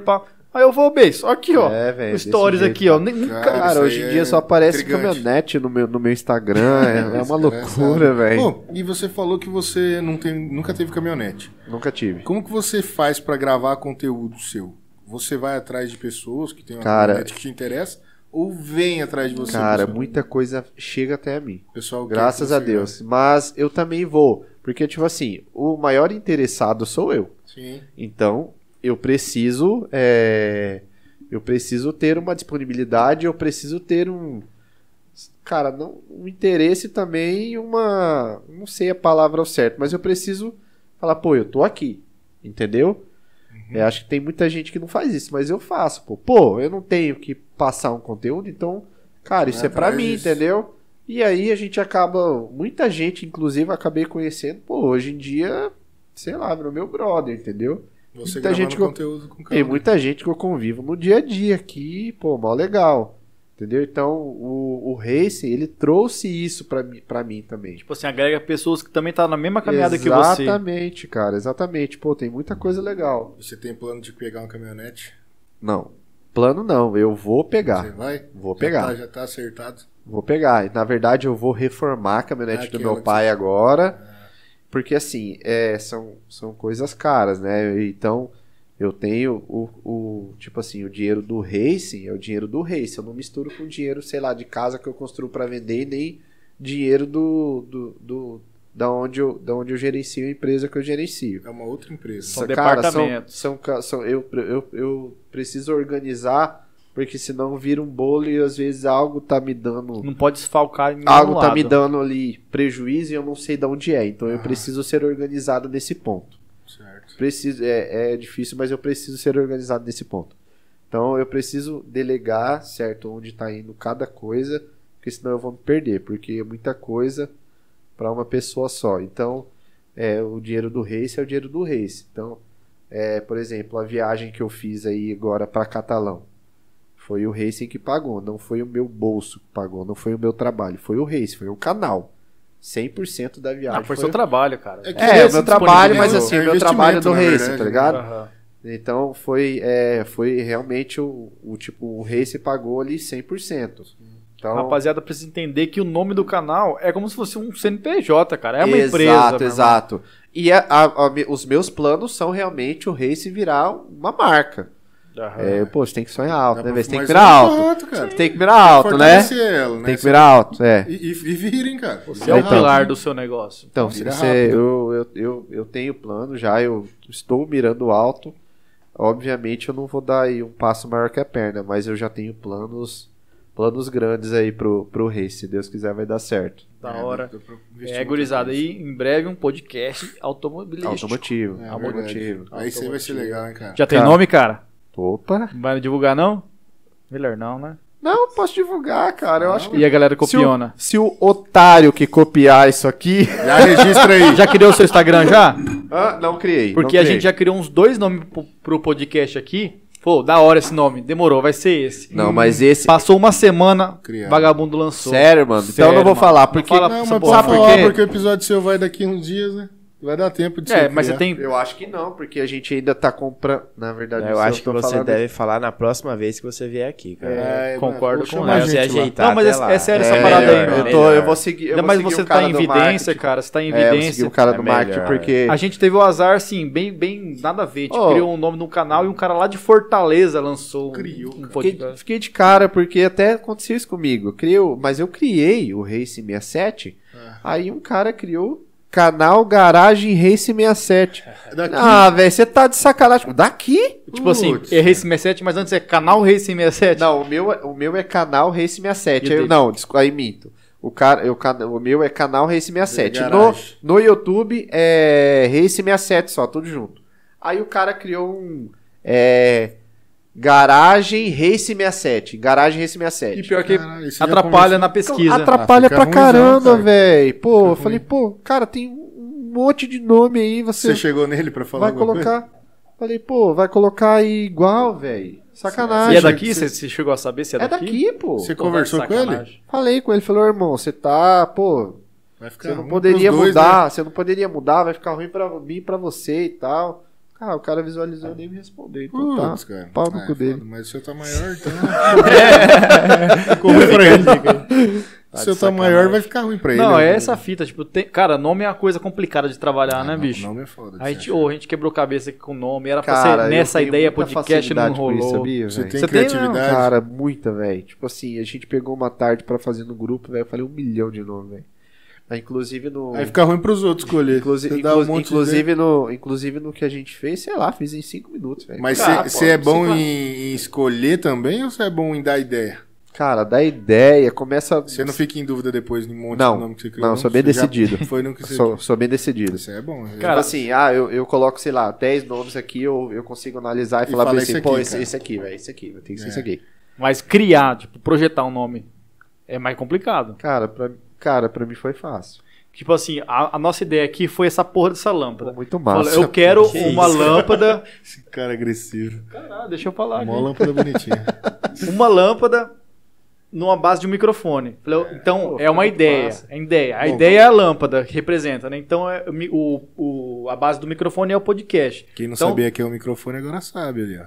container pra. Aí eu vou, beijo. Só aqui, ó.
É, velho, desse
Stories
jeito,
aqui, ó. Nem- nunca-
Cara,
Cara,
isso
hoje em
aí
dia
é
só aparece
intrigante.
caminhonete no meu, no meu Instagram.
*laughs*
É, é uma loucura, velho.
Pô, e você falou que você não tem, nunca teve caminhonete.
Nunca tive.
Como que você faz pra gravar conteúdo seu? Você vai atrás de pessoas que tem uma
Cara-
internet que te interessa ou vem atrás de você?
Cara,
pessoal?
muita coisa chega até a mim.
pessoal. quer
Graças
que
a
você
Deus. Mas eu também vou. Porque, tipo assim, o maior interessado sou eu.
grave. Sim.
Então, eu preciso. é, eu preciso ter uma disponibilidade, eu preciso ter um. Cara, não, um interesse também e uma. Não sei a palavra ao certo, mas eu preciso falar, pô, eu tô aqui. Entendeu? É, acho que tem muita gente que não faz isso, mas eu faço, pô. Pô, eu não tenho que passar um conteúdo, então, cara, isso
Vai
é pra
atrás
mim,
disso.
entendeu? E aí a gente acaba, muita gente, inclusive, eu acabei conhecendo, pô, hoje em dia, sei lá, virou meu brother, entendeu?
Você
Muita
gravando
gente com-
conteúdo com o cara.
Tem muita gente que eu convivo no dia a dia aqui, pô, mal legal. Entendeu? Então, o, o Racing, ele trouxe isso pra, mim- pra mim também.
Tipo assim, agrega pessoas que também tá na mesma caminhada que você.
Exatamente, cara, exatamente. Pô, tem muita coisa legal.
Você tem plano de pegar uma caminhonete?
Não. Plano não, eu vou
Você
pegar.
vai?
Tá. Vou
Já
pegar.
tá- Já tá, acertado.
Vou pegar. Na verdade, eu vou reformar a caminhonete do
Aquela
meu
que
tá?
pai agora.
Ah.
Porque assim, é, são, são coisas caras, né? Então, eu tenho o, o- tipo assim, o dinheiro do racing é o dinheiro do racing. Eu não misturo com dinheiro, sei lá, de casa que eu construo pra vender, e nem dinheiro do, do, do- da, onde eu, da onde eu gerencio a empresa que eu gerencio.
É uma outra empresa.
Só- São
são-
departamentos.
são ca- são- eu, eu, eu preciso organizar, porque senão vira um bolo e às vezes algo tá me dando.
Não pode desfalcar em nenhum
Algo tá
lado.
me dando ali prejuízo e eu não sei de onde é. Então eu
Ah.
preciso ser organizado nesse ponto.
Certo.
Preciso, é, é difícil, mas eu preciso ser organizado nesse ponto. Então eu preciso delegar, certo, onde tá indo cada coisa, porque senão eu vou me perder, porque é muita coisa para uma pessoa só. Então, é, o dinheiro do race é o dinheiro do race. Então, é, por exemplo, a viagem que eu fiz aí agora para Catalão. Foi o Racing que pagou, não foi o meu bolso que pagou, não foi o meu trabalho, foi o Racing, foi o canal. 100% da viagem.
Ah, foi seu trabalho, cara.
É que
É, o
você
meu
disponibilizou.
trabalho, mas
né?
assim,
É
o meu
investimento,
trabalho do
na
Racing, tá
verdade, né?
ligado?
Aham.
Então foi, é, foi realmente o, o tipo, o Racing pagou ali 100%. Então,
Rapaziada, precisa entender que o nome do canal é como se fosse um CNPJ, cara. É uma
exato,
empresa. meu
Exato,
irmão.
exato. E a- a- a me- os meus planos são realmente o Racing virar uma marca.
Aham.
É, pô, você tem que sonhar alto, né?
Dá pra um
velho? Você tem que
fumar
virar
isso
alto.
Pronto, cara.
Você tem que virar alto, né?
Fortalecer ela, né?
Tem que virar alto, é.
E, e, e virem, cara.
Você é o
Então.
pilar do seu negócio.
Então, se
Vira
você,
rápido. né?
eu, eu, eu, eu tenho plano já, eu estou mirando alto. Obviamente eu não vou dar aí um passo maior que a perna, mas eu já tenho planos planos grandes aí pro, pro Rei. Se Deus quiser, vai dar certo.
Da hora.
dá pra investir
É,
muita
gurizada,
coisa.
aí em breve um podcast automobilístico.
Automotivo.
É,
automotivo.
Aí sim vai ser legal, hein, cara.
Já tem
Cara.
nome, cara?
Opa!
Não Vai divulgar, não? Melhor não, né?
Não, posso divulgar, cara. Eu acho que.
E a galera
Se o,
copiona.
se o otário que copiar isso aqui.
*laughs* Já registra aí.
Já criou o seu Instagram já?
Ah, não criei.
Porque
não
a
criei.
gente já criou uns dois nomes pro, pro podcast aqui. Pô, da hora esse nome. Demorou, vai ser esse.
Não, mas esse.
Passou uma semana,
Criado.
vagabundo lançou.
Sério, mano. então eu não vou
mano.
falar,
Não
porque.
fala
Não,
essa
mas
porra.
pode
Sabe por
falar,
quê?
porque o episódio seu vai daqui uns dias, né? Vai dar tempo de
É, mas você
criar.
tem.
Eu acho que não, porque a gente ainda tá comprando. Na verdade,
É, Eu
isso
acho que
tô
você
falando-
deve falar na próxima vez que você vier aqui, cara.
É,
Concordo com
vou chamar
o
a
Pra você
gente lá.
ajeitar
Não, mas
até
é-
lá.
é sério
É,
essa parada aí,
melhor,
mano.
Eu, tô, eu
melhor.
vou seguir. Eu
Ainda
vou
mais
seguir
você
o
tá
cara
em
do
evidência,
marketing.
cara. Você tá em
É, eu vou seguir
evidência.
o cara do
É
marketing,
melhor.
porque.
A gente teve o azar, assim, bem, bem nada a ver. A gente
Ô.
criou um nome num canal e um cara lá de Fortaleza lançou um-
Criou,
um,
Fiquei,
podcast.
fiquei de cara, porque até aconteceu isso comigo. Eu criei o- mas eu criei o Race 67.
Ah.
Aí um cara criou o canal Garagem Race 67.
É.
Daqui,
Ah, velho, você tá de sacanagem. Daqui?
Tipo assim,
Putz,
é Race 67, mas antes é Canal Race 67.
Não, o meu, é- o meu é canal Race 67.
E o
Aí eu-
dele?
não, desculpa, aí minto. O, cara, eu, cana- o meu é canal Race 67.
Dele
No,
garagem.
no YouTube é Race 67 só, tudo junto. Aí o cara criou um. É, garagem Race 67. Garagem Race 67.
E pior que
Caralho, isso é já
atrapalha
começou.
na pesquisa.
Então, Atrapalha
Ah, fica
pra
ruimzão,
caramba,
cara.
velho. Pô,
Fica
eu falei, pô, cara, tem um monte de nome aí, você,
Você chegou nele pra falar
vai
alguma coisa?
colocar. Falei, pô, vai colocar aí igual, velho. Sacanagem.
E é daqui? Você você chegou a saber se é
É
daqui?
daqui, pô.
Você
Pô,
conversou
tá de
com ele?
sacanagem.
Falei com ele, falou, irmão, você tá, pô,
Vai ficar
você não
ruim
poderia
pros um dois, né?
mudar, você não poderia mudar, vai ficar ruim pra mim, e pra você e tal. Cara, o cara visualizou e nem me respondeu,
né?
então tá.
Putz, cara.
Pau no
Ah,
cu dele.
foda, Mas o seu tá maior, então. Ficou ruim pra ele. Se seu tá maior, vai ficar ruim pra ele.
Não,
né?
é essa fita. Tipo, tem- cara, nome é uma coisa complicada de trabalhar, né,
não,
bicho?
Ah, Não, me foda. de
A
se
gente,
achar.
ou a gente quebrou cabeça aqui com o nome, era pra
Cara,
ser
eu
nessa
tenho
ideia,
muita
podcast não
facilidade com isso,
rolou.
sabia,
Você
velho?
tem
Você tem,
criatividade.
Cara, muita, velho. Tipo assim, a gente pegou uma tarde pra fazer no grupo, velho. Eu falei um milhão de nomes, velho. Aí, Inclusive no.
Aí fica ruim pros outros escolher.
inclusi-
Você dá um
inclu-
monte de
inclusive, no, inclusive no que a gente fez, sei lá, fiz em cinco minutos, velho.
Mas
Ah, pô,
você é
sei
bom
lá.
em, em escolher também ou você é bom em dar ideia?
Cara, dá ideia, começa.
Você não fica em dúvida depois de um monte
Não,
de nome que você criou.
não, sou bem
Você já
decidido.
Foi no que você.
sou, sou bem decidido.
Isso é bom. é.
Cara,
tipo assim, ah, eu, eu coloco, sei lá, 10 nomes aqui, eu, eu consigo analisar e,
E
falar
fala
bem
esse
assim,
aqui,
pô, esse,
cara.
esse aqui, velho, esse aqui, tem que ser
É.
esse aqui.
Mas criar, tipo, projetar um nome é mais complicado.
Cara, pra, cara, pra mim foi fácil.
Tipo assim, a, a nossa ideia aqui foi essa porra dessa
Pô,
lâmpada.
muito
Fala,
massa. *laughs*
eu quero
Que
uma
isso?
lâmpada.
*laughs* Esse cara agressivo.
Caralho, deixa eu falar.
Mó
gente.
lâmpada bonitinha.
Uma lâmpada numa base de um microfone. Falei, então,
Pô,
é uma
muito
ideia.
massa.
É ideia. A
Bom,
ideia é a lâmpada que representa, né? Então, é, o mi- o, o- a base do microfone é o podcast.
Quem não
Então-
sabia que é o microfone agora sabe ali, ó.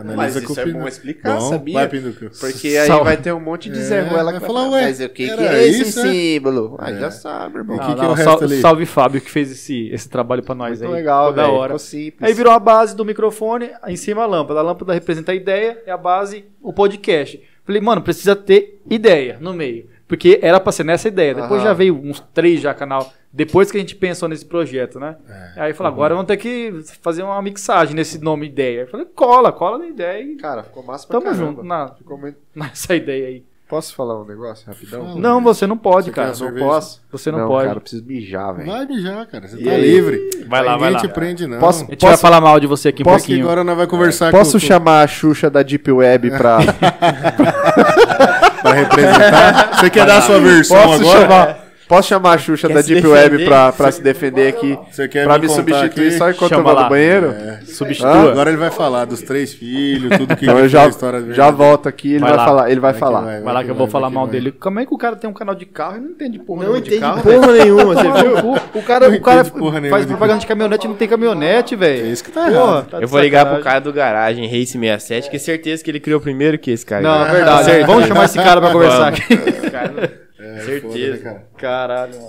Analisa
Mas
com
isso é
opinião.
bom explicar,
Bom,
sabia?
Vai, Pinduca.
Porque aí
Salve.
vai ter um monte de
É,
Zé Ruela que vai
vai falar,
falar,
ué,
mas o que, que
era
é esse
isso, é?"
símbolo? Aí
É.
já sabe, irmão.
E que
Não,
que
não,
é o resto ali?
Ah,
Então é
Salve, Fábio, que fez esse, esse trabalho pra nós
Muito
aí.
legal,
Ficou da
velho,
hora.
ficou simples.
Aí virou a base do microfone, aí em cima a lâmpada. A lâmpada representa a ideia e a base o podcast. Falei, mano, precisa ter ideia no meio. Porque era pra ser nessa ideia. Depois
Aham.
já veio uns três já canal. Depois que a gente pensou nesse projeto, né?
É.
Aí eu falei, agora
Uhum.
vamos ter que fazer uma mixagem nesse nome ideia. Eu falei, cola, cola na ideia e
Cara, ficou massa pra
tamo
caramba.
junto na,
Ficou muito-
nessa ideia aí.
Posso falar um negócio rapidão?
Fala.
Não, você não pode,
Você quer
cara.
uma cerveja?
posso. Você não, pode.
cara, eu preciso mijar, velho.
Vai mijar, cara. Você
E
tá
aí?
livre.
Vai lá, vai
Ninguém
lá.
te prende, não.
Posso-
A gente
Posso-
vai falar mal de você aqui um
Posso que
pouquinho.
agora nós vai conversar com-
Posso
com-
chamar a Xuxa da Deep Web pra.
*laughs* pra
*laughs*
representar? Você quer dar sua versão
Posso
agora? É.
chamar. Posso chamar a Xuxa
Quer
da
se
Deep
defender?
Web pra, pra se defender aqui?
Você quer
pra
me
me
contar
substituir
aqui?
só enquanto
Chama
eu vou
lá.
no banheiro?
Substitua.
Ah, agora ele vai falar dos três filhos, tudo
*laughs*
que
Então eu
ele
já,
fez, história É,
já
verdadeira.
volto aqui, ele
Vai
vai,
lá.
falar. Ele vai,
Vai que
falar.
vai.
Vai lá que eu vou
vai
falar
que
mal
vai.
dele. Como é que o cara tem um canal de carro e não entende porra
Não
nenhuma de
entendi
carro?
porra nenhuma, você viu?
O, o cara,
Não
o cara
entende porra nenhuma
faz
de
propaganda de caminhonete e não tem caminhonete, velho.
É isso que tá
Porra,
errado.
tá de
Eu vou ligar pro
sacanagem.
cara do garagem, Race67, que é certeza que ele criou primeiro que esse cara.
Não, é
cara.
verdade.
Certeza.
Vamos chamar esse cara pra conversar aqui.
Esse cara não-
É,
Certeza.
foda, né, cara?
Caralho, mano.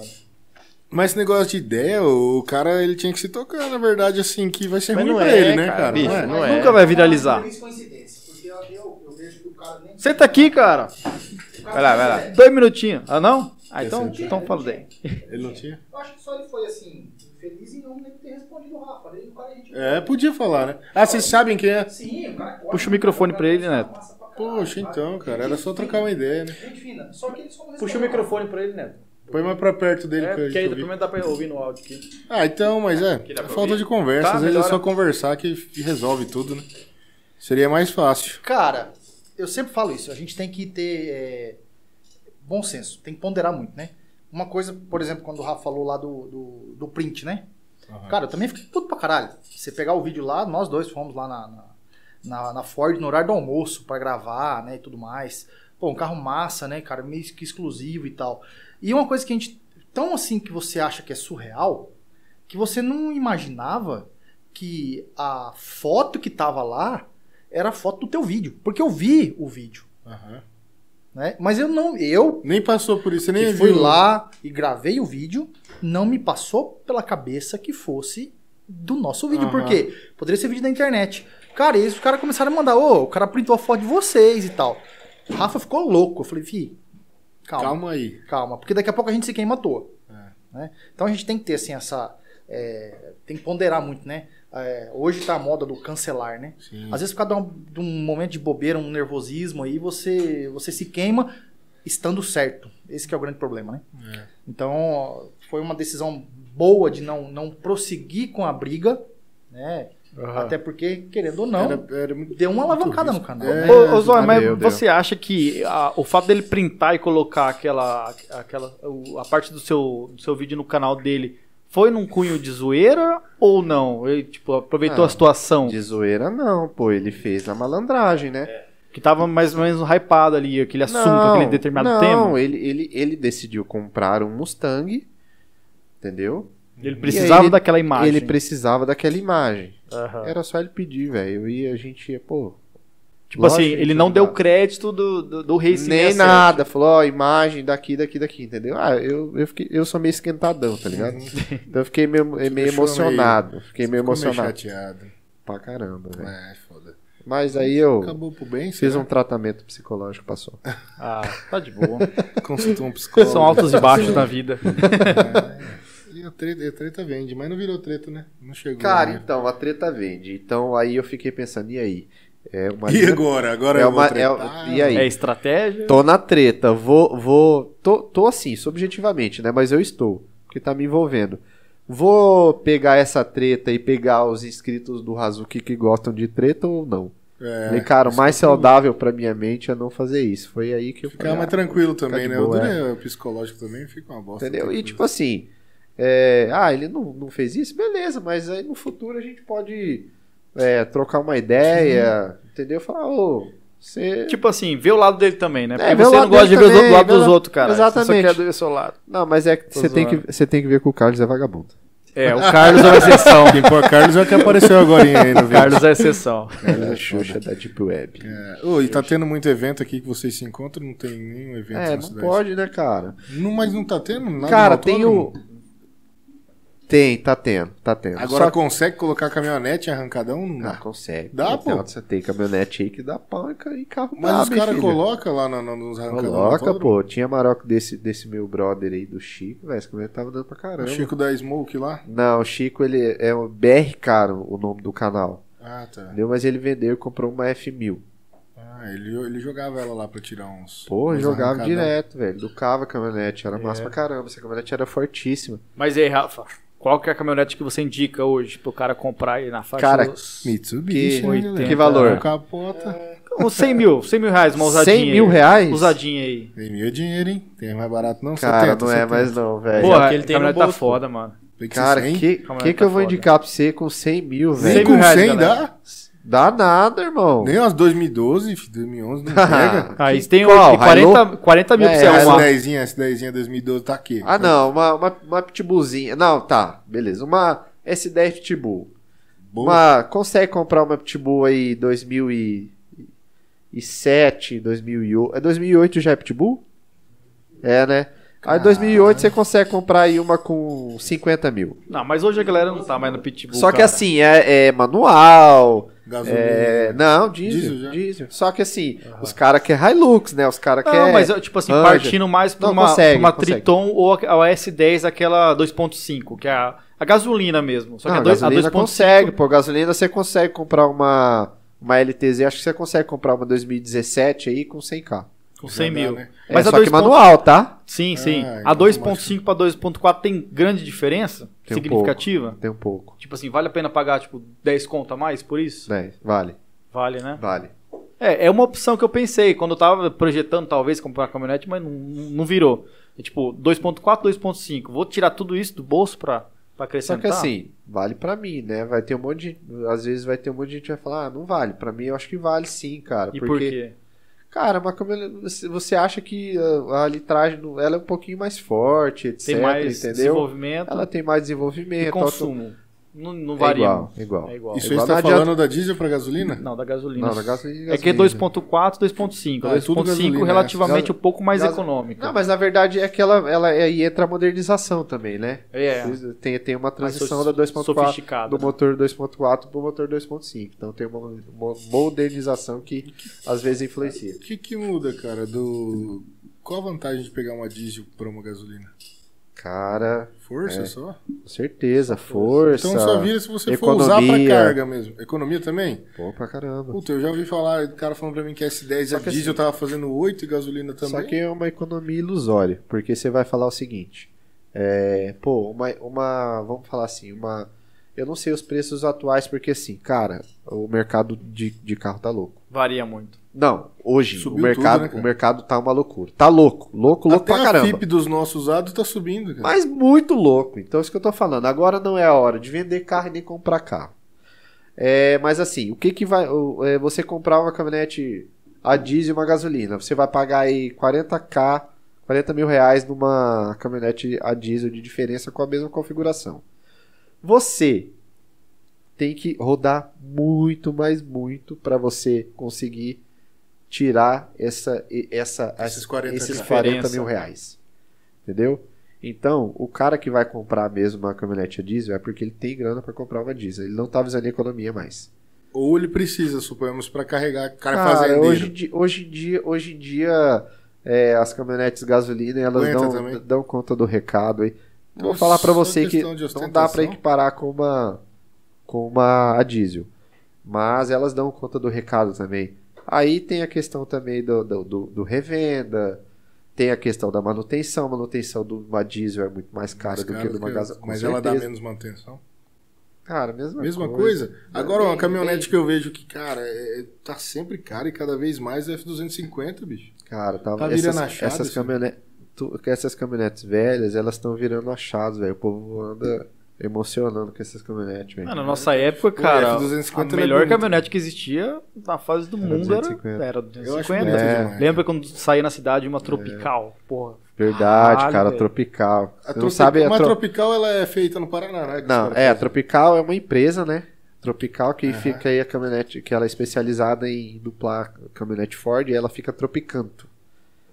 Mas esse negócio de ideia, o cara ele tinha que se tocar, na verdade, assim, que vai ser
Mas
ruim
não
pra
é,
ele, né,
cara,
cara?
bicho,
Não é?
não é.
Nunca vai viralizar. Senta aqui, cara.
Vai lá, vai lá.
Dois minutinhos. Ah, não? Ah, então,
Esse é-
então fala daí.
Ele não tinha?
Eu acho que só ele foi assim, feliz em não ter respondido o Rafa. Ele, o cara, a gente...
É, podia falar, né? Ah, vocês sabem quem é?
Sim, o cara é
Puxa o microfone pra ele, Neto.
massa pra caralho.
Poxa, então, cara, era só trocar uma ideia, né?
Gente fina, só que ele só não
Puxa o
respondeu.
microfone pra ele, Neto.
Põe mais pra perto
É,
dele que eu-
porque
que
aí
eu
pelo
vi.
menos dá pra ouvir no áudio aqui.
Ah, então, mas é,
dá pra
falta
ouvir?
de conversa.
Tá,
Às vezes é
melhora.
só conversar que que resolve tudo, né? Seria mais fácil.
Cara, eu sempre falo isso, a gente tem que ter é, bom senso, tem que ponderar muito, né? Uma coisa, por exemplo, quando o Rafa falou lá do, do, do print, né? Cara, eu também fiquei puto pra caralho. Você pegar o vídeo lá, nós dois fomos lá na, na, na- na Ford no horário do almoço pra gravar, né, e tudo mais. Pô, um carro massa, né, cara, meio que exclusivo e tal. E uma coisa que a gente, tão assim que você acha que é surreal, que você não imaginava que a foto que tava lá era a foto do teu vídeo. Porque eu vi o vídeo,
Aham.
né? Mas eu não, eu
Nem passou por isso, você nem
que Tipo, fui
viu.
lá e gravei o vídeo, não me passou pela cabeça que fosse do nosso vídeo.
Aham.
Por quê? Poderia ser vídeo da internet. Cara, e eles, os caras começaram a mandar, ô, o cara printou a foto de vocês e tal. O Rafa ficou louco. Eu falei, vi, calma, calma,
Calma É. aí.
porque daqui a pouco a gente se queima à toa. né? Então a gente tem que ter, assim, essa... é, tem que ponderar muito, né? É, hoje tá a moda do cancelar, né?
Sim.
Às vezes, por causa de um, de um momento de bobeira, um nervosismo aí, você, você se queima estando certo. Esse que é o grande problema, né? Então, ó, foi uma decisão boa de não, não prosseguir com a briga, né? Até porque, querendo ou não,
Era, era muito...
deu uma
muito
alavancada no
risco.
canal.
É.
né?
Ô, ô Zóia,
meu
mas
Deus.
você acha que a- o fato dele printar e colocar aquela, aquela o- a parte do seu, do seu vídeo no canal dele foi num cunho de zoeira ou não? Ele, tipo, aproveitou
Ah,
a situação
De zoeira, não, pô. Ele fez a malandragem, né?
que tava mais ou menos hypado ali, aquele assunto, aquele determinado
não,
tema.
Ele, ele, ele decidiu comprar um Mustang, entendeu?
Ele precisava
ele-
daquela imagem. Tá.
Ele precisava daquela imagem.
Aham.
Era só ele pedir, velho. E a gente ia, pô.
Tipo assim, ele não deu crédito do, do, do Racing assim.
Nem
67.
nada, falou, ó, imagem daqui, daqui, daqui, entendeu? Ah, eu, eu, fiquei, eu sou meio esquentadão, tá ligado? Então eu fiquei meio, meio
meio-
emocionado. Fiquei meio
Ficou
emocionado.
chateado.
pra caramba, velho.
É, foda.
Mas aí eu
Acabou pro bem,
fiz
vocês
um
vão
tratamento psicológico, passou.
Ah, tá de
*laughs*
boa.
consultou um *laughs* psicólogo.
São altos e baixos na vida.
E a treta, a treta vende, mas não virou treta, né? Não chegou.
Cara,
né?
então, a treta vende. Então aí eu fiquei pensando, e aí? É uma
E agora? Agora
é
eu vou
uma, é,
tretar?
e aí?
*laughs* É estratégia?
Tô na treta, vou. vou tô, tô assim, subjetivamente, né? Mas eu estou, porque tá me envolvendo. Vou pegar essa treta e pegar os inscritos do Hazuki que gostam de treta ou não?
É,
Falei, cara, o
isso
mais
que eu pergunto.
saudável pra minha mente é não fazer isso. Foi aí que eu
Ficar
falei,
mais
ah,
tranquilo
fica
também,
de
né?
boa,
o duro
é.
é psicológico também, fica uma bosta.
Entendeu? E
tranquilo.
tipo assim, é, ah, ele não, não fez isso? Beleza, mas aí no futuro a gente pode é, trocar uma ideia, entendeu? Falar, ô, você.
Tipo assim, vê o lado dele também, né?
É,
Porque
vê o
você não
lado
gosta de ver
dele
o
também,
lado
vê
dos
o-
outros, cara. Você
Exatamente.
só quer ver o seu lado.
Não, mas é que
Tô
você tem que,
zoando.
você tem que ver que o Carlos é vagabundo.
É, *laughs* o Carlos é uma exceção.
Quem pô, Carlos é o que apareceu agora aí
*laughs*
no
O
vídeo.
Carlos é exceção.
Carlos é Xuxa da Deep Web.
É, ô, e tá tendo muito evento aqui que vocês se encontram? Não tem nenhum evento
É,
na
não
cidade.
pode, né, cara?
Não, mas não tá tendo nada
Cara,
no
tem o.
autódromo?
Tem, tá tendo, tá tendo.
Agora
Só que-
consegue colocar caminhonete e arrancadão? Não
Ah,
dá.
consegue.
Dá,
Tem-
pô.
Você tem caminhonete aí que dá pau e ca- e carro
Mas
brabo,
os
hein,
caras
filho?
colocam lá no- no- nos arrancadão. do
Ah, Coloca,
autódromo?
pô. Tinha maroco desse, desse meu brother aí do Chico, velho. Esse comentário tava dando pra
O
caramba.
Chico da Smoke lá?
Não, o Chico, ele é o BR Caro, o nome do canal.
Ah, tá.
Entendeu? Mas ele vendeu e comprou uma F1000.
Ah, ele, ele jogava ela lá pra tirar uns.
Pô,
uns
jogava
arrancadão. É.
direto, velho. Ducava a caminhonete. Era massa pra caramba. Essa caminhonete era fortíssima.
Mas e aí, Rafa, qual que é a caminhonete que você indica hoje pro cara comprar aí na faixa?
Cara,
dos-
Mitsubishi,
Que-
né,
oitenta.
galera?
que valor?
Com capota.
uns 100 mil, 100 mil reais, uma ousadinha.
100 mil
aí.
reais?
Ousadinha aí.
Tem meu dinheiro, hein? Tem mais barato não?
Cara,
70,
não é
70.
mais não, velho.
Pô,
Porra,
aquele
a caminhonete
caminhonete
tá
tá foda, mano.
Tem que
Cara,
ser 100.
que,
Calma,
que,
tá
que eu vou
foda.
indicar pra você com 100 mil,
Nem
velho?
mil
com
reais,
100
galera.
dá?
Dá nada, irmão.
Nem umas 2012, fi,
*laughs*
2011, não pega.
Ah,
Aí Ah, tem
Qual?
hoje 40, 40 mil pra
É,
você
é,
arrumar.
S10zinha, S10zinha 2012 tá aqui.
Ah, não. Uma, uma, uma pitbullzinha. Não, tá. Beleza. Uma S10 pitbull.
Boa.
Uma, consegue comprar uma Pitbull aí 2007, 2008. É 2008 já é Pitbull? É, né? Aí 2008 você consegue comprar aí uma com 50 mil.
Não, mas hoje a galera não tá mais no Pitbull,
Só que
cara.
assim, é, é manual,
Gasolina. né?
é... Não, diesel,
Diesel já?
diesel, Só que assim, os caras querem Hilux, né? Os caras
Não,
querem...
mas eu, tipo assim,
Ranger.
partindo mais pra
Não,
uma,
consegue,
pra uma
consegue.
Triton ou a, a S10, aquela 2.5, que é a, a gasolina mesmo. Só que
Não,
a, dois, a
gasolina
2.5
consegue, pô. Gasolina você consegue comprar uma, uma LTZ. Acho que você consegue comprar uma 2017 aí com 100k.
com 100
Já dá,
mil.
né?
É, só que
2.5
manual, tá?
Sim, sim.
Ah,
a
então
2.5 para 2.4 tem grande diferença
Tem um
significativa?
Tem um pouco.
Tipo assim, vale a pena pagar tipo 10 conto a mais por isso?
Né? Vale,
Vale, né?
vale.
É, é uma opção que eu pensei quando eu tava projetando talvez comprar uma caminhonete, mas não, não virou. É tipo 2.4, 2.5. Vou tirar tudo isso do bolso pra, pra
Só
acrescentar.
que assim, vale pra mim, né? Vai ter um monte de. Às vezes vai ter um monte de gente que vai falar, ah, não vale. Pra mim eu acho que vale sim, cara.
e
porque,
por quê?
cara, uma câmera. Você, você acha que a, a litragem do- ela é um pouquinho mais forte, etc.
Tem mais
entendeu?
desenvolvimento
Ela tem mais
e
desenvolvimento.
consumo. Não, não
auto- É
varia.
igual, é igual.
É igual.
Isso aí
Igual
você tá
não adianta-
falando da diesel pra gasolina?
Não, da gasolina.
Não, da gasolina,
É que é
gasolina.
2.4, 2.5.
Ah, é tudo
2.5
gasolina, é.
relativamente um pouco mais
Gaso-
econômica.
Não, mas na verdade é que ela, ela é, aí entra a modernização também, né?
É.
Tem, tem uma
Mais
transição
so-
da 2.4
sofisticada,
do
né?
motor 2.4 pro motor 2.5. Então tem uma, uma modernização que às vezes influencia.
O que que muda, cara, do... Qual a vantagem de pegar uma diesel pra uma gasolina?
Cara,
Força só?
com certeza, É. força.
Então só vira se você for usar pra
economia.
carga mesmo. Economia também?
Pô, pra caramba.
Puta, eu já ouvi falar, o cara falando pra mim que S10
Só
é
que assim-
diesel, tava fazendo 8 e gasolina
Só
também.
que é uma economia ilusória, porque você vai falar o seguinte, é, pô, uma, uma, vamos falar assim, uma, eu não sei os preços atuais, porque assim, cara, o mercado de, de carro tá louco.
Varia muito.
Não, hoje
Subiu
o mercado,
tudo, né, cara?
o mercado tá uma loucura. Tá louco, louco, louco
Até
pra
a
caramba.
FIP dos nossos usados tá subindo, cara.
Mas muito louco. Então é isso que eu tô falando. Agora não é a hora de vender carro e nem comprar carro. É, mas assim, o que que vai. o- é, você comprar uma caminhonete a diesel e uma gasolina. Você vai pagar aí 40k, 40 mil reais numa caminhonete a diesel de diferença com a mesma configuração. Você tem que rodar muito, mas muito para você conseguir tirar essa, e- essa,
Esses 40K.
esses 40 mil
Diferença.
reais. Entendeu? Então, o cara que vai comprar mesmo uma caminhonete a diesel é porque ele tem grana para comprar uma diesel. Ele não tá visando a economia mais.
Ou ele precisa, suponhamos, pra carregar cara, é
Cara,
fazendeiro.
hoje, em di- hoje em dia, hoje em dia é, as caminhonetes gasolina elas
Aguenta
dão,
também.
dão conta do recado. aí.
Então,
Vou falar para
só
você que
questão de
não dá para
ostentação.
equiparar com uma com uma a diesel. Mas elas dão conta do recado também. Aí tem a questão também do, do, do- do revenda, tem a questão da manutenção. A manutenção de uma diesel é muito mais cara do que de uma gasolina.
Mas ela dá menos manutenção.
Cara, mesma,
Mesma coisa. Agora, ó, uma caminhonete que eu vejo que, cara, é- é- tá sempre cara e cada vez mais é F-250, bicho.
Cara, tava,
Tá virando
essas,
achado,
essas,
senhor?
caminhone- tu- que essas caminhonetes velhas, elas estão virando achados, velho. O povo anda emocionando com essas caminhonetes, velho.
Ah, na nossa época, cara, a
F250 era
melhor
é
bonita.
caminhonete que existia na fase do mundo era,
250.
era
Eu acho
250.
bonita
É.
demais.
Lembra quando saía na cidade uma tropical? Porra.
Verdade,
Caralho,
cara,
velho.
tropical. Você
A
não
tropi-
sabe a
Uma
tro-
tropical ela é feita no Paraná, né? que os
Não,
caras
é, a
fazem.
tropical é uma empresa, né? Tropical que fica aí a caminhonete, que ela é especializada em duplar caminhonete Ford e ela fica tropicanto.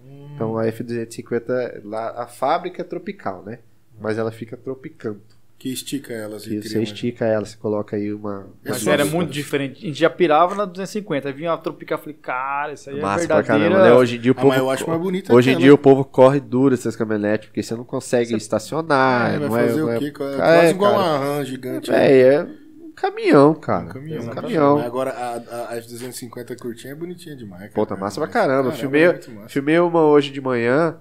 Hum.
Então a F250, lá a fábrica é tropical, né? Mas ela fica tropicanto.
Que estica elas.
Que
e
você
cria,
estica ela, você coloca aí uma.
É
Mas
só-
era
assim
muito diferente. A gente já pirava na 250. Aí vinha uma tropical, eu falei, cara, isso aí é
Massa pra
verdadeira.
caramba, né? Hoje em dia o
Ah,
povo.
mas eu acho mais bonita
Hoje em
aquela. né?
dia o povo corre duro essas caminhonetes, porque você não consegue estacionar.
É, vai
não é,
fazer
não é-
o quê? É,
Ah,
quase
é,
igual
cara.
uma RAM gigante.
Véi, é um caminhão, cara.
Um caminhão.
É um
Exatamente.
caminhão.
Mas agora a, a- a F250 curtinha é bonitinha demais. cara.
Pô, tá massa pra
Mas,
caramba.
é
filmei,
muito massa.
filmei uma hoje de manhã.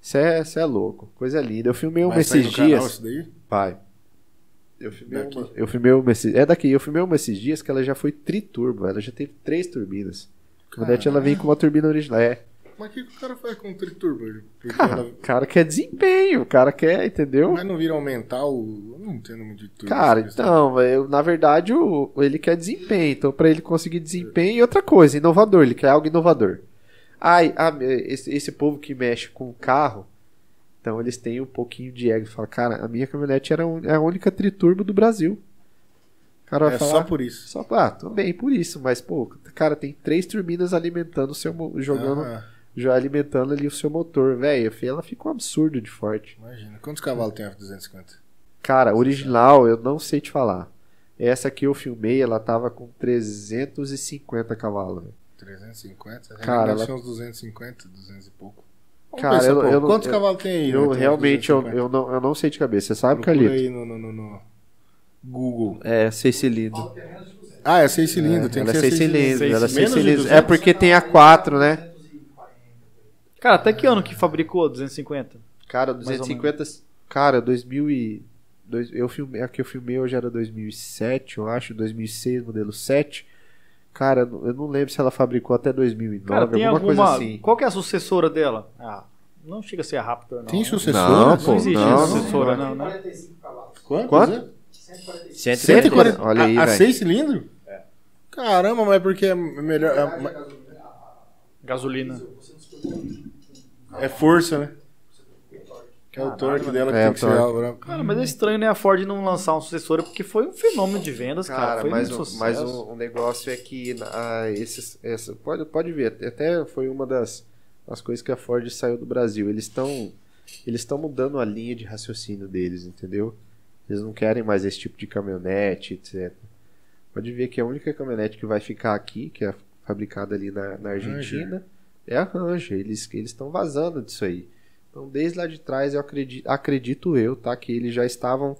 Cê é, cê é louco. Coisa linda. Eu filmei uma
Vai sair
esses
tá no canal
dias.
isso daí?
Pai. Eu filmei
Daqui?
uma. Eu filmei uma esses, é daqui. Eu filmei uma esses dias que ela já foi triturbo. Ela já teve três turbinas. Quando é que ela vem com uma turbina original. É.
Mas o que que o cara faz com o triturbo? Porque
Cara,
ela-
o cara quer desempenho. O cara quer, entendeu?
Mas não vira aumentar o. Eu não entendo muito de turbo.
Cara,
essa questão.
então, velho, na verdade, o, ele quer desempenho. Então, pra ele conseguir desempenho e outra coisa, inovador, ele quer algo inovador. Ai, ah, esse, esse povo que mexe com o carro, então eles têm um pouquinho de ego. Fala, cara, a minha caminhonete era un- é a única triturbo do Brasil. O cara vai
É
falar,
só por isso.
só, ah, tudo bem, por isso, mas, pô, cara, tem três turbinas alimentando o seu, mo- jogando,
Ah,
já alimentando ali o seu motor, velho, ela fica um absurdo de forte.
imagina. Quantos cavalos tem a F250?
Cara, original eu não sei te falar. Essa que eu filmei, ela tava com 350 cavalos. velho.
350?
Cara,
Ela
ela-
tinha uns 250, 200 e pouco. Vamos
Cara,
pensar,
eu,
pô,
eu, não-
Quantos
eu,
cavalos tem aí?
eu
né, tem
realmente eu,
250?
eu, não, eu não sei de cabeça. Você sabe,
Procura
Carlito?
aí no, no- no- no Google.
É, seis cilindros.
Ah, é 6 cilindros. tem
ela
que
é
ser
seis cilindros. Ela é
Menos
seis
de
cilindros.
200?
É porque tem a 4, né?
Cara, até que ano que fabricou a 250?
Cara,
ou
250. Cara, 2000 e. dois- Eu filmei, a que eu filmei hoje era 2007, eu acho, 2006, modelo 7. Cara, eu não lembro se ela fabricou até 2009,
Cara, tem
alguma
alguma.
coisa assim.
Qual que é a sucessora dela? Ah, não chega a ser a Raptor, não.
Tem
né?
sucessora?
É, Não,
Não
pô.
existe
Não,
sucessora, não, né?
Quanto?
Quanto?
140.
140.
Olha aí,
a, a
velho. É.
6 cilindros? Caramba, mas porque é melhor. É,
Gasolina.
é força, né? Que é o torque dela que
É,
tem
o
que ser
torque.
algo.
Cara, mas é estranho, né? A Ford não lançar um sucessor, porque foi um fenômeno de vendas, cara.
Cara,
foi
mas,
um
o,
sucesso.
mas o, o negócio é que ah, esses, essa, pode, pode ver, até foi uma das, das coisas que a Ford saiu do Brasil. Eles estão eles estão mudando a linha de raciocínio deles, entendeu? Eles não querem mais esse tipo de caminhonete, etc. Pode ver que a única caminhonete que vai ficar aqui, que é fabricada ali na, na Argentina, é a Ranger. Eles eles estão vazando disso aí. Então, desde lá de trás, eu acredito, acredito eu, tá? Que eles já estavam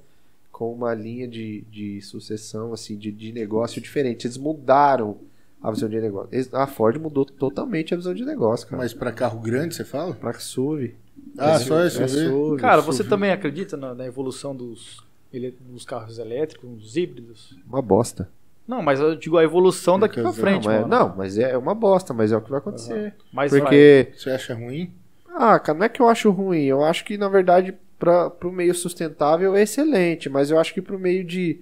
com uma linha de, de sucessão, assim, de, de negócio diferente. Eles mudaram a visão de negócio. Eles- a Ford mudou totalmente a visão de negócio, cara.
Mas pra carro grande, você fala?
Pra SUV.
Ah,
É
só
é
SUV?
Cara,
SUV.
você também acredita na, na evolução dos, ele- dos carros elétricos, dos híbridos?
Uma bosta.
Não, mas eu digo a evolução daqui
Quer
pra
dizer,
frente,
não, é, mas,
mano.
não, mas é uma bosta, mas é o que vai acontecer.
mas vai.
Porque
Você acha ruim?
Ah, cara, não é que eu acho ruim. Eu acho que, na verdade, para o meio sustentável é excelente, mas eu acho que pro meio de.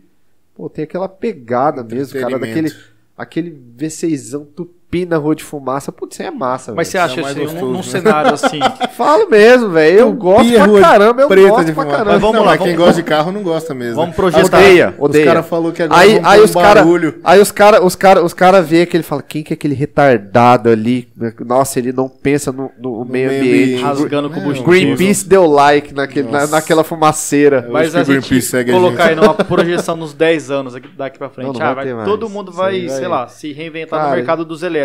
Pô, tem aquela pegada mesmo, cara, é daquele
Entretenimento.
aquele V6zão tupi na rua de fumaça. Putz, isso aí é massa,
Mas você
velho.
acha
mais
assim,
gostoso,
num, num
né?
cenário assim.
*laughs* Falo mesmo, velho. Eu gosto
rua
pra
de
caramba, eu
Preta de
gosto pra
fumar.
caramba.
Mas vamos
não,
lá,
mas quem
vamos-
gosta de carro não gosta mesmo.
Vamos
Os
projetar.
Odeia,
Os
odeia.
caras falaram que agora
Aí,
vão
aí,
pôr um
os cara,
barulho.
aí os cara, os cara, os cara vê aquele e fala, quem que é aquele retardado ali? Nossa, ele não pensa no, no meio
meio
ambiente.
ambiente.
Rasgando
Não,
combustível.
Greenpeace deu like naquele, na-
Nossa.
naquela fumaceira.
Eu
Mas
acho
a
que o Greenpeace
gente
segue a
colocar
gente.
aí numa projeção nos 10 anos aqui- daqui pra frente.
Não, não
ah,
vai
vai-
ter mais.
todo mundo
Isso aí
vai,
vai-
sei lá, se reinventar no
Cara,
mercado dos elétricos.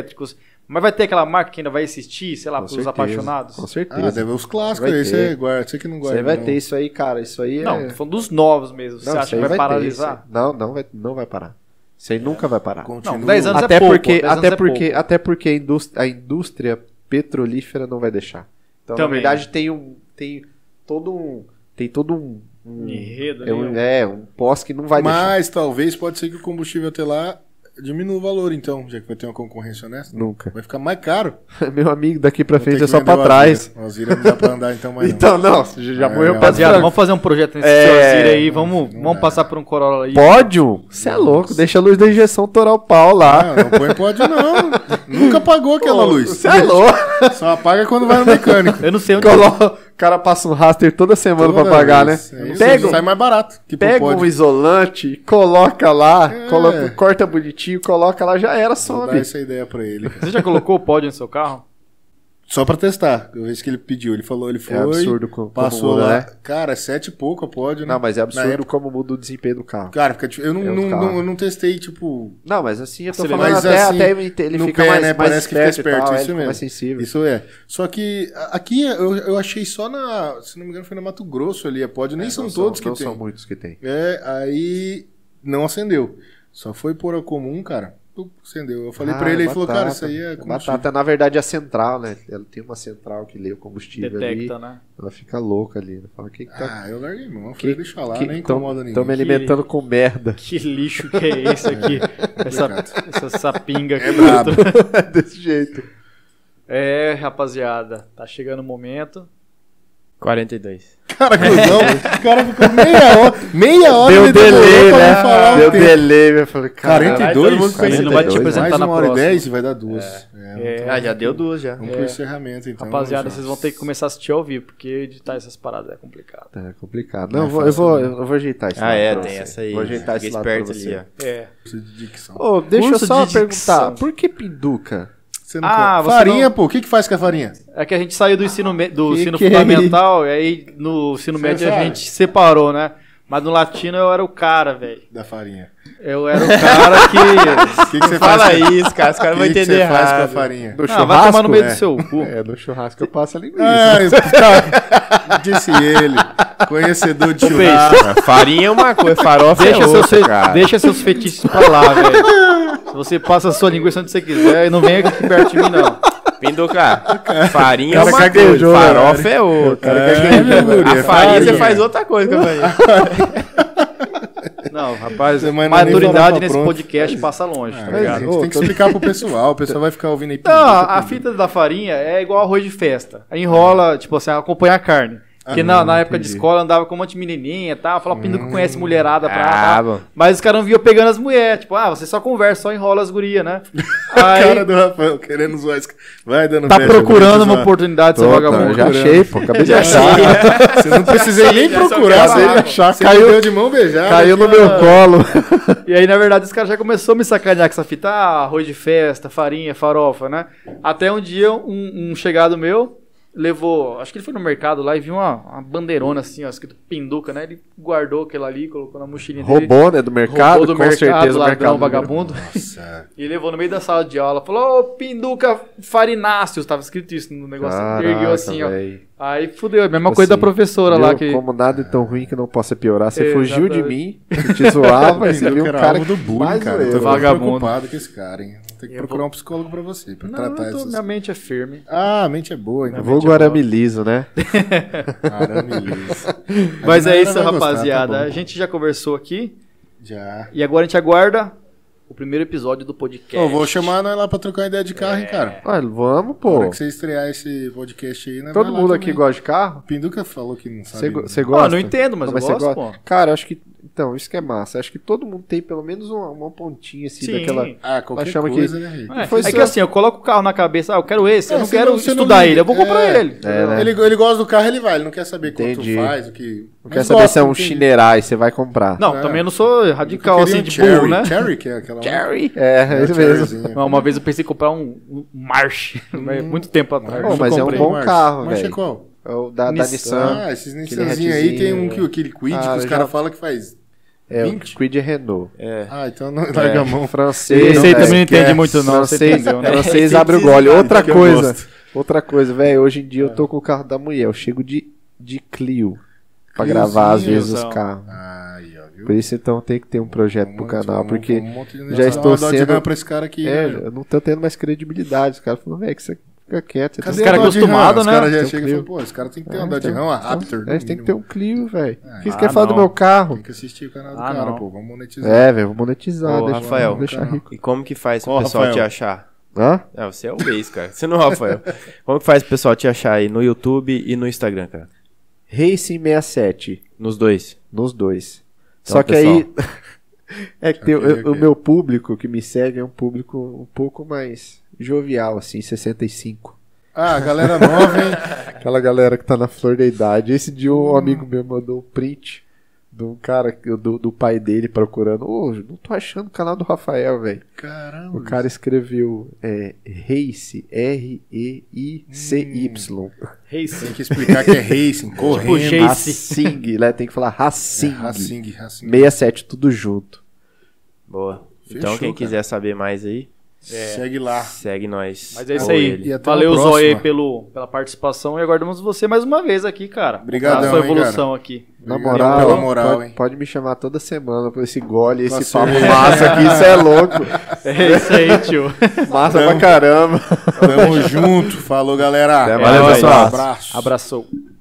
Mas vai ter aquela marca que ainda vai existir, sei lá,
Com
pros
certeza,
apaixonados?
Com
Ah,
certeza.
deve os clássicos
Vai
aí,
ter.
você guarda, você que não guarda.
Você vai
não.
ter isso aí, cara. Isso aí é.
Não, tô falando dos novos mesmo. Você
isso
acha
aí
que vai
ter,
paralisar?
isso aí- Não, não vai, não vai parar. Isso aí nunca vai parar.
Continua.
Não, 10 anos
Até
é pouco,
porque,
10 anos
até,
é
porque,
pouco.
até porque a indústria, a indústria petrolífera não vai deixar. Então,
Também.
na verdade, tem um. Tem todo um. Tem todo um. um-
Enredo,
é, um é, um pós que não vai deixar.
Mas talvez pode ser que o combustível até lá diminua o valor, então, já que vai ter uma concorrência honesta.
Nunca.
Vai ficar mais caro.
*laughs* Meu amigo, daqui pra
Vou ter
frente é
que
só
vender
pra
o
trás.
Azira. O Azira não dá pra andar
*laughs*
então mais
Então, não, já
É,
morreu pra
Rapaziada,
trás.
vamos fazer um projeto nesse
É,
seu Azir aí. Vamos,
não
vamos
dá.
passar por um Corolla aí.
Pódio? Você é louco, deixa a luz da injeção torar o pau
não.
lá.
Ah, não põe pódio não. Nunca pagou aquela luz.
Você é louco.
Só apaga quando vai no mecânico.
Eu não sei onde.
Colo- O cara passa um raster toda semana Tá pra pagar, né? Pega,
Pega. Sai mais barato. Que pro
pega
pódio.
um isolante, coloca lá,
É.
coloca- corta bonitinho, coloca lá, já era,
Vou dar
some.
essa ideia pra ele.
Você já colocou o pódio no seu carro?
Só pra testar. Eu vejo que ele pediu. Ele falou, ele foi.
É absurdo co- como
Passou
muda,
lá.
né?
Cara, é sete e pouco a pódio, né?
Não, mas é
Na
absurdo
época-
como muda o desempenho do carro.
Cara, fica dif- eu não,
É o
não-
carro.
não- eu não testei, tipo.
Não, mas assim, eu tô
Acelerado.
falando
Mas
até,
assim,
até ele inte- ele
no
fica
pé,
mais,
né?
mais
Parece que fica esperto,
e tal,
isso
ele fica
mesmo.
mais sensível.
Isso é. Só que a- aqui eu, eu achei só na. Se não me engano, foi na Mato Grosso ali a pódio. Nem
É,
são
não
todos
não
que tem.
são muitos que tem.
É, aí não acendeu. Só foi por a comum, cara. tu Acendeu. Eu falei
Ah,
pra ele,
é
ele falou, cara, isso
batata.
aí é combustível.
Batata, na verdade, é a central, né? Ela tem uma central que lê o combustível ali.
Detecta, né?
Ela fica louca ali. Ela fala, o que que tá...
Ah, eu larguei mão. Falei,
que-
deixa lá,
que
nem
tão-
incomoda
Tão me
ninguém.
alimentando com merda. *laughs*
Que lixo que é esse aqui? essa, essa, essa pinga aqui.
brabo.
Desse jeito.
É, rapaziada, tá chegando o momento.
42.
Cara, cuzão, o cara ficou meia hora, meia hora
É. Deu
ele demorou
delay,
pra me falar
né?
o
Deu
tempo.
delay, eu falei, cara...
42?
todo mundo fez
isso. Ele não vai te
né?"
apresentar
mais
na
uma hora
próxima.
e dez e vai dar duas. É,
É,
então,
Ah, já deu duas já.
Vamos pro encerramento, então.
Rapaziada,
Já.
vocês vão ter que começar a assistir ao vivo, porque editar essas paradas é complicado.
Tá, é complicado.
Não
Não,
é
eu vou- eu,
fácil,
vou,
não.
eu vou ajeitar isso.
Ah,
lá
é,
pra
tem
você.
essa aí.
Vou ajeitar esse
Fica
lado pra
esperto
você.
ali, ó.
É.
Curso de dicção.
Ô, deixa eu
Curso
só
de
perguntar,
dicção.
por que pinduca?
Você não
Ah,
come.
você
farinha, pô. O que que faz com a farinha?
É que a gente saiu do ensino, me- do
Que
ensino
que é
fundamental, e aí no ensino
Você
médio a
sabe?
gente separou, né? Mas no latino eu era o cara, velho.
Da farinha.
Eu era o cara que.
*laughs* O que
*laughs*
que você faz?
Fala
com-
isso, cara. Os caras
O
vão
que que
entender
você faz com a
errado.
farinha?
No
Ah, vai tomar no meio
é.
do seu cu.
É, no churrasco eu passo a linguiça.
Ah, tá. *laughs* disse ele, conhecedor de churrasco.
Ah, farinha é uma coisa, farofa
Deixa,
é
seus,
outra,
fe-
cara.
deixa seus fetiches pra lá, velho. Se você passa a sua linguiça onde você quiser e não venha aqui perto de mim, não.
Pinduca, farinha é
Cara,
uma
gaguejou,
coisa,
cara.
farofa é outra.
Cara, que é, meu guri, é
A farinha você faz outra coisa com a farinha.
Não, rapaz,
Você manda é nem
maturidade
farofa
nesse
pronta.
podcast passa longe, tá
Ah,
ligado?
a gente tem que explicar pro pessoal, o pessoal vai ficar ouvindo aí.
Não, a fita da farinha é igual arroz de festa. Aí Enrola, tipo assim, acompanha a carne. Porque na, na época de escola andava com um monte de menininha e tal, falava, pinto que conhece mulherada pra
Ah,
lá.
bom.
Mas os caras não viam pegando as mulheres. Tipo, ah, você só conversa, só enrola as gurias, né?
A cara
Aí
do Rafael querendo zoar esse cara. Vai dando
tá
brecha,
procurando
vai
uma
zoar.
oportunidade, seu
Tô,
vagabundo.
cara, é já achei, pô, acabei de achar.
Você não precisei nem
Já *laughs* só
procurar,
quer
se ele
falar,
achar. Você
Caiu-
me deu de mão beijada.
Caiu no meu colo.
E aí, na verdade, os caras já começou a me sacanear com essa fita. Ah, arroz de festa, farinha, farofa, né? Até um dia, um, um chegado meu levou... Acho que ele foi no mercado lá e viu uma, uma bandeirona assim, ó, escrito pinduca, né? Ele guardou aquela ali, colocou na mochilinha dele.
Roubou, né, do mercado,
Roubou do
com
mercado,
certeza, o
ladrão,
mercado.
vagabundo.
Nossa.
E levou no meio da sala de aula. Falou, ô, pinduca farináceos. Tava escrito isso no negócio.
Caraca,
ergueu assim, ó.
véi.
Aí fudeu. é A mesma
Tipo
coisa da
assim,
professora lá
Viu?
que...
Como nada é tão ruim que não possa piorar. Você fugiu de
Exatamente.
mim, que te
*laughs*
zoava, você
Entendeu
viu
que
um
era
cara
alvo do bullying,
mais
cara. Eu tô
zoeiro.
ficando
Vagabundo.
preocupado com esse cara, hein. Tem que
Eu
procurar um psicólogo pra você, pra
Não, eu
tratar
tô-
essas...
minha mente é firme.
Ah, a mente é boa, então.
Eu Vou Guarami liso, né?
Arame
*laughs*
liso. A
Mas é
galera
isso,
vai gostar, tá
rapaziada.
bom.
a gente já conversou aqui.
Já.
E agora a gente aguarda o primeiro episódio do podcast.
Eu vou chamar nós lá pra trocar ideia de carro, hein, cara.
Olha, vamos,
Na
pô.
hora que você estrear esse podcast aí, né?
Todo
vai lá
mundo
também.
aqui gosta de carro?
O Pinduca falou que não sabe.
Você go-
né?
você
Ah,
gosta?
eu não entendo, mas, eu
você
gosto,
gosta?
pô.
Cara, eu acho que... Então, isso que é massa. Acho que todo mundo tem pelo menos uma, uma pontinha, assim,
Sim.
daquela...
Ah, qualquer
Achamos que-
coisa, né, Rick?
É,
Foi
é
só-
que assim, eu coloco o carro na cabeça, ah, eu quero esse,
É,
eu não
você
quero
não- você não
estudar
liga.
ele, eu vou comprar
É.
ele.
É, né?
Ele, ele gosta do carro, ele vai. Ele não quer saber
Entendi.
quanto faz, o que.
Não quer saber se é um chinerai, você vai comprar.
Não,
É. um
também eu não sou radical assim de
cherry,
burro, né?
Cherry, que é aquela.
Cherry? É, é isso mesmo.
Não, uma vez eu pensei em comprar um, um March, né, muito tempo atrás.
Pô, mas é um bom carro,
Mas é
velho.
qual?
É o da, da
Nissan.
Nissan.
Ah, esses Nissanzinhos aí
hatchzinho,
tem um
né?
que o Kid Quid, que
Ah,
os
já-
caras falam que faz.
É, o
20?
Quid é Renault. É,
Ah, então não larga a mão.
Francês. né?
Esse aí também não
velho.
entende muito não, você
francês,
entendeu,
É.
né?
francês
Esse
abre o
precisa,
gole.
cara,
Outra
que eu
coisa,
gosto.
outra coisa, velho. Hoje em dia
É.
eu tô com o carro da mulher. Eu chego de, de Clio pra gravar às
Cliozinho,
vezes os
Zão.
carros.
Ai, ó, viu?
Por isso, então, tem que ter um projeto pro
Um monte-
canal,
um-
porque
um monte de
já
negócio.
estou
Dá uma dó de
sendo-
rã pra esse cara aqui.
é,
né?
eu não tô tendo mais credibilidade. Os caras falam, velho, que você fica quieto. Você
Cadê
tem-
a
caras
dó de rã?
acostumados,
Os
né?
caras já
Tem um
chegam e falam,
Clio.
pô, esse cara tem que ter
É,
uma dó de
então,
rã, uma
então,
Raptor.
a gente tem que ter um Clio, velho.
Ah,
O que você
ah,
quer falar do
não.
meu carro?
Tem que assistir o canal do
Ah,
cara,
não.
pô. Vamos monetizar.
É, velho, vou monetizar.
Ô,
deixa,
Rafael,
deixa
cara.
rico.
E como que faz pro
Qual,
pessoal te
Rafael?
achar?
Hã?
Ah, você é o base, cara. Você não, é o Rafael. Como que faz pro pessoal te achar aí no YouTube e no Instagram, cara?
Racing 67.
Nos dois.
Nos dois.
Então,
Só que aí. *laughs* é que tem-
Ok,
o- o
ok.
meu público que me segue é um público um pouco mais jovial, assim, 65.
Ah, galera nova, hein?
Aquela galera que tá na flor da idade. Esse dia um amigo meu mandou um print do cara, que- do, do pai dele procurando. Ô, não tô achando o canal do Rafael, velho.
Caramba.
O cara escreveu é, Race, R-E-I-C-Y.
Tem que explicar que é racing,
Tipo
correndo.
Racing, né? Tem que falar
É,
Racing.
Racing, racing.
67, tudo junto.
Boa. então,
Fechou,
quem
cara. Tá.
quiser saber mais aí,
É. Segue lá.
segue nós.
Mas é isso
Ou
aí.
ele.
E até
Valeu,
uma próxima.
Zóia, aí, pelo, pela participação. E aguardamos você mais uma vez aqui, cara.
Obrigadão,
Pela sua
hein,
evolução aqui.
Na
Obrigado
moral,
pela moral,
pode,
hein?
pode me chamar toda semana por esse gole, esse
Nossa,
papo
é.
massa aqui, isso é
*laughs*
louco.
É isso aí, tio.
Massa
Tamo-
pra caramba.
Tamo junto. Falou, galera.
Até mais,
Um
pessoal.
abraço.
Abraçou.